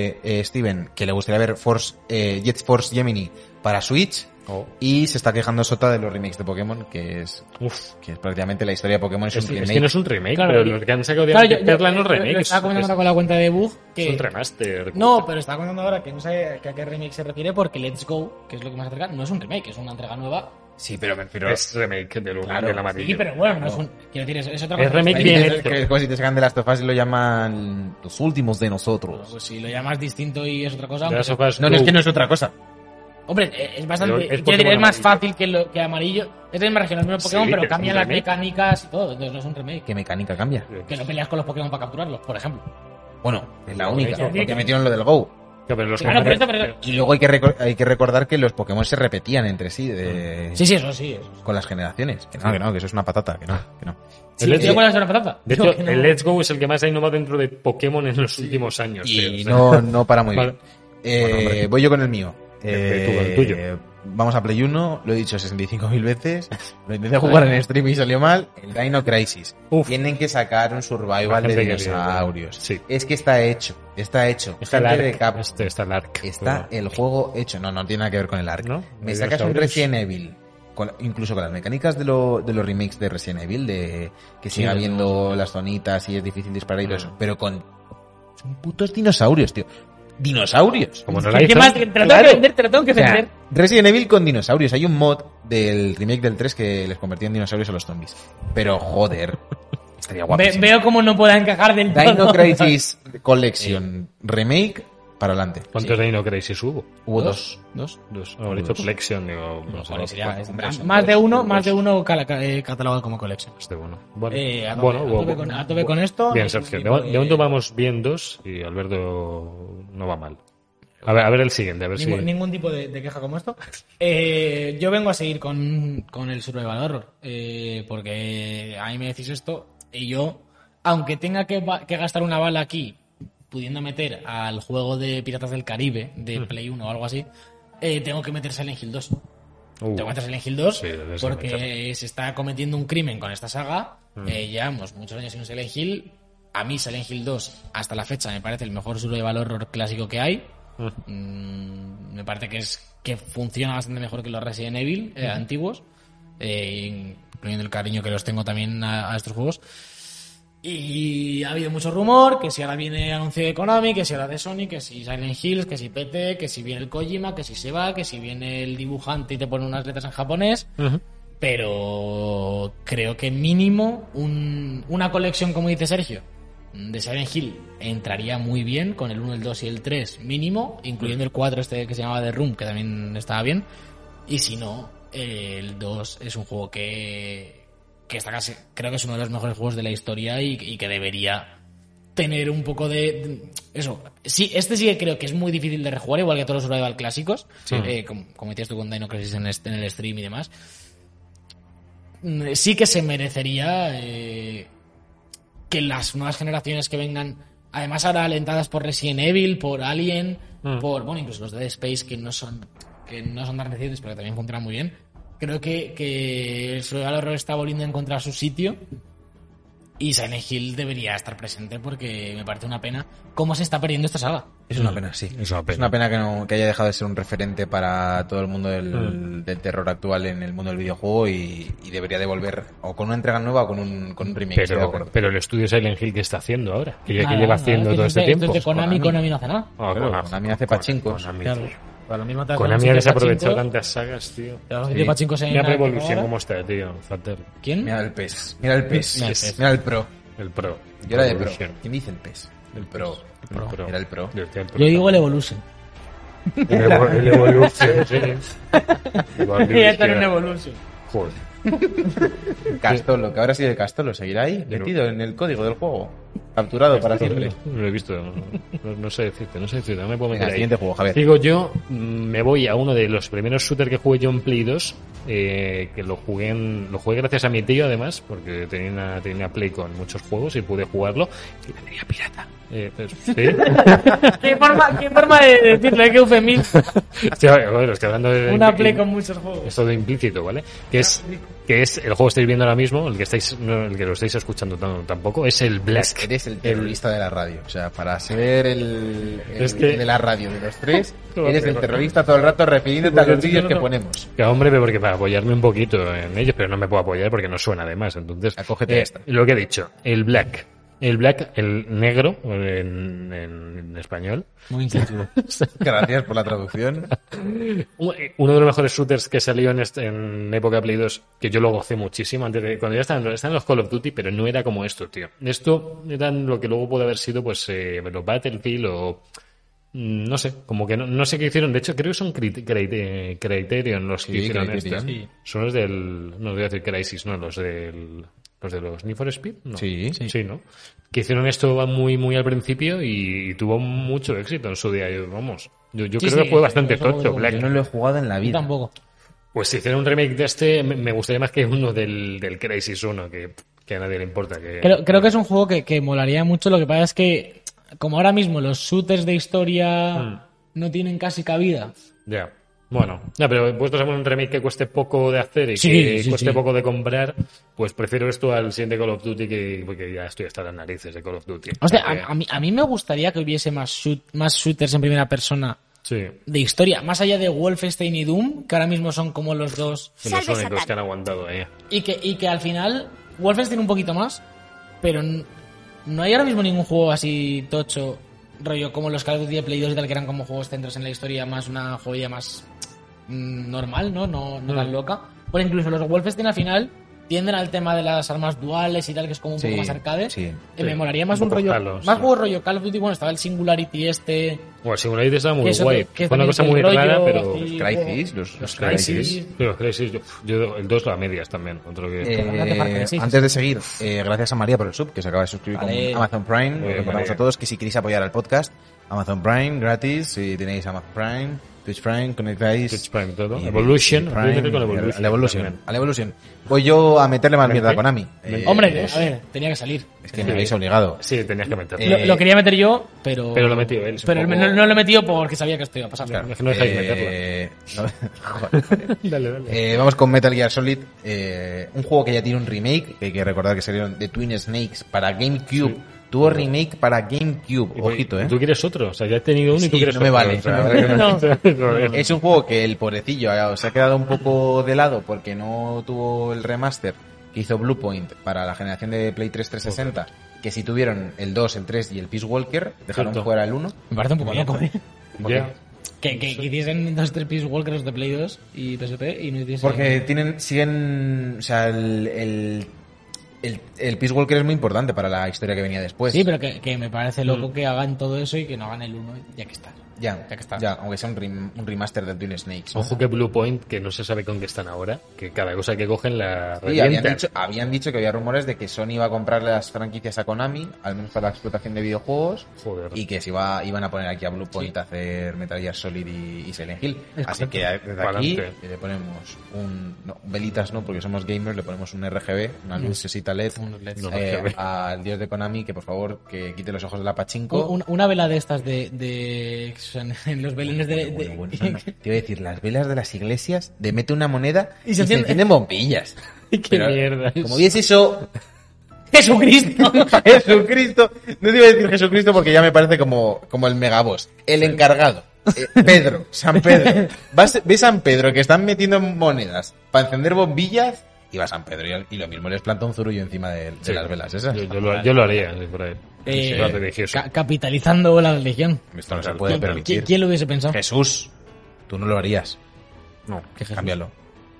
Speaker 3: eh, eh, Steven que le gustaría ver Force, eh, Jet Force Gemini para Switch
Speaker 2: Oh.
Speaker 3: y se está quejando Sota de los remakes de Pokémon, que es,
Speaker 2: Uf.
Speaker 3: que es prácticamente la historia de Pokémon, es
Speaker 2: Es,
Speaker 3: un
Speaker 2: es
Speaker 3: remake.
Speaker 2: que no es un remake,
Speaker 4: Claro,
Speaker 2: pero
Speaker 4: yo-
Speaker 2: los que han sacado de
Speaker 4: Claro, yo- yo-
Speaker 2: Perla no es
Speaker 4: lo- lo
Speaker 2: remake.
Speaker 4: Estaba comentando
Speaker 2: Es-
Speaker 4: ahora con la cuenta de Bug que.
Speaker 2: Es un remaster.
Speaker 4: No, pero estaba contando ahora que no sé que a qué remake se refiere porque Let's Go, que es lo que más acerca, no es un remake, es una entrega nueva.
Speaker 3: Sí, pero me refiero.
Speaker 2: es remake del lugar
Speaker 3: Claro,
Speaker 2: del amarillo.
Speaker 4: Sí, pero bueno, no es un. Quiero decir, es, es otra
Speaker 2: Es
Speaker 4: cosa.
Speaker 2: remake
Speaker 3: Ahí
Speaker 2: bien
Speaker 3: es- ¿eh?
Speaker 2: hecho.
Speaker 3: que es como si te sacan de las tofas y lo llaman los últimos de nosotros.
Speaker 4: Pues si lo llamas distinto y es otra cosa.
Speaker 2: The
Speaker 4: aunque
Speaker 2: Last
Speaker 4: sea-
Speaker 2: of Us
Speaker 3: No, no, es
Speaker 2: Go-
Speaker 3: que no es otra cosa.
Speaker 4: Hombre, eh, es bastante.
Speaker 2: Pero es
Speaker 4: quiero decir,
Speaker 2: Pokémon
Speaker 4: es más
Speaker 2: amarillo.
Speaker 4: fácil que, lo, que amarillo. Es del margen, los mismos
Speaker 2: Sí,
Speaker 4: Pokémon,
Speaker 2: pero
Speaker 4: pero
Speaker 2: es un
Speaker 4: cambian las
Speaker 2: remake.
Speaker 4: mecánicas y todo. Entonces no es un remake.
Speaker 3: ¿Qué mecánica cambia?
Speaker 4: Que no peleas con los Pokémon para capturarlos, por ejemplo.
Speaker 3: Bueno, es la
Speaker 2: Lo
Speaker 3: única,
Speaker 2: mismo.
Speaker 3: porque metieron lo del Go.
Speaker 2: Ya, pero los
Speaker 4: Claro,
Speaker 2: que-
Speaker 4: por eso, por eso.
Speaker 3: Y luego hay que, recor- hay que recordar que los Pokémon se repetían entre sí de-
Speaker 4: Sí, sí, eso sí. Eso.
Speaker 3: con las generaciones. Que no, que no, que eso es una patata, que no, que no.
Speaker 2: El
Speaker 4: Sí,
Speaker 2: Let's
Speaker 4: ¿Te
Speaker 2: Go-
Speaker 4: acuerdas de una patata?
Speaker 2: De
Speaker 4: Digo
Speaker 2: hecho,
Speaker 4: que no.
Speaker 2: el Let's Go es el que más ha innovado dentro de Pokémon en los últimos años.
Speaker 3: Y
Speaker 2: tío.
Speaker 3: no, no para muy bien.
Speaker 2: Vale.
Speaker 3: Eh,
Speaker 2: Bueno, hombre.
Speaker 3: voy yo con el mío. Eh,
Speaker 2: Este, tú con el tuyo.
Speaker 3: Vamos a Play 1, lo he dicho 65.000 veces. Lo intenté jugar en stream y salió mal. El Dino Crisis.
Speaker 2: Uf.
Speaker 3: Tienen que sacar un survival
Speaker 2: La
Speaker 3: de
Speaker 2: gente que-
Speaker 3: dinosaurios.
Speaker 2: Sí.
Speaker 3: Es que está hecho, está hecho.
Speaker 2: Está el
Speaker 3: Gente de
Speaker 2: Ark.
Speaker 3: Cap-
Speaker 2: Este, está el Ark.
Speaker 3: Está el juego hecho. No, no tiene nada que ver con el arc.
Speaker 2: ¿No?
Speaker 3: Me
Speaker 2: Hay
Speaker 3: sacas un
Speaker 2: dinosaurios.
Speaker 3: Resident Evil. con- incluso con las mecánicas de, lo- de los remakes de Resident Evil, de que sigue
Speaker 2: no,
Speaker 3: habiendo las zonitas y es difícil disparar y todo
Speaker 2: No.
Speaker 3: eso. Pero con. Son putos dinosaurios, tío. Dinosaurios.
Speaker 2: Como no la
Speaker 4: ¿Qué
Speaker 2: hizo,
Speaker 4: más? Te lo tengo
Speaker 3: Claro.
Speaker 4: que vender, te lo tengo que
Speaker 3: O sea,
Speaker 4: vender.
Speaker 3: Resident Evil con dinosaurios. Hay un mod del remake del 3 que les convertía en dinosaurios a los zombies. Pero joder. Estaría guapo.
Speaker 4: Ve- veo cómo no pueda encajar del
Speaker 3: Dino
Speaker 4: todo.
Speaker 3: Crisis Collection Remake para adelante.
Speaker 2: ¿Cuántos Dino Crisis hubo?
Speaker 3: Hubo dos. ¿Dos?
Speaker 2: Dos. Ah, Habré hecho Collection, digo, no sé,
Speaker 4: Joder, sería-
Speaker 2: cuatro,
Speaker 3: hombre, son
Speaker 4: más de
Speaker 3: dos,
Speaker 4: uno,
Speaker 3: son
Speaker 4: más
Speaker 3: dos.
Speaker 4: de uno cala- ca- eh, catalogado como colección.
Speaker 2: más de uno. Este, Bueno,
Speaker 4: Eh, a tope,
Speaker 2: bueno,
Speaker 4: a
Speaker 2: hubo-
Speaker 4: tope con- a tope con esto. eh,
Speaker 2: Bien,
Speaker 4: Es un
Speaker 2: Sergio. De,
Speaker 4: tipo
Speaker 2: mo-
Speaker 4: de-
Speaker 2: de momento vamos bien dos y Alberto no va mal. A ver, a ver el siguiente, a ver
Speaker 4: Ningún,
Speaker 2: si.
Speaker 4: ningún tipo de, de queja como esto. Eh, yo vengo a seguir con, con el Survival Horror. eh, porque a mí me decís esto y yo, aunque tenga que, ba- que gastar una bala aquí, pudiendo meter al juego de Piratas del Caribe,
Speaker 2: Mm.
Speaker 4: de Play 1 o algo así, eh, tengo que meter Silent Hill 2.
Speaker 2: Uh,
Speaker 4: Te aguantas el Silent Hill 2
Speaker 2: Sí, lo tienes que
Speaker 4: porque se está cometiendo un crimen con esta saga.
Speaker 2: Mm.
Speaker 4: Eh, llevamos muchos años sin un Silent Hill. A mí Silent Hill 2 hasta la fecha me parece el mejor survival horror clásico que hay.
Speaker 2: Ujú.
Speaker 4: Mm, me parece que es que funciona bastante mejor que los Resident Evil
Speaker 2: Mm.
Speaker 4: eh, antiguos, eh, incluyendo el cariño que los tengo también a, a estos juegos. Y ha habido mucho rumor, que si ahora viene anuncio de Konami, que si ahora de Sony, que si Silent Hills, que si PT, que si viene el Kojima, que si se va, que si viene el dibujante y te pone unas letras en japonés.
Speaker 2: Ujú.
Speaker 4: Pero creo que mínimo un- una colección, como dice Sergio, de Silent Hill entraría muy bien con el 1, el 2 y el 3 mínimo, incluyendo el 4 este que se llamaba The Room, que también estaba bien. Y si no, el 2 es un juego que, que está casi, creo que es uno de los mejores juegos de la historia y, y que debería tener un poco de, de- eso. Sí, este sí que creo que es muy difícil de rejugar, igual que todos los survival clásicos, eh, como, como decías tú con Dino Crisis en, este- en el stream y demás. Mm, Sí que se merecería eh, que las nuevas generaciones que vengan, además ahora alentadas por Resident Evil, por Alien,
Speaker 2: Mm.
Speaker 4: por, bueno, incluso los de Dead Space que no son, que no son tan recientes, pero que también funcionan muy bien. Creo que, que el survival horror está volviendo a encontrar su sitio y Silent Hill debería estar presente porque me parece una pena cómo se está perdiendo esta saga.
Speaker 3: Es una pena, sí.
Speaker 2: Es una pena.
Speaker 3: Es una pena que, no, que haya dejado de ser un referente para todo el mundo del,
Speaker 2: Mm.
Speaker 3: del terror actual en el mundo del videojuego y, y debería de volver o con una entrega nueva o con un, con un remake. estoy de
Speaker 2: Pero,
Speaker 3: acuerdo.
Speaker 2: pero el estudio Silent Hill que está haciendo ahora, que, que
Speaker 4: Nada,
Speaker 2: lleva
Speaker 4: nada,
Speaker 2: haciendo
Speaker 4: que
Speaker 2: todo este
Speaker 4: siempre-
Speaker 2: tiempo.
Speaker 4: entonces Konami,
Speaker 3: Konami.
Speaker 4: Konami no hace nada.
Speaker 2: Ah,
Speaker 3: Claro,
Speaker 2: Konami.
Speaker 3: Konami hace pachincos.
Speaker 2: Konami,
Speaker 4: Claro.
Speaker 2: tío.
Speaker 4: Con la misma
Speaker 2: Konami ha desaprovechado tantas sagas, tío.
Speaker 3: Sí.
Speaker 2: Mira Pro Evolution cómo está, tío. Fatal.
Speaker 4: ¿Quién?
Speaker 3: Mira el PES. Mira el PES.
Speaker 4: Mira el
Speaker 3: Es-
Speaker 4: PES.
Speaker 3: Mira el Pro.
Speaker 2: El Pro.
Speaker 3: Yo era de Pro.
Speaker 2: Evolution.
Speaker 3: ¿Quién dice el PES? El Pro.
Speaker 2: El Pro.
Speaker 3: Era el Pro.
Speaker 2: Yo decía el Pro
Speaker 4: Yo digo el
Speaker 2: también.
Speaker 4: Evolution.
Speaker 2: El Evo- el Evolution, sí. Evolution.
Speaker 4: Evolution.
Speaker 2: Joder.
Speaker 3: Castolo, que ahora sigue Castolo. ¿Seguirá ahí?
Speaker 2: Pero-
Speaker 3: Metido en el código del juego. Capturado para siempre.
Speaker 2: No lo he visto, no, no- no sé decirte, no sé decirte, no me puedo meter
Speaker 3: Venga,
Speaker 2: ahí.
Speaker 3: siguiente juego, Javier.
Speaker 2: Digo yo, mm, me voy a uno de los primeros shooters que jugué yo en Play 2, eh, que lo jugué, en- lo jugué gracias a mi tío además, porque tenía una, tenía una Play con muchos juegos y pude jugarlo, y la tenía pirata. Eh, pues, sí.
Speaker 4: ¿Qué forma, qué forma de decirlo? ¿eh? que eufemismo.
Speaker 2: Hostia, joder, estoy hablando de...
Speaker 4: Una play con muchos juegos.
Speaker 2: es todo implícito, ¿vale? Que es, que es el juego que estáis viendo ahora mismo, el que estáis, no, el que lo estáis escuchando tan- tampoco, es el Black.
Speaker 3: Eres el terrorista de la radio. O sea, para ser el, el
Speaker 2: Es que-
Speaker 3: de la radio de los tres,
Speaker 2: Tú vas
Speaker 3: eres el
Speaker 2: mejor.
Speaker 3: terrorista todo el rato refiriéndote a los vídeos que ponemos.
Speaker 2: Pues, Que hombre, porque para apoyarme un poquito en ellos, pero no me puedo apoyar porque no suena además. Entonces, eh,
Speaker 3: Acógete a esta.
Speaker 2: lo que he dicho, el black. El black, el negro, en, en- en español.
Speaker 4: Muy incisivo.
Speaker 3: Gracias por la traducción.
Speaker 2: Un- eh, Uno de los mejores shooters que salió en, este- en época Play 2, que yo lo gocé muchísimo antes de, cuando ya estaban, estaban los Call of Duty, pero no era como esto, tío. Esto era lo que luego pudo haber sido, pues, eh, los Battlefield o mm, no sé, como que no, no sé qué hicieron. De hecho, creo que son Crit- Crit- eh, Criterion los que
Speaker 3: Sí,
Speaker 2: hicieron esto.
Speaker 3: Criterion. Sí.
Speaker 2: Son los del, no voy a decir Crisis, no, los del, los de los Need for Speed, no.
Speaker 3: Sí.
Speaker 2: sí, ¿no? Que hicieron esto muy, muy al principio y, tuvo mucho éxito en su día. Yo, vamos, yo, yo
Speaker 4: Sí,
Speaker 2: creo
Speaker 4: sí,
Speaker 2: que fue
Speaker 4: eso-
Speaker 2: bastante
Speaker 4: eso
Speaker 2: tocho,
Speaker 4: lo-
Speaker 2: Black.
Speaker 3: Yo no lo he jugado en la
Speaker 4: Yo
Speaker 3: vida.
Speaker 4: tampoco.
Speaker 2: Pues si hicieran un remake de este, me- me gustaría más que uno del, del Crisis 1, que, que a nadie le importa. Que,
Speaker 4: Creo, creo que es un juego que, que molaría mucho. Lo que pasa es que, como ahora mismo los shooters de historia
Speaker 2: Mm.
Speaker 4: no tienen casi cabida.
Speaker 2: Ya. Bueno, ya, pero puestos a un remake que cueste poco de hacer y
Speaker 4: Sí,
Speaker 2: que
Speaker 4: sí,
Speaker 2: cueste
Speaker 4: sí.
Speaker 2: poco de comprar, pues prefiero esto al siguiente Call of Duty que porque ya estoy hasta las narices de Call of Duty. Eh,
Speaker 4: Hostia,
Speaker 2: Porque-
Speaker 4: a, a mí, a mí me gustaría que hubiese más, shoot, más shooters en primera persona
Speaker 2: Sí.
Speaker 4: de historia. Más allá de Wolfenstein y Doom, que ahora mismo son como los dos.
Speaker 2: Y Los
Speaker 1: Salve,
Speaker 2: únicos
Speaker 1: Satán.
Speaker 2: que han aguantado eh. ahí.
Speaker 4: Y que, y que al final, Wolfenstein un poquito más, pero n- no hay ahora mismo ningún juego así tocho, rollo como los Call of Duty de Play 2 y tal, que eran como juegos centros en la historia, más una jodida más mm, normal, ¿no? No, no
Speaker 3: Mm.
Speaker 4: tan loca. Pero incluso los Wolfenstein al final tienden al tema de las armas duales y tal, que es como un
Speaker 3: Sí,
Speaker 4: poco más arcade.
Speaker 3: sí,
Speaker 4: Eh,
Speaker 2: sí.
Speaker 4: Me molaría más
Speaker 2: Un
Speaker 4: un,
Speaker 2: poco
Speaker 4: rollo.
Speaker 2: Halo,
Speaker 4: más
Speaker 2: sí.
Speaker 4: juegos rollo Call of Duty, bueno, estaba el Singularity este.
Speaker 2: Bueno, Singularity estaba muy
Speaker 4: que es otro-
Speaker 2: guay.
Speaker 4: que es
Speaker 2: Fue una
Speaker 4: también
Speaker 2: cosa
Speaker 4: el
Speaker 2: muy
Speaker 4: rollo
Speaker 2: rara, pero.
Speaker 4: así,
Speaker 3: Crisis,
Speaker 2: Los
Speaker 3: los, los
Speaker 2: Crisis. Sí, Los Crisis, yo, yo el 2 a medias también. Otro que.
Speaker 3: Eh,
Speaker 4: Adelante, Parker, sí, sí,
Speaker 3: antes de seguir, eh, gracias a María por el sub, que se acaba de suscribir
Speaker 4: Vale.
Speaker 3: con Amazon Prime.
Speaker 2: Muy bien,
Speaker 3: Recordamos
Speaker 2: María.
Speaker 3: a todos que si queréis apoyar al podcast, Amazon Prime, gratis, si tenéis Amazon Prime, Twitch Prime, conectáis.
Speaker 2: Twitch Prime, todo.
Speaker 3: Y-
Speaker 2: Evolution,
Speaker 3: y
Speaker 2: voy a meter con
Speaker 3: y
Speaker 2: Evolution
Speaker 3: al- al Evolution.
Speaker 2: también.
Speaker 3: al Evolution. Voy yo a meterle más mierda a Konami. Eh,
Speaker 4: Hombre,
Speaker 3: es,
Speaker 4: a ver, tenía que salir.
Speaker 3: es que me habéis obligado.
Speaker 2: Sí, tenías que meterlo.
Speaker 3: Eh,
Speaker 4: Lo, lo quería meter yo, pero.
Speaker 2: pero lo he metido él, es un
Speaker 4: Pero
Speaker 2: poco-
Speaker 4: no, no lo he metido porque sabía que esto iba a pasar.
Speaker 2: Claro. Es que no dejáis
Speaker 3: Eh, no- joder.
Speaker 2: dale, dale.
Speaker 3: Eh, vamos con Metal Gear Solid, eh, un juego que ya tiene un remake, que hay que recordar que salieron de Twin Snakes para GameCube. Tuvo remake para GameCube,
Speaker 2: Y-
Speaker 3: ojito,
Speaker 2: y
Speaker 3: eh.
Speaker 2: Tú quieres otro, o sea, ya he tenido uno y
Speaker 3: Sí,
Speaker 2: tú quieres
Speaker 3: no me
Speaker 2: otro.
Speaker 3: vale,
Speaker 2: o sea,
Speaker 3: no me vale.
Speaker 2: o sea, joder.
Speaker 3: Eh, Es un juego que el pobrecillo ha- se ha quedado un poco de lado porque no tuvo el remaster que hizo Bluepoint para la generación de Play 3 360, que si tuvieron el 2, el 3 y el Peace Walker, dejaron
Speaker 2: Cierto.
Speaker 3: fuera el 1.
Speaker 4: Me parece un poco loco, ¿eh?
Speaker 2: Ya.
Speaker 4: Que, que hiciesen dos, tres Peace Walkers de Play 2 y PSP y no hiciesen.
Speaker 3: Porque tienen, siguen, o sea, el, el- el, el Peace Walker es muy importante para la historia que venía después.
Speaker 4: Sí, pero que, que me parece loco que hagan todo eso y que no hagan el 1 ya que está.
Speaker 3: Ya,
Speaker 4: Ya que está.
Speaker 3: ya, aunque sea un, rem- un remaster del Twin Snakes.
Speaker 2: Ojo que Blue Point, que no se sabe con qué están ahora, que cada cosa que cogen la
Speaker 3: Y habían
Speaker 2: revientan.
Speaker 3: dicho, habían dicho que había rumores de que Sony iba a comprar las franquicias a Konami, al menos para la explotación de videojuegos,
Speaker 2: Joder.
Speaker 3: y que se iba, iban a poner aquí a Blue Point a hacer Metal Gear Solid y, y Silent Hill. Así que a- desde aquí
Speaker 2: Pa'lante.
Speaker 3: le ponemos un... no, velitas no, porque somos gamers, le ponemos un RGB, una
Speaker 4: Mm.
Speaker 3: lucecita LED,
Speaker 2: No,
Speaker 3: eh,
Speaker 2: RGB.
Speaker 3: al dios de Konami, que por favor, que quite los ojos de la
Speaker 4: Un-
Speaker 3: pachinko.
Speaker 4: Una, una vela de estas de, de- son en los belenes de,
Speaker 3: Bueno,
Speaker 4: de-
Speaker 3: bueno, bueno, son- te iba a decir, las velas de las iglesias, de mete una moneda
Speaker 4: Y se enciende.
Speaker 3: encienden bombillas.
Speaker 2: ¡Qué mierda!
Speaker 3: Como vies eso,
Speaker 4: Jesucristo.
Speaker 3: Jesucristo. No te iba a decir Jesucristo porque ya me parece como, como el megaboss. El encargado. Eh, Pedro, San Pedro. Vas, ve San Pedro que están metiendo monedas para encender bombillas y va San Pedro y, al- y lo mismo les planta un zurullo encima de, de
Speaker 2: Sí.
Speaker 3: las velas esas.
Speaker 2: Yo, yo lo, yo lo haría, si fuera él.
Speaker 4: Eh,
Speaker 2: Si fuera religioso.
Speaker 4: ca- capitalizando la religión.
Speaker 3: Esto no se puede
Speaker 4: ¿Qui-
Speaker 3: permitir. Eh.
Speaker 4: qui- ¿Quién lo hubiese pensado?
Speaker 3: Jesús, tú no lo harías.
Speaker 2: No.
Speaker 4: Que Jesús.
Speaker 3: Cámbialo.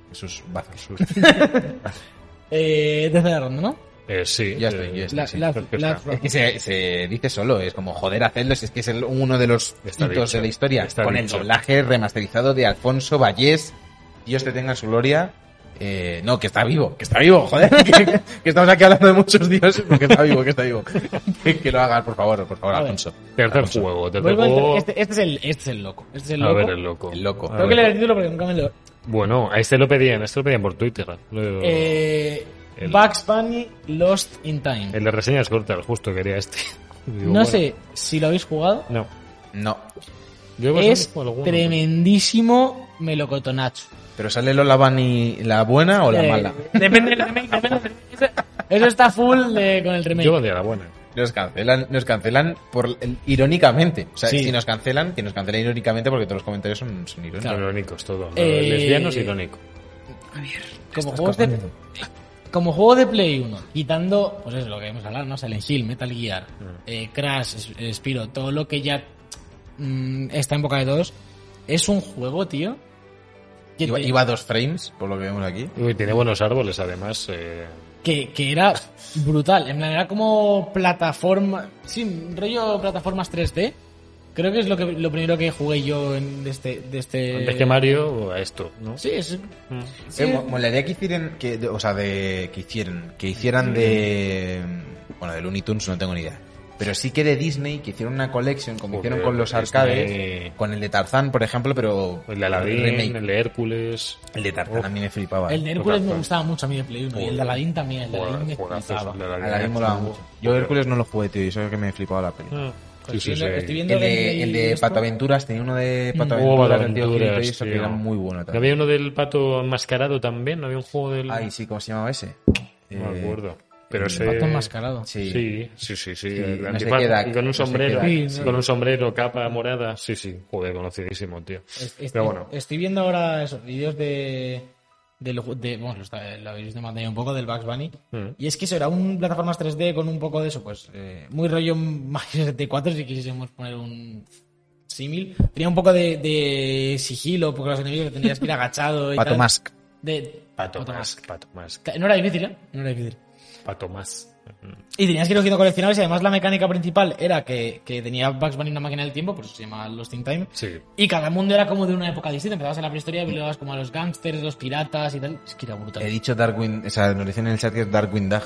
Speaker 3: Jesús, baza.
Speaker 4: Eh, desde la ronda, ¿no?
Speaker 2: Eh, sí.
Speaker 3: Ya estoy,
Speaker 2: eh,
Speaker 3: ya estoy. Sí,
Speaker 4: La-
Speaker 3: sí,
Speaker 4: la-
Speaker 2: perfecto.
Speaker 4: la-
Speaker 2: Es
Speaker 3: Es que se, se dice solo, es como joder hacerlo, si es que es el- uno de los
Speaker 2: Está
Speaker 3: hitos
Speaker 2: dicho,
Speaker 3: de la historia.
Speaker 2: está
Speaker 3: con
Speaker 2: dicho.
Speaker 3: el doblaje remasterizado de Alfonso Vallés, Dios te tenga en su gloria. Eh, no, que está vivo, que está vivo, joder. Que, que estamos aquí hablando de muchos dioses, pero que está vivo, que está vivo. Que, que lo hagas, por favor, por favor,
Speaker 4: A ver.
Speaker 3: Alfonso.
Speaker 2: Tercer
Speaker 3: Alfonso,
Speaker 2: juego, tercer
Speaker 4: Vuelvo al-
Speaker 2: juego.
Speaker 4: este, este es el, este es el loco. Este es el
Speaker 2: A
Speaker 4: loco.
Speaker 2: ver, el loco.
Speaker 3: El loco.
Speaker 2: A
Speaker 4: Tengo que
Speaker 2: ver.
Speaker 4: leer el título porque nunca me lo...
Speaker 2: Bueno, a este lo pedían, a este lo pedían por Twitter. Lo-
Speaker 4: Eh,
Speaker 2: El-
Speaker 4: Bugs Bunny Lost in Time.
Speaker 2: El de reseñas cortas, justo quería este. Digo,
Speaker 4: no
Speaker 2: bueno.
Speaker 4: sé si lo habéis jugado.
Speaker 2: No.
Speaker 3: No,
Speaker 2: Yo más o menos
Speaker 4: Es
Speaker 2: por alguno.
Speaker 4: tremendísimo melocotonacho.
Speaker 3: pero sale Lola Bunny la buena o la
Speaker 4: Eh,
Speaker 3: mala.
Speaker 4: Depende del remake, depende del remake. Eso- Eso está full de- con el remake.
Speaker 2: Yo lo haría la buena.
Speaker 3: Nos cancelan, nos cancelan por irónicamente. O sea,
Speaker 4: Sí.
Speaker 3: si nos cancelan, que nos cancelen irónicamente porque todos los comentarios son, son irónicos.
Speaker 2: Irónicos, todo.
Speaker 4: Eh,
Speaker 2: Lesbianos, irónico.
Speaker 4: como,
Speaker 3: Estás
Speaker 4: juegos de,
Speaker 3: cojonudo.
Speaker 4: como juego de Play 1, quitando, pues es lo que hemos hablado, ¿no? Silent Hill, Metal Gear,
Speaker 2: Mm.
Speaker 4: eh, Crash, S- Spyro, todo lo que ya mm, está en boca de todos, es un juego, tío. Que,
Speaker 3: Iba,
Speaker 4: te-
Speaker 3: iba a dos frames, por lo que vemos aquí.
Speaker 2: Uy, tiene buenos árboles, además. eh,
Speaker 4: que, que era brutal. En plan, era como plataforma. Sí, rollo plataformas 3D. Creo que es lo, que, lo primero que jugué yo en, de este. De este...
Speaker 2: Antes que Mario, a esto, ¿no?
Speaker 4: Sí, es.
Speaker 2: Mm.
Speaker 4: sí.
Speaker 3: Eh, mo- molaría que hicieran, que, de- o sea, de, que hicieran, que hicieran de, mm, bueno, de Looney Tunes no tengo ni idea, pero sí que de Disney que hicieron una collection como
Speaker 2: Joder,
Speaker 3: hicieron con los
Speaker 2: Disney.
Speaker 3: arcades, con el de Tarzán por ejemplo, pero
Speaker 2: El de Aladdin,
Speaker 3: remake.
Speaker 2: el de Hércules.
Speaker 3: El de Tarzán
Speaker 2: Oh.
Speaker 3: a mí me flipaba.
Speaker 4: El de Hércules me
Speaker 2: Juegazo.
Speaker 4: gustaba mucho a mí de Play 1. Y el de Aladdin también. El de Aladdin me
Speaker 2: Juegazos,
Speaker 4: encantaba.
Speaker 2: el de Aladdin.
Speaker 3: Aladdin molaba mucho. Yo Hércules no lo jugué, tío, y eso es que me flipaba la película.
Speaker 2: Ah, Sí, sí,
Speaker 4: Estoy
Speaker 2: sí.
Speaker 4: viendo- Pues estoy
Speaker 3: El
Speaker 4: viendo
Speaker 3: de,
Speaker 4: gameplay
Speaker 3: el de
Speaker 4: esto.
Speaker 3: Pataventuras, tenía uno de
Speaker 4: Mm.
Speaker 2: Oh,
Speaker 3: Pataventuras, el tío
Speaker 2: Pataventuras,
Speaker 3: Gilito y eso que
Speaker 2: tío.
Speaker 3: era muy bueno
Speaker 2: ¿No había
Speaker 3: también.
Speaker 2: uno del pato enmascarado también? ¿No había un juego del...?
Speaker 3: Ay, sí, ¿cómo se llamaba ese?
Speaker 2: no me
Speaker 3: Eh,
Speaker 2: acuerdo. Pero
Speaker 3: el
Speaker 2: ese...
Speaker 4: Pato enmascarado.
Speaker 3: Sí.
Speaker 2: Sí, sí, sí, sí. el
Speaker 3: no se
Speaker 2: antifaz,
Speaker 3: queda-
Speaker 2: y con un
Speaker 3: no se
Speaker 2: sombrero,
Speaker 4: queda,
Speaker 2: sí,
Speaker 4: sí.
Speaker 2: con un sombrero, capa morada. Sí, sí, joder, conocidísimo, tío.
Speaker 4: Es- Estoy,
Speaker 2: Pero bueno.
Speaker 4: estoy viendo ahora esos vídeos de. del ju- de- bueno, lo, está- lo habéis demandado un poco del Bugs Bunny.
Speaker 2: Mm.
Speaker 4: Y es que eso era un plataformas 3D con un poco de eso, pues eh, muy rollo Mario 64, si quisiésemos poner un símil. Tenía un poco de, de sigilo, porque los enemigos tenías que ir agachado y
Speaker 3: Pato
Speaker 4: tal.
Speaker 3: Mask.
Speaker 4: De,
Speaker 2: Pato
Speaker 4: Pato
Speaker 2: más,
Speaker 4: Mask.
Speaker 2: pato más,
Speaker 4: No era difícil, ¿eh? No era difícil.
Speaker 2: pato más.
Speaker 4: Y tenías que ir cogiendo coleccionables y además la mecánica principal era que, que tenía Bugs Bunny una máquina del tiempo, por eso se llama Lost in Time.
Speaker 2: Sí,
Speaker 4: Y cada mundo era como de una época distinta. Empezabas en la prehistoria y luego como a los gángsters, los piratas y tal. Es que era brutal.
Speaker 3: He dicho Darkwing, o sea, nos dicen en el chat que es Darkwing Duck.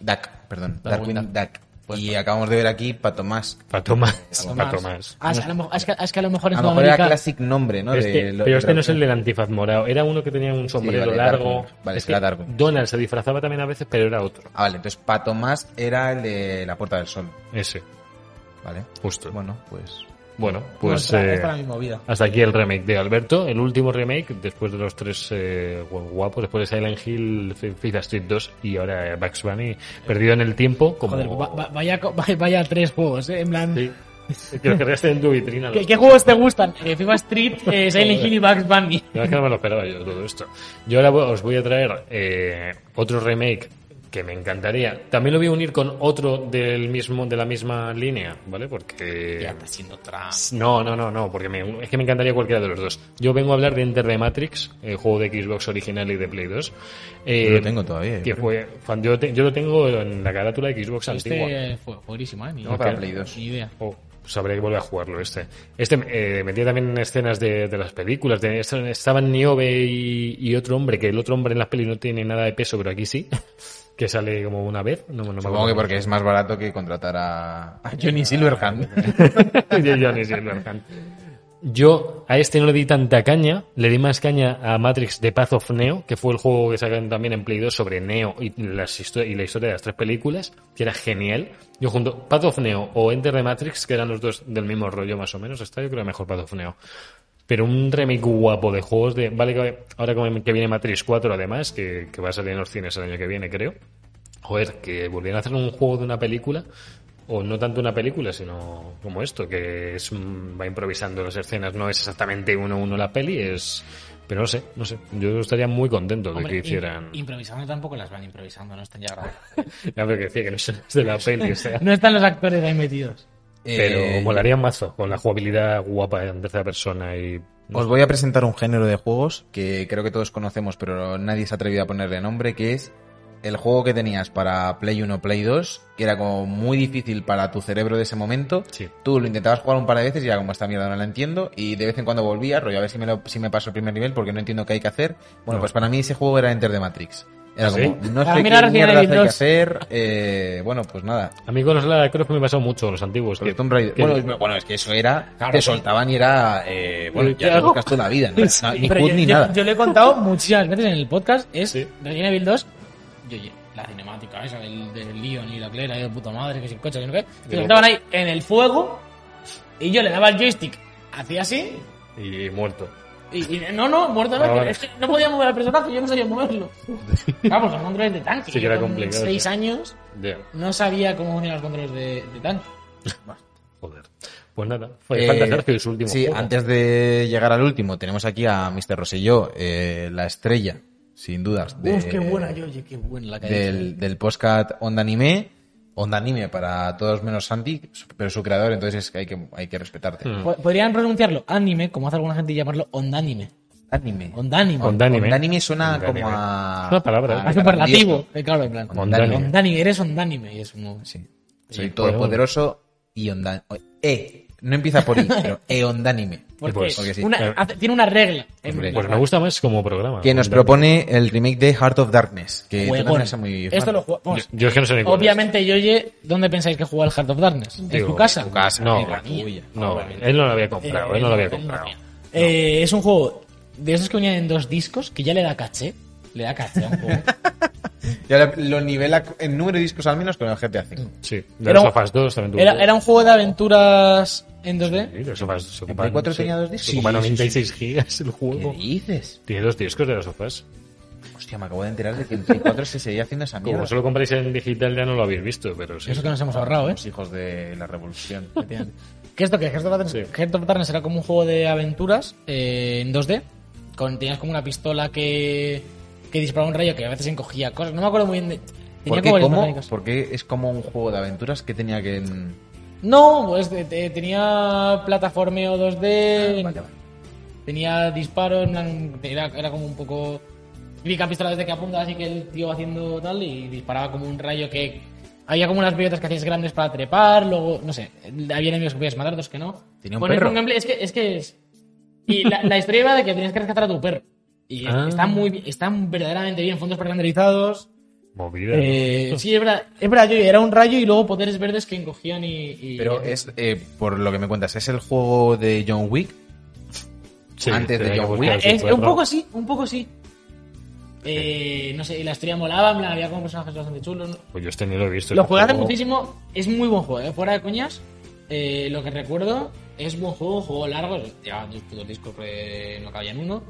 Speaker 3: Duck, perdón.
Speaker 4: Darkwing
Speaker 3: Darkwing, Duck.
Speaker 2: Pues
Speaker 3: Y acabamos de ver aquí Pato Mask.
Speaker 2: pato más,
Speaker 4: Pato
Speaker 2: pato
Speaker 4: Mask.
Speaker 2: más.
Speaker 4: Ah, es, que a lo mejor- es que, es que a lo mejor en
Speaker 3: A lo mejor era
Speaker 4: Sudamérica-
Speaker 3: classic nombre, ¿no?
Speaker 2: Este-
Speaker 3: De lo-
Speaker 2: pero este
Speaker 3: de-
Speaker 2: no es el del antifaz morado, era uno que tenía un sombrero
Speaker 3: vale,
Speaker 2: largo.
Speaker 3: Darkwing. Vale,
Speaker 2: Es
Speaker 3: será
Speaker 2: que
Speaker 3: Darkwing.
Speaker 2: Donald se disfrazaba también a veces, pero era otro.
Speaker 3: Ah, vale, entonces Pato Mask era el de La Puerta del Sol.
Speaker 2: Ese,
Speaker 3: Vale.
Speaker 2: justo. Bueno,
Speaker 3: Bueno, pues.
Speaker 2: pues
Speaker 4: Nuestra-
Speaker 2: eh,
Speaker 4: esta era mi movida.
Speaker 2: hasta aquí el remake de Alberto, el último remake después de los tres eh, guapos, después de Silent Hill, F- FIFA Street 2 y ahora eh, Bugs Bunny, perdido en el tiempo como...
Speaker 4: Joder, va- va- vaya, co- vaya, vaya tres juegos, ¿eh? En plan,
Speaker 2: Sí. Que los querrías tener en tu vitrina.
Speaker 4: ¿qué,
Speaker 2: los
Speaker 4: qué juegos te gustan? Eh, FIFA Street, eh, Silent Hill y Bugs Bunny.
Speaker 2: La verdad es que no me lo esperaba yo todo esto. Yo ahora vo- os voy a traer eh, otro remake que me encantaría. También lo voy a unir con otro del mismo, de la misma línea, ¿vale? Porque...
Speaker 4: Ya está siendo otra.
Speaker 2: No, no, no, no, porque me- es que me encantaría cualquiera de los dos. Yo vengo a hablar de Enter the Matrix, el juego de Xbox original y de Play 2. eh,
Speaker 3: Yo lo tengo todavía, yo
Speaker 2: Que
Speaker 3: creo.
Speaker 2: fue, fan- yo, te- yo lo tengo en la carátula de Xbox antigua.
Speaker 4: Este fue buenísimo, ¿eh? Ni,
Speaker 3: No, para Play 2.
Speaker 4: ni idea.
Speaker 2: Oh, pues habría que volver a jugarlo este. Este eh, metía también escenas de, de las películas. de- est- estaban Niobe y, y otro hombre, que el otro hombre en las pelis no tiene nada de peso, pero aquí sí. Que sale como una vez. No, no me
Speaker 3: Supongo que
Speaker 2: acuerdo.
Speaker 3: porque es más barato que contratar a, a Johnny Silverhand.
Speaker 2: De Johnny Silverhand. Yo a este no le di tanta caña, le di más caña a Matrix de Path of Neo, que fue el juego que sacaron también en Play 2 sobre Neo y, las histo- y la historia de las tres películas, que era genial. Yo junto Path of Neo o Enter the Matrix, que eran los dos del mismo rollo más o menos, está yo creo mejor Path of Neo. Pero un remake guapo de juegos de... Vale, que ahora como que viene Matrix 4 además, que, que va a salir en los cines el año que viene, creo. Joder, que volvieran a hacer un juego de una película, o no tanto una película, sino como esto, que es, mm, va improvisando las escenas, no es exactamente uno a uno la peli, es... Pero no sé, no sé, yo estaría muy contento
Speaker 4: Hombre,
Speaker 2: de
Speaker 4: im-
Speaker 2: que hicieran...
Speaker 4: improvisando tampoco las van improvisando, no están ya grabadas.
Speaker 2: Ya, pero que decía que no son las de la peli, o sea...
Speaker 4: no están los actores ahí metidos.
Speaker 2: Pero
Speaker 3: Eh,
Speaker 2: molaría mazo, con la jugabilidad guapa en tercera persona y...
Speaker 3: Os voy a presentar un género de juegos que creo que todos conocemos, pero nadie se ha atrevido a ponerle nombre, que es el juego que tenías para Play 1, Play 2, que era como muy difícil para tu cerebro de ese momento.
Speaker 2: Sí.
Speaker 3: Tú lo intentabas jugar un par de veces y era como esta mierda no la entiendo, y de vez en cuando volvía, rollo, a ver si me, lo- si me paso el primer nivel porque no entiendo qué hay que hacer. Bueno,
Speaker 2: No.
Speaker 3: pues para mí ese juego era Enter the Matrix. Era
Speaker 2: ¿Ah, sí?
Speaker 3: como, no
Speaker 4: Para
Speaker 3: sé
Speaker 4: mí
Speaker 3: qué
Speaker 4: era Resident
Speaker 3: mierda hay
Speaker 4: Evil
Speaker 3: que
Speaker 4: 2.
Speaker 3: hacer, eh, bueno, pues nada.
Speaker 2: A mí con los Lara Croft me pasó mucho, los antiguos.
Speaker 3: Sobre
Speaker 2: que-
Speaker 3: Tomb Raider.
Speaker 2: que-
Speaker 3: Bueno, es, bueno, es que eso era.
Speaker 2: Claro,
Speaker 3: te
Speaker 2: sí.
Speaker 3: soltaban y era. eh, bueno,
Speaker 2: ¿Qué
Speaker 3: ya te
Speaker 2: hago?
Speaker 3: buscas tú la vida. No, No, ni
Speaker 4: Pero
Speaker 3: HUD
Speaker 4: yo,
Speaker 3: ni
Speaker 4: yo-
Speaker 3: nada.
Speaker 4: yo lo he contado muchísimas veces en el podcast. Es
Speaker 2: Sí.
Speaker 4: Resident Evil 2. Yo, yo, la cinemática esa del, del Leon y la Claire ahí de puta madre, que sin coche, que no qué.
Speaker 2: De
Speaker 4: Se
Speaker 2: loco.
Speaker 4: sentaban ahí en el fuego. Y yo le daba el joystick. Hacía así.
Speaker 2: Y muerto.
Speaker 4: Y, y- no, no, muerto no.
Speaker 2: Ah,
Speaker 4: que-
Speaker 2: vale.
Speaker 4: es que no podía mover al personaje. Yo no sabía moverlo. Vamos, los controles de tanque.
Speaker 2: Sí que
Speaker 4: yo
Speaker 2: era
Speaker 4: con
Speaker 2: complicado,
Speaker 4: seis
Speaker 2: sí.
Speaker 4: años
Speaker 2: Ya,
Speaker 4: no sabía cómo unir los controles de, de tanque.
Speaker 2: joder. Pues nada, fue
Speaker 3: Eh,
Speaker 2: falta Sergio y su último
Speaker 3: sí,
Speaker 2: juego.
Speaker 3: antes de llegar al último, tenemos aquí a Mr. Rosselló, eh, la estrella, sin dudas. de-
Speaker 4: Uf, qué buena, yo, yo, qué buena la calle.
Speaker 3: Del, del podcast Onda Anime. Onda Anime para todos menos Santi, pero su creador, entonces es que hay que, hay que respetarte.
Speaker 2: Mm.
Speaker 4: Po- Podrían pronunciarlo anime, como hace alguna gente, y llamarlo ondánime.
Speaker 3: Anime.
Speaker 4: Ondánime.
Speaker 2: Onda anime.
Speaker 3: Onda Anime suena
Speaker 2: Ondánime.
Speaker 3: como a.
Speaker 2: Es una palabra,
Speaker 3: a-
Speaker 4: Ah, superlativo. Eh, claro, en plan.
Speaker 2: Ondánime.
Speaker 4: Ondánime, eres ondánime. Y es como.
Speaker 2: Sí,
Speaker 3: Sí. Soy
Speaker 2: bueno.
Speaker 4: pues
Speaker 3: todopoderoso y onda. E. No empieza por I, pero E ondánime.
Speaker 4: Porque,
Speaker 2: pues,
Speaker 3: porque sí.
Speaker 4: una-
Speaker 2: Eh.
Speaker 4: hace- tiene una regla. en
Speaker 3: Hombre,
Speaker 4: la
Speaker 2: Pues me
Speaker 4: cual-
Speaker 2: gusta más como programa.
Speaker 3: Que nos
Speaker 2: Onda anime.
Speaker 3: propone el remake de Heart of Darkness. Que tú
Speaker 4: Juegón.
Speaker 3: también eres muy fan.
Speaker 4: Esto lo jugamos.
Speaker 2: Yo, yo es que no sé ni cuál es.
Speaker 4: Obviamente, Yoye, ¿dónde pensáis que juega el Heart of Darkness? ¿En
Speaker 2: Digo,
Speaker 4: tu casa?
Speaker 2: en tu casa, no.
Speaker 4: En la mía.
Speaker 2: No,
Speaker 4: Obviamente.
Speaker 2: él no lo había comprado, él no lo había
Speaker 4: Eh,
Speaker 2: comprado.
Speaker 4: Eh, es un juego de esos que unían en dos discos que ya le da caché. Le da caché a un juego.
Speaker 3: Y ahora lo nivela en número de discos al menos con el GTA V.
Speaker 2: Sí, de
Speaker 4: Era
Speaker 2: los
Speaker 4: un-
Speaker 2: Sofas 2 también tuvo.
Speaker 4: Era, era un juego de aventuras en 2D.
Speaker 2: Sí, los Sofas se
Speaker 3: Play
Speaker 2: ocupan,
Speaker 3: 4
Speaker 2: sí,
Speaker 3: tenía dos discos?
Speaker 2: se ocupan
Speaker 3: Sí, sí, sí.
Speaker 2: 96 gigas el juego.
Speaker 3: dices?
Speaker 2: Tiene dos discos de los Sofas.
Speaker 3: Hostia, me acabo de enterar de que en Play 4 se seguía haciendo esa mierda.
Speaker 2: Como solo compráis en digital ya no lo habéis visto, pero sí.
Speaker 4: Eso que nos hemos ahorrado, ¿eh?
Speaker 3: Los hijos de la revolución.
Speaker 4: ¿Qué es esto? que Heart of Darkness,
Speaker 2: Sí.
Speaker 4: Heart of Darkness era como un juego de aventuras eh, en 2D. Con, tenías como una pistola que, que disparaba un rayo que a veces encogía cosas. No me acuerdo muy bien. De,
Speaker 3: ¿Por qué,
Speaker 4: tenía como varias
Speaker 3: cómo?
Speaker 4: mecánicas.
Speaker 3: ¿Por qué es como un juego de aventuras que tenía que. en-
Speaker 4: No, pues de- de- tenía plataformeo 2D.
Speaker 3: Ah, Vale, vale.
Speaker 4: Tenía disparos. en plan, Era, era como un poco. Típica pistola desde que apunta, así que el tío va haciendo tal. Y disparaba como un rayo que. Había como unas piedras que hacías grandes para trepar. Luego, no sé. Había enemigos que podías matar, otros que no.
Speaker 3: Tenía un
Speaker 4: Bueno, es
Speaker 3: perro.
Speaker 4: gameplay- Es que es. Que es y la, la historia iba de que tenías que rescatar a tu perro. Y
Speaker 2: Ah.
Speaker 4: está muy bien- están verdaderamente bien, fondos pre-renderizados.
Speaker 2: Movida. ¿no?
Speaker 4: Eh, sí, es verdad, es verdad, yo era un rayo y luego poderes verdes que encogían y. y-
Speaker 3: Pero es, eh, por lo que me cuentas, ¿es el juego de John Wick?
Speaker 2: Sí,
Speaker 3: antes de
Speaker 2: tenía que
Speaker 3: John
Speaker 2: buscar
Speaker 3: Wick.
Speaker 4: Ah,
Speaker 2: el
Speaker 4: es-
Speaker 2: software,
Speaker 4: un
Speaker 2: ¿no?
Speaker 4: poco sí, un poco sí. Eh, no sé, y la historia molaba, en plan, había como personajes bastante chulos. ¿no?
Speaker 2: Pues yo este ni lo he visto.
Speaker 4: Lo
Speaker 2: este
Speaker 4: jugué hace
Speaker 2: juego.
Speaker 4: muchísimo, es muy buen juego, ¿eh? fuera de coñas. eh, lo que recuerdo es buen juego, juego largo, ya dos putos discos que no cabían uno.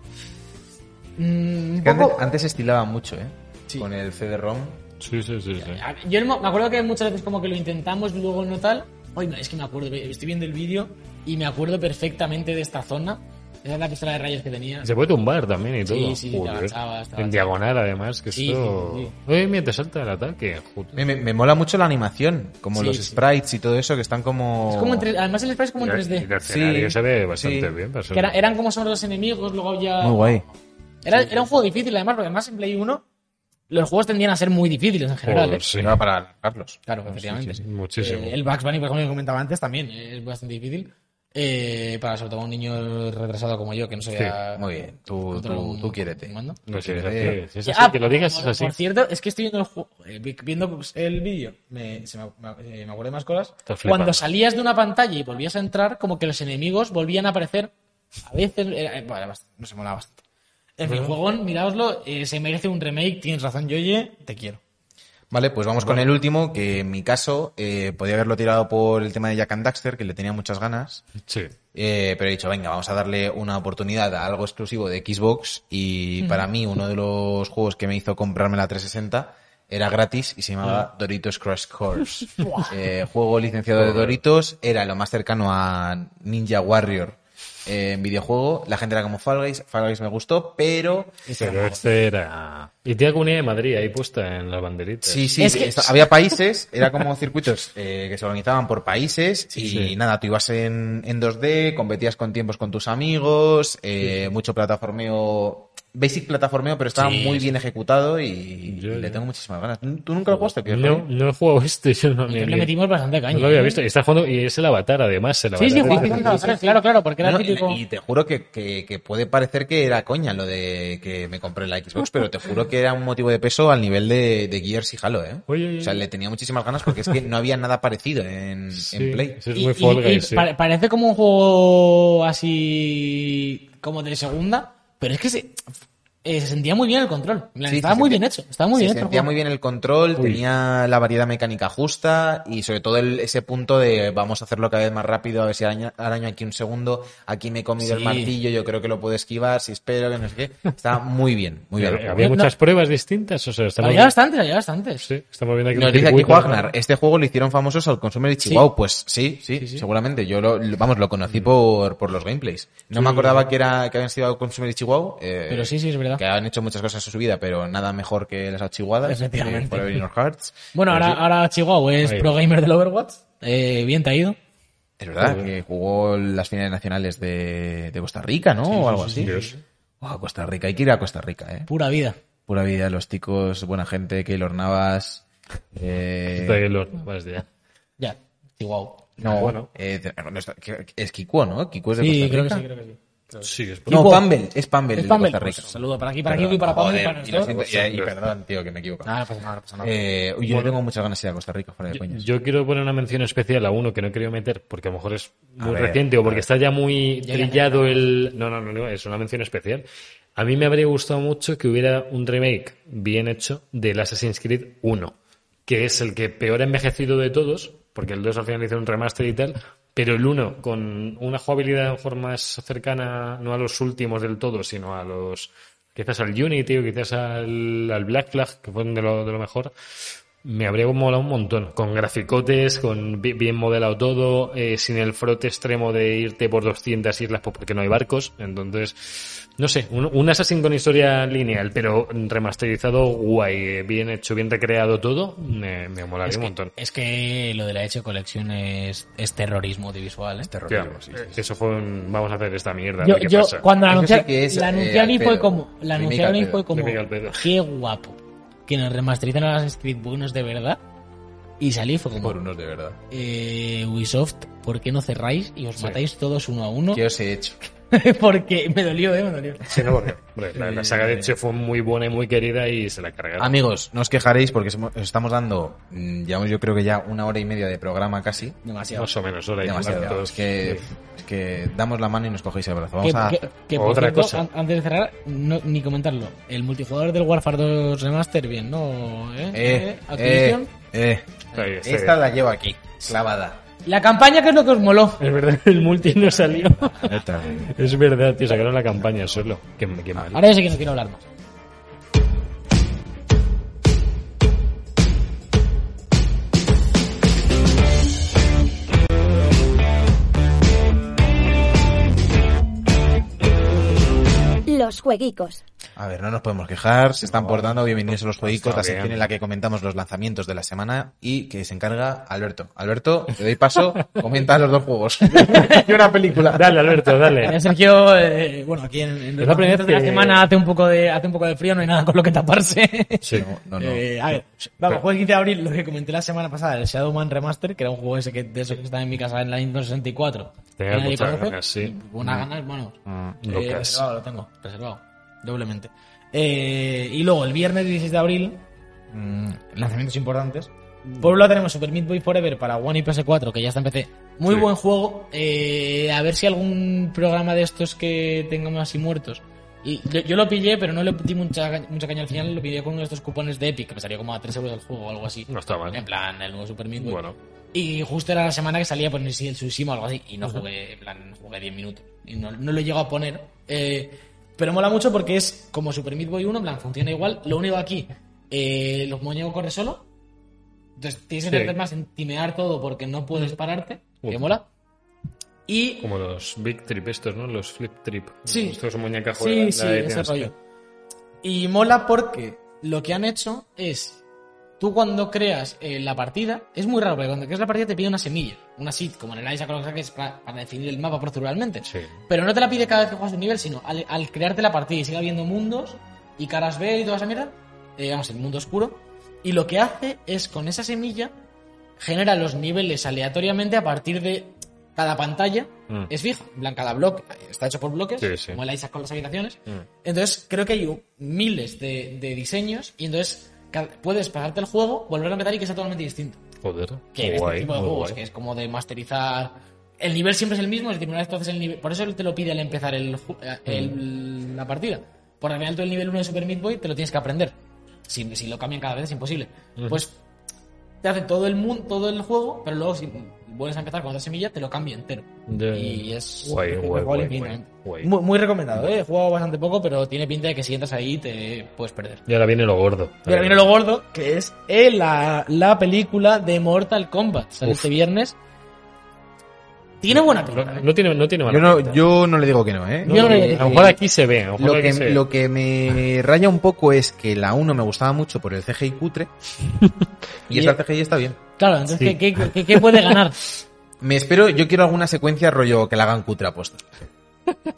Speaker 4: Mm, un
Speaker 3: Que antes,
Speaker 4: poco-
Speaker 3: antes estilaba mucho, ¿eh?
Speaker 4: Sí.
Speaker 3: Con el CD-ROM.
Speaker 2: Sí, sí, sí. sí.
Speaker 4: A- Yo el mo- me acuerdo que muchas veces como que lo intentamos, luego no tal. Hoy es que me acuerdo, estoy viendo el vídeo y me acuerdo perfectamente de esta zona. Esa es la pistola de rayos que tenía.
Speaker 2: Se puede tumbar también y
Speaker 4: Sí,
Speaker 2: todo.
Speaker 4: sí, te agachabas, te
Speaker 2: en
Speaker 4: agachabas.
Speaker 2: diagonal, además, que
Speaker 4: Sí,
Speaker 2: esto.
Speaker 4: sí,
Speaker 2: Oye, mira, te salta el ataque. joder.
Speaker 3: Me, me- me mola mucho la animación, como
Speaker 4: Sí,
Speaker 3: los
Speaker 4: sí.
Speaker 3: sprites y todo eso, que están como...
Speaker 4: Es como en tres- además el spray es como
Speaker 2: Y
Speaker 4: en
Speaker 2: el- y el
Speaker 4: 3D.
Speaker 2: escenario
Speaker 3: Sí,
Speaker 2: se ve bastante
Speaker 3: sí.
Speaker 2: bien. para ser-
Speaker 4: Que era- eran como son los enemigos, luego ya...
Speaker 3: Muy guay.
Speaker 4: Era, era un juego difícil además, porque además en Play 1 los juegos tendían a ser muy difíciles en general.
Speaker 2: Joder,
Speaker 4: ¿eh?
Speaker 2: sí.
Speaker 3: Era para Carlos.
Speaker 4: Claro, efectivamente.
Speaker 2: Muchísimo.
Speaker 4: Eh, el Bugs Bunny, por ejemplo, que comentaba antes, también es bastante difícil. eh, para sobre todo un niño retrasado como yo, que no sabía...
Speaker 3: Muy bien, tú,
Speaker 4: controlar
Speaker 3: tú,
Speaker 4: un-
Speaker 3: tú quiérete.
Speaker 4: un mando.
Speaker 2: No sé,
Speaker 3: Sí,
Speaker 2: es
Speaker 3: sí.
Speaker 2: así, si es
Speaker 4: Ah,
Speaker 2: así, que lo digas es
Speaker 4: por,
Speaker 2: así.
Speaker 4: por cierto, es que estoy viendo el, ju- eh, vi- viendo pues, el vídeo, me, se me, me- eh, me acuerdo de más cosas.
Speaker 2: Estás flipando.
Speaker 4: Cuando salías de una pantalla y volvías a entrar, como que los enemigos volvían a aparecer. A veces, era- eh, bueno, era bastante- no se molaba bastante. En fin, juegón, miraoslo, eh, se merece un remake, tienes razón, Yoye, te quiero.
Speaker 3: Vale, pues vamos con el último, que en mi caso eh, podía haberlo tirado por el tema de Jack and Daxter, que le tenía muchas ganas.
Speaker 2: Sí.
Speaker 3: Eh, pero he dicho, venga, vamos a darle una oportunidad a algo exclusivo de Xbox. Y para mí, uno de los juegos que me hizo comprarme la 360 era gratis y se llamaba Doritos Crash Course. Eh, juego licenciado de Doritos, era lo más cercano a Ninja Warrior eh, en videojuego. La gente era como Fall Guys, Fall Guys me gustó, pero...
Speaker 2: Pero este era. Y tiene comunidad de Madrid ahí puesta en las banderitas.
Speaker 3: Sí, sí,
Speaker 4: Es que-
Speaker 3: esto- había países, era como circuitos eh, que se organizaban por países y
Speaker 2: sí.
Speaker 3: nada, tú ibas en, en 2D, competías con tiempos con tus amigos, eh, mucho plataformeo, basic plataformeo, pero estaba
Speaker 4: Sí,
Speaker 3: muy
Speaker 4: sí.
Speaker 3: bien ejecutado y
Speaker 2: Yo,
Speaker 3: le
Speaker 2: yo.
Speaker 3: tengo muchísimas ganas. ¿Tú nunca lo jugaste, Pierre?
Speaker 2: No, no he jugado este. Yo no,
Speaker 4: Y
Speaker 2: ni-
Speaker 4: le
Speaker 2: ni-
Speaker 4: metimos bastante caña.
Speaker 2: no lo había
Speaker 4: ¿eh?
Speaker 2: visto. Y está jugando. Y es el avatar, además. El
Speaker 4: Sí, sí,
Speaker 2: avatar.
Speaker 4: Juan Vicente González, claro, claro, porque era
Speaker 3: No,
Speaker 4: el típico.
Speaker 3: y te juro que, que- que puede parecer que era coña lo de que me compré la Xbox, pero te juro que era un motivo de peso al nivel de, de Gears y Halo, ¿eh?
Speaker 2: Oye, oye,
Speaker 3: o sea,
Speaker 2: oye.
Speaker 3: le tenía muchísimas ganas porque es que no había nada parecido en,
Speaker 2: Sí,
Speaker 3: en Play.
Speaker 2: eso es
Speaker 4: Y-
Speaker 2: muy
Speaker 4: y-
Speaker 2: Fall
Speaker 4: y
Speaker 2: Guys, sí.
Speaker 4: pare- parece como un juego así como de segunda, pero es que se, eh, se sentía muy bien el control. En plan,
Speaker 3: Sí,
Speaker 4: estaba
Speaker 3: se
Speaker 4: muy
Speaker 3: sentía-
Speaker 4: bien hecho, estaba muy
Speaker 3: se
Speaker 4: bien hecho. el
Speaker 3: sentía
Speaker 4: juego.
Speaker 3: muy bien el control,
Speaker 2: Uy.
Speaker 3: tenía la variedad mecánica justa y sobre todo el- ese punto de vamos a hacerlo cada vez más rápido, a ver si araña- araño aquí un segundo, aquí me he comido el
Speaker 4: Sí.
Speaker 3: martillo, yo creo que lo puedo esquivar, si espero, que no sé qué. Estaba muy bien, muy bien.
Speaker 2: Había
Speaker 4: Pues No,
Speaker 2: muchas pruebas distintas. O sea, estamos,
Speaker 4: Había bastantes, había bastantes.
Speaker 2: sí, estamos viendo aquí.
Speaker 3: Nos
Speaker 2: un
Speaker 3: dice aquí
Speaker 2: circuito,
Speaker 3: Wagner, este juego lo hicieron famosos al consumidor de Chihuahua. Pues sí, sí, seguramente. Yo lo, lo- vamos, lo conocí por, por los gameplays. No me acordaba que era, que habían sido al consumidor de Chihuahua. eh,
Speaker 4: Pero sí, sí, es verdad.
Speaker 3: Que han hecho muchas cosas en su vida, pero nada mejor que las achihuadas.
Speaker 4: Efectivamente.
Speaker 3: eh, Forever in Our Hearts.
Speaker 4: Bueno, ahora, ahora Chihuahua es
Speaker 2: Ahí.
Speaker 4: pro gamer del Overwatch. Eh, bien traído.
Speaker 3: Es verdad, que jugó las finales nacionales de, de Costa Rica, ¿no? o algo así.
Speaker 2: Dios.
Speaker 3: Guau, Costa Rica, hay que ir a Costa Rica, ¿eh?
Speaker 4: Pura vida.
Speaker 3: Pura vida, los ticos, buena gente, Keylor Navas. eh,
Speaker 2: Está ahí los- más de-
Speaker 4: Ya, Chihuahua.
Speaker 3: no,
Speaker 2: bueno.
Speaker 3: eh, no está- que- que- es Kikuo, ¿no? Kikuo es de
Speaker 4: Sí,
Speaker 3: Costa
Speaker 4: creo que
Speaker 3: Rica.
Speaker 4: sí, creo que sí.
Speaker 2: Sí, es
Speaker 3: No,
Speaker 4: Kikuo.
Speaker 3: Pambel, es Pambel
Speaker 4: Es
Speaker 3: de
Speaker 4: Pambel,
Speaker 3: Costa
Speaker 4: pues,
Speaker 3: Rica.
Speaker 4: un saludo para aquí, para aquí,
Speaker 3: Perdón,
Speaker 4: y para Pambel,
Speaker 3: joder,
Speaker 4: para
Speaker 3: y lo
Speaker 4: nosotros.
Speaker 3: siento, y- y perdón, tío, que me equivoco.
Speaker 4: Nada, no pasa nada, no pasa nada.
Speaker 3: Eh, uy, yo le tengo muchas ganas de ir a Costa Rica, fuera de
Speaker 2: Yo-
Speaker 3: coñas.
Speaker 2: Yo quiero poner una mención especial a uno que no he querido meter porque a lo mejor es muy
Speaker 3: A ver,
Speaker 2: reciente o
Speaker 3: a
Speaker 2: porque
Speaker 3: ver.
Speaker 2: está ya muy
Speaker 4: Ya, ya,
Speaker 2: trillado el. No, no, no, no, es una mención especial. A mí me habría gustado mucho que hubiera un remake bien hecho del Assassin's Creed 1, que es el que peor ha envejecido de todos, porque el 2 al final hizo un remaster y tal, pero el 1 con una jugabilidad a lo mejor más cercana, no a los últimos del todo, sino a los. Quizás al Unity o quizás al, al Black Flag, que fue de lo, de lo mejor me habría molado un montón. Con graficotes, con bi- bien modelado todo, eh, sin el frote extremo de irte por 200 islas pues porque no hay barcos. Entonces, no sé, un, un Assassin con historia lineal, pero remasterizado guay, eh, bien hecho, bien recreado todo, me, me molaría un montón.
Speaker 4: Es que lo de la Eche Collection es, es terrorismo audiovisual, ¿eh?
Speaker 3: Este
Speaker 2: Hostia, eh, Eso fue un... Vamos a hacer esta mierda. a
Speaker 4: Yo,
Speaker 2: ver qué
Speaker 4: yo
Speaker 2: pasa.
Speaker 4: cuando la
Speaker 3: Eso
Speaker 4: anunciaron,
Speaker 3: sí que es,
Speaker 4: la
Speaker 3: eh,
Speaker 4: anunciaron y
Speaker 3: al
Speaker 4: fue
Speaker 3: pedo.
Speaker 4: como, la
Speaker 3: Remake
Speaker 4: anunciaron
Speaker 3: al
Speaker 4: y
Speaker 3: pedo.
Speaker 4: fue como,
Speaker 2: Remake al pedo.
Speaker 4: qué guapo, que nos remasterizan a las Creed buenos de verdad. Y salí y fue como,
Speaker 3: Por unos de verdad.
Speaker 4: eh, Ubisoft, ¿por qué no cerráis y os
Speaker 2: Sí.
Speaker 4: matáis todos uno a uno?
Speaker 3: ¿Qué os he hecho?
Speaker 4: Porque me dolió, eh, me dolió.
Speaker 2: Sí, no, porque, hombre, la, la saga de Che fue muy buena y muy querida y se la cargaron.
Speaker 3: Amigos, no os quejaréis porque somos- os estamos dando, mm, llevamos yo creo que ya una hora y media de programa casi.
Speaker 4: Demasiado.
Speaker 2: Más o menos, ahora y
Speaker 3: Demasiado.
Speaker 2: cuarto.
Speaker 3: Es que, es que damos la mano y nos cogéis el brazo. Vamos
Speaker 4: Que-
Speaker 3: a...
Speaker 4: que- que, por
Speaker 2: Otra
Speaker 4: cierto,
Speaker 2: cosa.
Speaker 4: an- antes de cerrar, no- ni comentarlo. El multijugador del Warfare 2 Remaster, bien, ¿no? ¿Eh?
Speaker 3: Eh,
Speaker 4: ¿Eh?
Speaker 3: eh,
Speaker 4: Activision.
Speaker 3: eh.
Speaker 2: Ahí está.
Speaker 3: Esta la llevo aquí, clavada.
Speaker 4: La campaña, que es lo que os moló?
Speaker 2: Es verdad, el multi no salió.
Speaker 3: Neta.
Speaker 2: Es verdad, tío, sacaron la campaña solo. Qué,
Speaker 3: Ah,
Speaker 2: qué mal.
Speaker 4: Ahora ya sé que no quiero hablar más.
Speaker 5: los jueguicos.
Speaker 3: A ver, no nos podemos quejar, se están portando, bienvenidos a los jueguitos,
Speaker 2: Está
Speaker 3: la sección
Speaker 2: bien.
Speaker 3: en la que comentamos los lanzamientos de la semana y que se encarga Alberto. Alberto, te doy paso, comenta los dos juegos y una película.
Speaker 2: Dale, Alberto,
Speaker 4: Ya,
Speaker 2: dale.
Speaker 4: Sergio, eh, bueno, aquí en, en
Speaker 2: Es la primera vez
Speaker 4: de la
Speaker 2: que-
Speaker 4: semana hace un poco de hace un poco de frío, no hay nada con lo que taparse.
Speaker 2: Sí.
Speaker 3: No, no, no.
Speaker 4: Eh, a ver, vamos, juego el 15 de abril, lo que comenté la semana pasada, el Shadowman Remaster, que era un juego ese que de esos que estaba en mi casa en la Nintendo 64.
Speaker 2: Tenía
Speaker 4: que nadie
Speaker 2: muchas
Speaker 4: conoce.
Speaker 2: ganas, sí.
Speaker 4: Buenas ganas, bueno.
Speaker 3: Mm.
Speaker 4: eh,
Speaker 2: Locas.
Speaker 4: reservado, lo tengo, reservado. Doblemente. Eh, y luego, el viernes 16 de abril,
Speaker 3: Mm, lanzamientos importantes.
Speaker 4: por un lado tenemos Super Meat Boy Forever para One y PS4, que ya está en PC. Muy
Speaker 2: Sí.
Speaker 4: buen juego. eh, a ver si algún programa de estos que tengamos así muertos. Y yo, yo lo pillé, pero no le di mucha, ca- mucha caña al final. Lo pillé con uno de estos cupones de Epic, que me salía como a 3 euros el juego o algo así.
Speaker 2: No está mal.
Speaker 4: En plan, el nuevo Super Meat Boy.
Speaker 2: Bueno.
Speaker 4: Y justo era la semana que salía por si el Tsushima o algo así. Y no jugué, en plan, jugué 10 minutos. Y no, no lo llego a poner. Eh, pero mola mucho porque es como Super Meat Boy 1, en plan, funciona igual. Lo único aquí, eh, los muñecos corre solo. Entonces tienes que
Speaker 2: Sí.
Speaker 4: tener más en timear todo porque no puedes pararte. Que
Speaker 2: Ujú.
Speaker 4: mola. Y
Speaker 2: Como los Big Trip estos, ¿no? Los Flip Trip.
Speaker 4: Sí.
Speaker 2: Estos muñecas
Speaker 4: Sí, sí, ese rollo. Y mola porque lo que han hecho es. Tú cuando creas eh, la partida, es muy raro, porque cuando creas la partida te pide una semilla, una seed, como en el Isaac o lo que sea, que es para, para definir el mapa proceduralmente.
Speaker 2: Sí.
Speaker 4: Pero no te la pide cada vez que juegas un nivel, sino al, al crearte la partida y sigue habiendo mundos y caras B y toda esa mierda, eh, vamos, el mundo oscuro. Y lo que hace es con esa semilla genera los niveles aleatoriamente a partir de cada pantalla.
Speaker 2: Mm.
Speaker 4: Es fijo, en plan, cada bloque está hecho por bloques,
Speaker 2: Sí, sí.
Speaker 4: como el Isaac con las habitaciones.
Speaker 2: Mm.
Speaker 4: Entonces, creo que hay u- miles de, de diseños y entonces ca- puedes pasarte el juego, volver a empezar y que sea totalmente distinto.
Speaker 2: Joder.
Speaker 4: Que en
Speaker 2: guay,
Speaker 4: este tipo de
Speaker 2: muy
Speaker 4: juegos,
Speaker 2: guay.
Speaker 4: que es como de masterizar. El nivel siempre es el mismo, es decir, una vez tú haces el nivel. Por eso te lo pide al empezar el, ju- eh,
Speaker 2: Mm.
Speaker 4: el- la partida. Por al final tú el nivel 1 de Super Meat Boy te lo tienes que aprender. Si, si lo cambian cada vez es imposible.
Speaker 2: Mm.
Speaker 4: Pues te hace todo el mundo, todo el juego, pero luego si vuelves a empezar con otra semilla, te lo cambia entero.
Speaker 2: Ya,
Speaker 4: Y
Speaker 2: ya.
Speaker 4: es
Speaker 2: Guay,
Speaker 4: un
Speaker 2: guay,
Speaker 4: juego
Speaker 2: guay,
Speaker 4: infinitamente.
Speaker 2: guay, guay.
Speaker 4: Muy, muy recomendado, ¿eh? he jugado bastante poco, pero tiene pinta de que si entras ahí te puedes perder.
Speaker 2: Y ahora viene lo gordo.
Speaker 4: Y ahora viene lo gordo, que es eh, la, la película de Mortal Kombat. Sale
Speaker 2: Uf.
Speaker 4: este viernes. Tiene buena
Speaker 2: No,
Speaker 4: pinta. ¿eh?
Speaker 2: no tiene, no tiene mala
Speaker 3: Yo no,
Speaker 2: pinta.
Speaker 3: yo no le digo que no, ¿eh?
Speaker 4: Yo no le digo que
Speaker 2: a
Speaker 4: no.
Speaker 2: lo mejor aquí se ve. a mejor
Speaker 3: Lo
Speaker 2: aquí
Speaker 3: que,
Speaker 2: se ve.
Speaker 3: lo que me raya un poco es que la 1 me gustaba mucho por el CGI cutre y esta CGI está bien.
Speaker 4: Claro, entonces,
Speaker 2: Sí.
Speaker 4: ¿qué, qué, qué- qué puede ganar?
Speaker 3: Me espero, yo quiero alguna secuencia rollo que la hagan cutre aposta.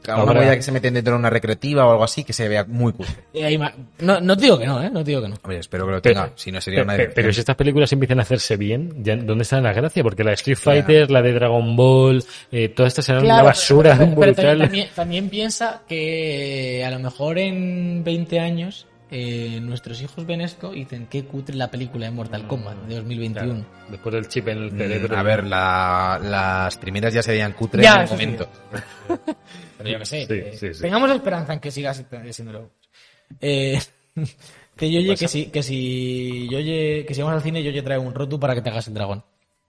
Speaker 3: Alguna
Speaker 2: Habrá.
Speaker 3: huella que se meten dentro de una recreativa o algo así que se vea muy cutre.
Speaker 4: Eh, hay ma- no, no te digo que no, ¿eh? No te digo que no.
Speaker 3: Hombre, espero que lo
Speaker 2: Pero-
Speaker 3: tenga, si no sería
Speaker 2: Pe-
Speaker 3: una
Speaker 2: pe-
Speaker 3: decepción.
Speaker 2: Pero si estas películas empiezan a hacerse bien, ya, ¿dónde está la gracia? Porque la de Street Fighter, la de Dragon Ball, eh, todas estas eran una
Speaker 4: Claro,
Speaker 2: basura
Speaker 4: pero- pero
Speaker 2: brutal.
Speaker 4: también, también piensa que eh, a lo mejor en 20 años eh, nuestros hijos ven esto y dicen qué cutre la película de Mortal Kombat de 2021.
Speaker 2: Mm, Claro, después del chip en el cerebro.
Speaker 3: Mm, A ver, la- las primeras ya serían cutre
Speaker 4: Ya,
Speaker 3: en el
Speaker 4: eso sí.
Speaker 3: momento.
Speaker 4: Pero yo qué sé.
Speaker 2: Sí,
Speaker 4: eh,
Speaker 2: sí, sí.
Speaker 4: Tengamos esperanza en que siga siéndolo. Eh, que yo oye,
Speaker 2: Pues
Speaker 4: que si, que si yo oye, que si vamos al cine, yo oye traigo un rotu para que te hagas el dragón.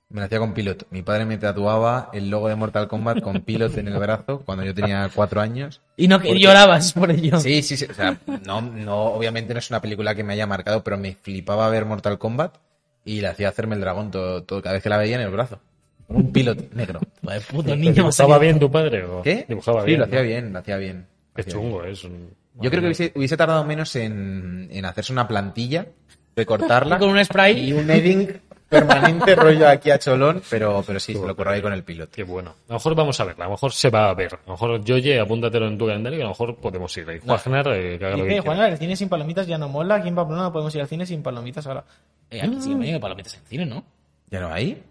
Speaker 3: Me lo hacía con Pilot. Mi padre me tatuaba el logo de Mortal Kombat con Pilot en el brazo cuando yo tenía cuatro años.
Speaker 4: Y no que llorabas por ello.
Speaker 3: Sí, sí, sí. O sea, no, no, obviamente no es una película que me haya marcado, pero me flipaba ver Mortal Kombat y le hacía hacerme el dragón todo, todo- cada vez que la veía en el brazo. Un Pilot negro.
Speaker 4: Joder, puto
Speaker 2: ¿Pero
Speaker 4: niño.
Speaker 2: ¿Dibujaba bien tu padre? o
Speaker 3: ¿Qué?
Speaker 2: Dibujaba
Speaker 3: sí,
Speaker 2: bien.
Speaker 3: lo hacía
Speaker 2: ¿no?
Speaker 3: bien, lo hacía bien.
Speaker 2: Qué
Speaker 3: Lo hacía bien.
Speaker 2: chungo es. un-
Speaker 3: Yo creo que hubiese, hubiese tardado menos en, en hacerse una plantilla, recortarla.
Speaker 4: Con un spray.
Speaker 3: y un edding permanente rollo aquí a Cholón, pero, pero sí, se lo curráis con el piloto.
Speaker 2: Qué bueno. A lo mejor vamos a verla, a lo mejor se va a ver. A lo mejor, Yoye, apúntatelo en tu calendario y a lo mejor podemos ir. Y Wagner, eh, que haga lo que quiera.
Speaker 4: Dice, Juana, el cine sin palomitas ya no mola. Aquí en Pamplona no podemos ir al cine sin palomitas ahora. Eh, aquí sí que me llegan palomitas en cine, ¿no?
Speaker 3: ¿Ya no hay?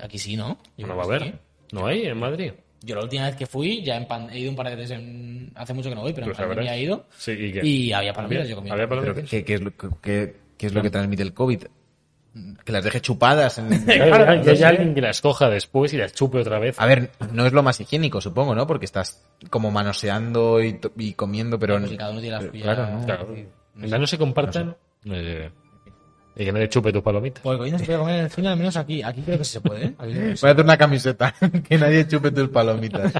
Speaker 4: Aquí sí, ¿no? Yo
Speaker 2: No
Speaker 4: creo
Speaker 2: va a
Speaker 4: que sí.
Speaker 2: haber. No hay en Madrid.
Speaker 4: Yo la última vez que fui, ya en pan- he ido un par de veces, en- hace mucho que no voy, pero
Speaker 2: Tú
Speaker 4: en pandemia
Speaker 2: sabrás.
Speaker 4: he ido.
Speaker 2: Pues Sí, ¿y qué?
Speaker 4: y había palomitas, yo comí.
Speaker 2: Había
Speaker 3: Pero
Speaker 2: palomitas.
Speaker 3: ¿qué, qué es lo, que- qué- qué es lo que transmite el COVID? Que las deje chupadas. en-
Speaker 2: Claro, ya- ya hay alguien que las coja después y las chupe otra vez.
Speaker 3: A ver, no es lo más higiénico, supongo, ¿no? Porque estás como manoseando y, to- y comiendo, pero...
Speaker 4: Pues si cada uno tiene las suyas.
Speaker 3: claro, ¿no?
Speaker 2: Eh, Claro. Mientras no se compartan. eh, y que nadie chupe tus palomitas.
Speaker 3: Pues,
Speaker 4: Porque Pues hoy no se puede comer en el cine, al menos aquí. Aquí creo que sí se puede, ¿eh? Aquí creo que sí.
Speaker 3: Voy a hacer una camiseta, que nadie chupe tus palomitas.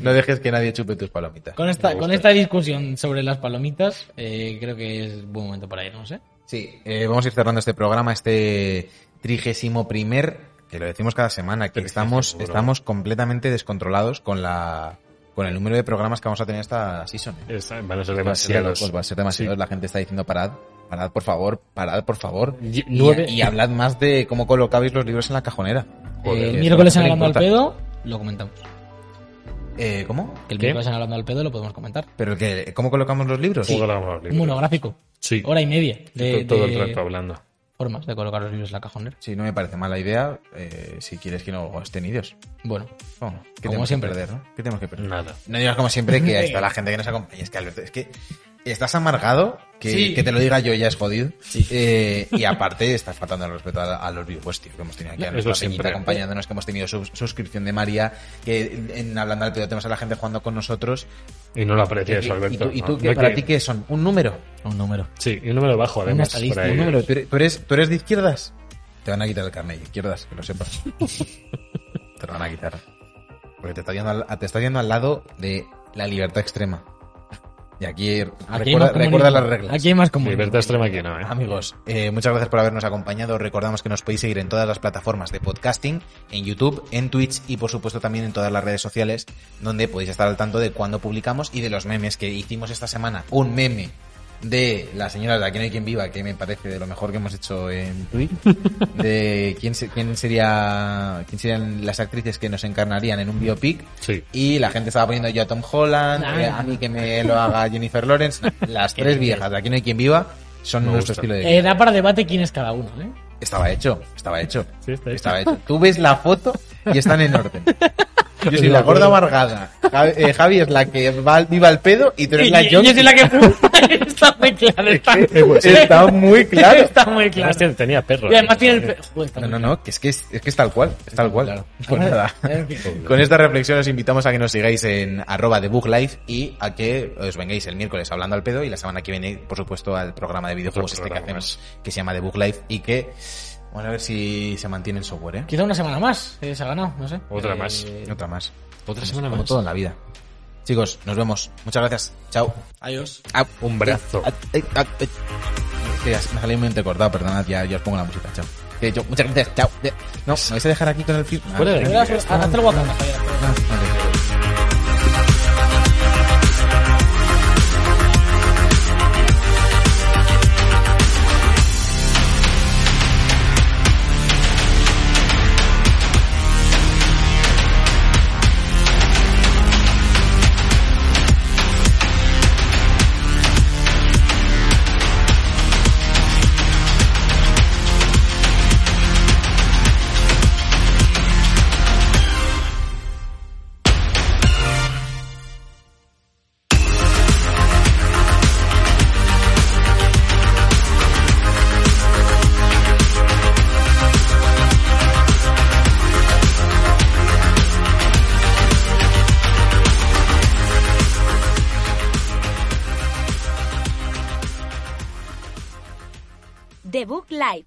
Speaker 3: No dejes que nadie chupe tus palomitas.
Speaker 4: Con esta, con esta discusión sobre las palomitas, eh, creo que es buen momento para irnos, ¿eh?
Speaker 3: Sí, eh, vamos a ir cerrando este programa, este trigésimo primer, que lo decimos cada semana, que
Speaker 2: Trigésimo,
Speaker 3: estamos,
Speaker 2: bro.
Speaker 3: estamos completamente descontrolados con la, con con el número de programas que vamos a tener esta season. ¿eh?
Speaker 2: Está- Van a ser
Speaker 3: Va a ser de
Speaker 2: demasiados.
Speaker 3: locos, va a ser demasiado.
Speaker 2: Sí.
Speaker 3: La gente está diciendo parad, parad por favor, parad por favor.
Speaker 2: Y-
Speaker 3: Y,
Speaker 2: nueve-
Speaker 3: y hablad más de cómo colocabais los libros en la cajonera.
Speaker 2: Joder,
Speaker 3: Que
Speaker 4: el
Speaker 3: es
Speaker 4: Eh, miércoles en
Speaker 3: súper
Speaker 4: Hablando al
Speaker 3: importante.
Speaker 4: Pedo lo comentamos.
Speaker 3: Eh, ¿Cómo?
Speaker 4: Que el
Speaker 2: ¿Qué?
Speaker 4: miércoles en Hablando al Pedo lo podemos comentar.
Speaker 3: ¿Pero que, cómo colocamos los libros?
Speaker 2: ¿Cómo grabamos
Speaker 3: pues.
Speaker 2: los libros?
Speaker 4: Un monográfico.
Speaker 2: Sí.
Speaker 4: Hora y media de,
Speaker 2: To- todo el
Speaker 4: de
Speaker 2: rato hablando.
Speaker 4: formas de colocar los libros en la cajonera.
Speaker 3: Sí, no me parece mala idea. eh, si quieres que no estén idos.
Speaker 4: Bueno,
Speaker 3: Bueno, ¿qué
Speaker 4: Como
Speaker 3: tenemos
Speaker 4: siempre.
Speaker 3: que perder, no? ¿Qué tenemos que perder?
Speaker 2: Nada.
Speaker 3: No digas como siempre que está la gente que nos acompaña. Es que, Alberto, es que estás amargado, que,
Speaker 4: Sí.
Speaker 3: que te lo diga yo ya es jodido. Eh, y aparte estás faltando el respeto a, a los videojuegos, tío, que hemos tenido aquí a
Speaker 2: Eso
Speaker 3: nuestra
Speaker 2: siempre.
Speaker 3: peñita acompañándonos, que hemos tenido sus- suscripción de María, que en Hablando al Pedo tenemos a la gente jugando con nosotros.
Speaker 2: Y no lo
Speaker 3: Y,
Speaker 2: aprecias,
Speaker 3: y
Speaker 2: Alberto.
Speaker 3: tú, y
Speaker 2: no.
Speaker 3: tú, ¿qué-
Speaker 2: No hay
Speaker 3: para
Speaker 2: que-
Speaker 3: ti, ¿qué son? ¿Un número?
Speaker 4: un número.
Speaker 2: Sí, y un número bajo,
Speaker 4: Una
Speaker 2: además.
Speaker 4: estadística,
Speaker 2: por ahí.
Speaker 3: ¿Un número? ¿Tú eres, tú eres- tú eres de izquierdas? Te van a quitar el carnet de izquierdas, que lo sepas. te lo van a quitar. Porque te está yendo al, te está yendo al lado de la libertad extrema. Y aquí,
Speaker 4: Aquí
Speaker 3: recuerda,
Speaker 4: hay más comunismo.
Speaker 3: recuerda las reglas.
Speaker 4: Aquí hay más comunismo.
Speaker 2: Libertad extrema aquí no, ¿eh?
Speaker 3: Amigos, eh, muchas gracias por habernos acompañado. Recordamos que nos podéis seguir en todas las plataformas de podcasting, en YouTube, en Twitch y por supuesto también en todas las redes sociales, donde podéis estar al tanto de cuándo publicamos y de los memes que hicimos esta semana. Un meme de la señora de Aquí no hay quien viva, que me parece de lo mejor que hemos hecho en Twitch. De quién, se- quién sería, quién serían las actrices que nos encarnarían en un biopic.
Speaker 2: Sí.
Speaker 3: Y la gente estaba poniendo yo a Tom Holland,
Speaker 4: Ah.
Speaker 3: eh, a mí que me lo haga Jennifer Lawrence. Las
Speaker 4: ¿Qué
Speaker 3: tres
Speaker 4: dices?
Speaker 3: viejas de Aquí no hay quien viva son
Speaker 2: Me
Speaker 3: nuestro
Speaker 2: gusta.
Speaker 3: estilo de vida.
Speaker 4: Eh, da para debate quién es cada uno, ¿eh?
Speaker 3: Estaba hecho, estaba hecho.
Speaker 2: Sí, está hecho.
Speaker 3: Estaba hecho. Tú ves la foto y están en orden. Yo soy
Speaker 2: de
Speaker 3: la gorda
Speaker 2: acuerdo.
Speaker 3: amargada. Javi, eh, Javi es la que va al viva al pedo y tú eres
Speaker 4: Y-
Speaker 3: la
Speaker 4: y-
Speaker 3: John.
Speaker 4: yo soy la que está muy claro. Está,
Speaker 3: Está muy claro.
Speaker 4: Está muy
Speaker 2: Además
Speaker 4: claro.
Speaker 2: ten- tenía perro. eh.
Speaker 4: Y además tiene el... pe- Joder, está
Speaker 3: No,
Speaker 4: muy
Speaker 3: no,
Speaker 4: claro.
Speaker 3: no, que es que es, es que es tal cual, es tal cual.
Speaker 4: Claro.
Speaker 3: Pues nada. Con esta reflexión os invitamos a que nos sigáis en arroba de Life y a que os vengáis el miércoles hablando al pedo y la semana que viene, por supuesto, al programa de videojuegos
Speaker 2: Otro
Speaker 3: este que
Speaker 2: programa
Speaker 3: hacemos que se llama The Book Life y que vamos a ver si se mantiene el software, ¿eh?
Speaker 4: Quizá una semana más eh, se ha ganado, no sé.
Speaker 2: Otra más.
Speaker 3: Otra más.
Speaker 2: Otra semana
Speaker 3: Como
Speaker 2: más.
Speaker 3: todo en la vida. Chicos, nos vemos. Muchas gracias. Chao.
Speaker 4: Adiós.
Speaker 3: Ah,
Speaker 2: Un brazo.
Speaker 3: ah, eh, ah, eh. Hostia, me ha salido muy entrecortado, perdonad, ya, ya os pongo la música. Chao. Te he dicho, muchas gracias. Chao. Eh, No, me vais a dejar aquí con el Ah, film.
Speaker 2: Fuera de aquí.
Speaker 4: Adiós. Hasta luego, Wakanda, Javier.
Speaker 3: Ah, vale.
Speaker 1: The Book Live,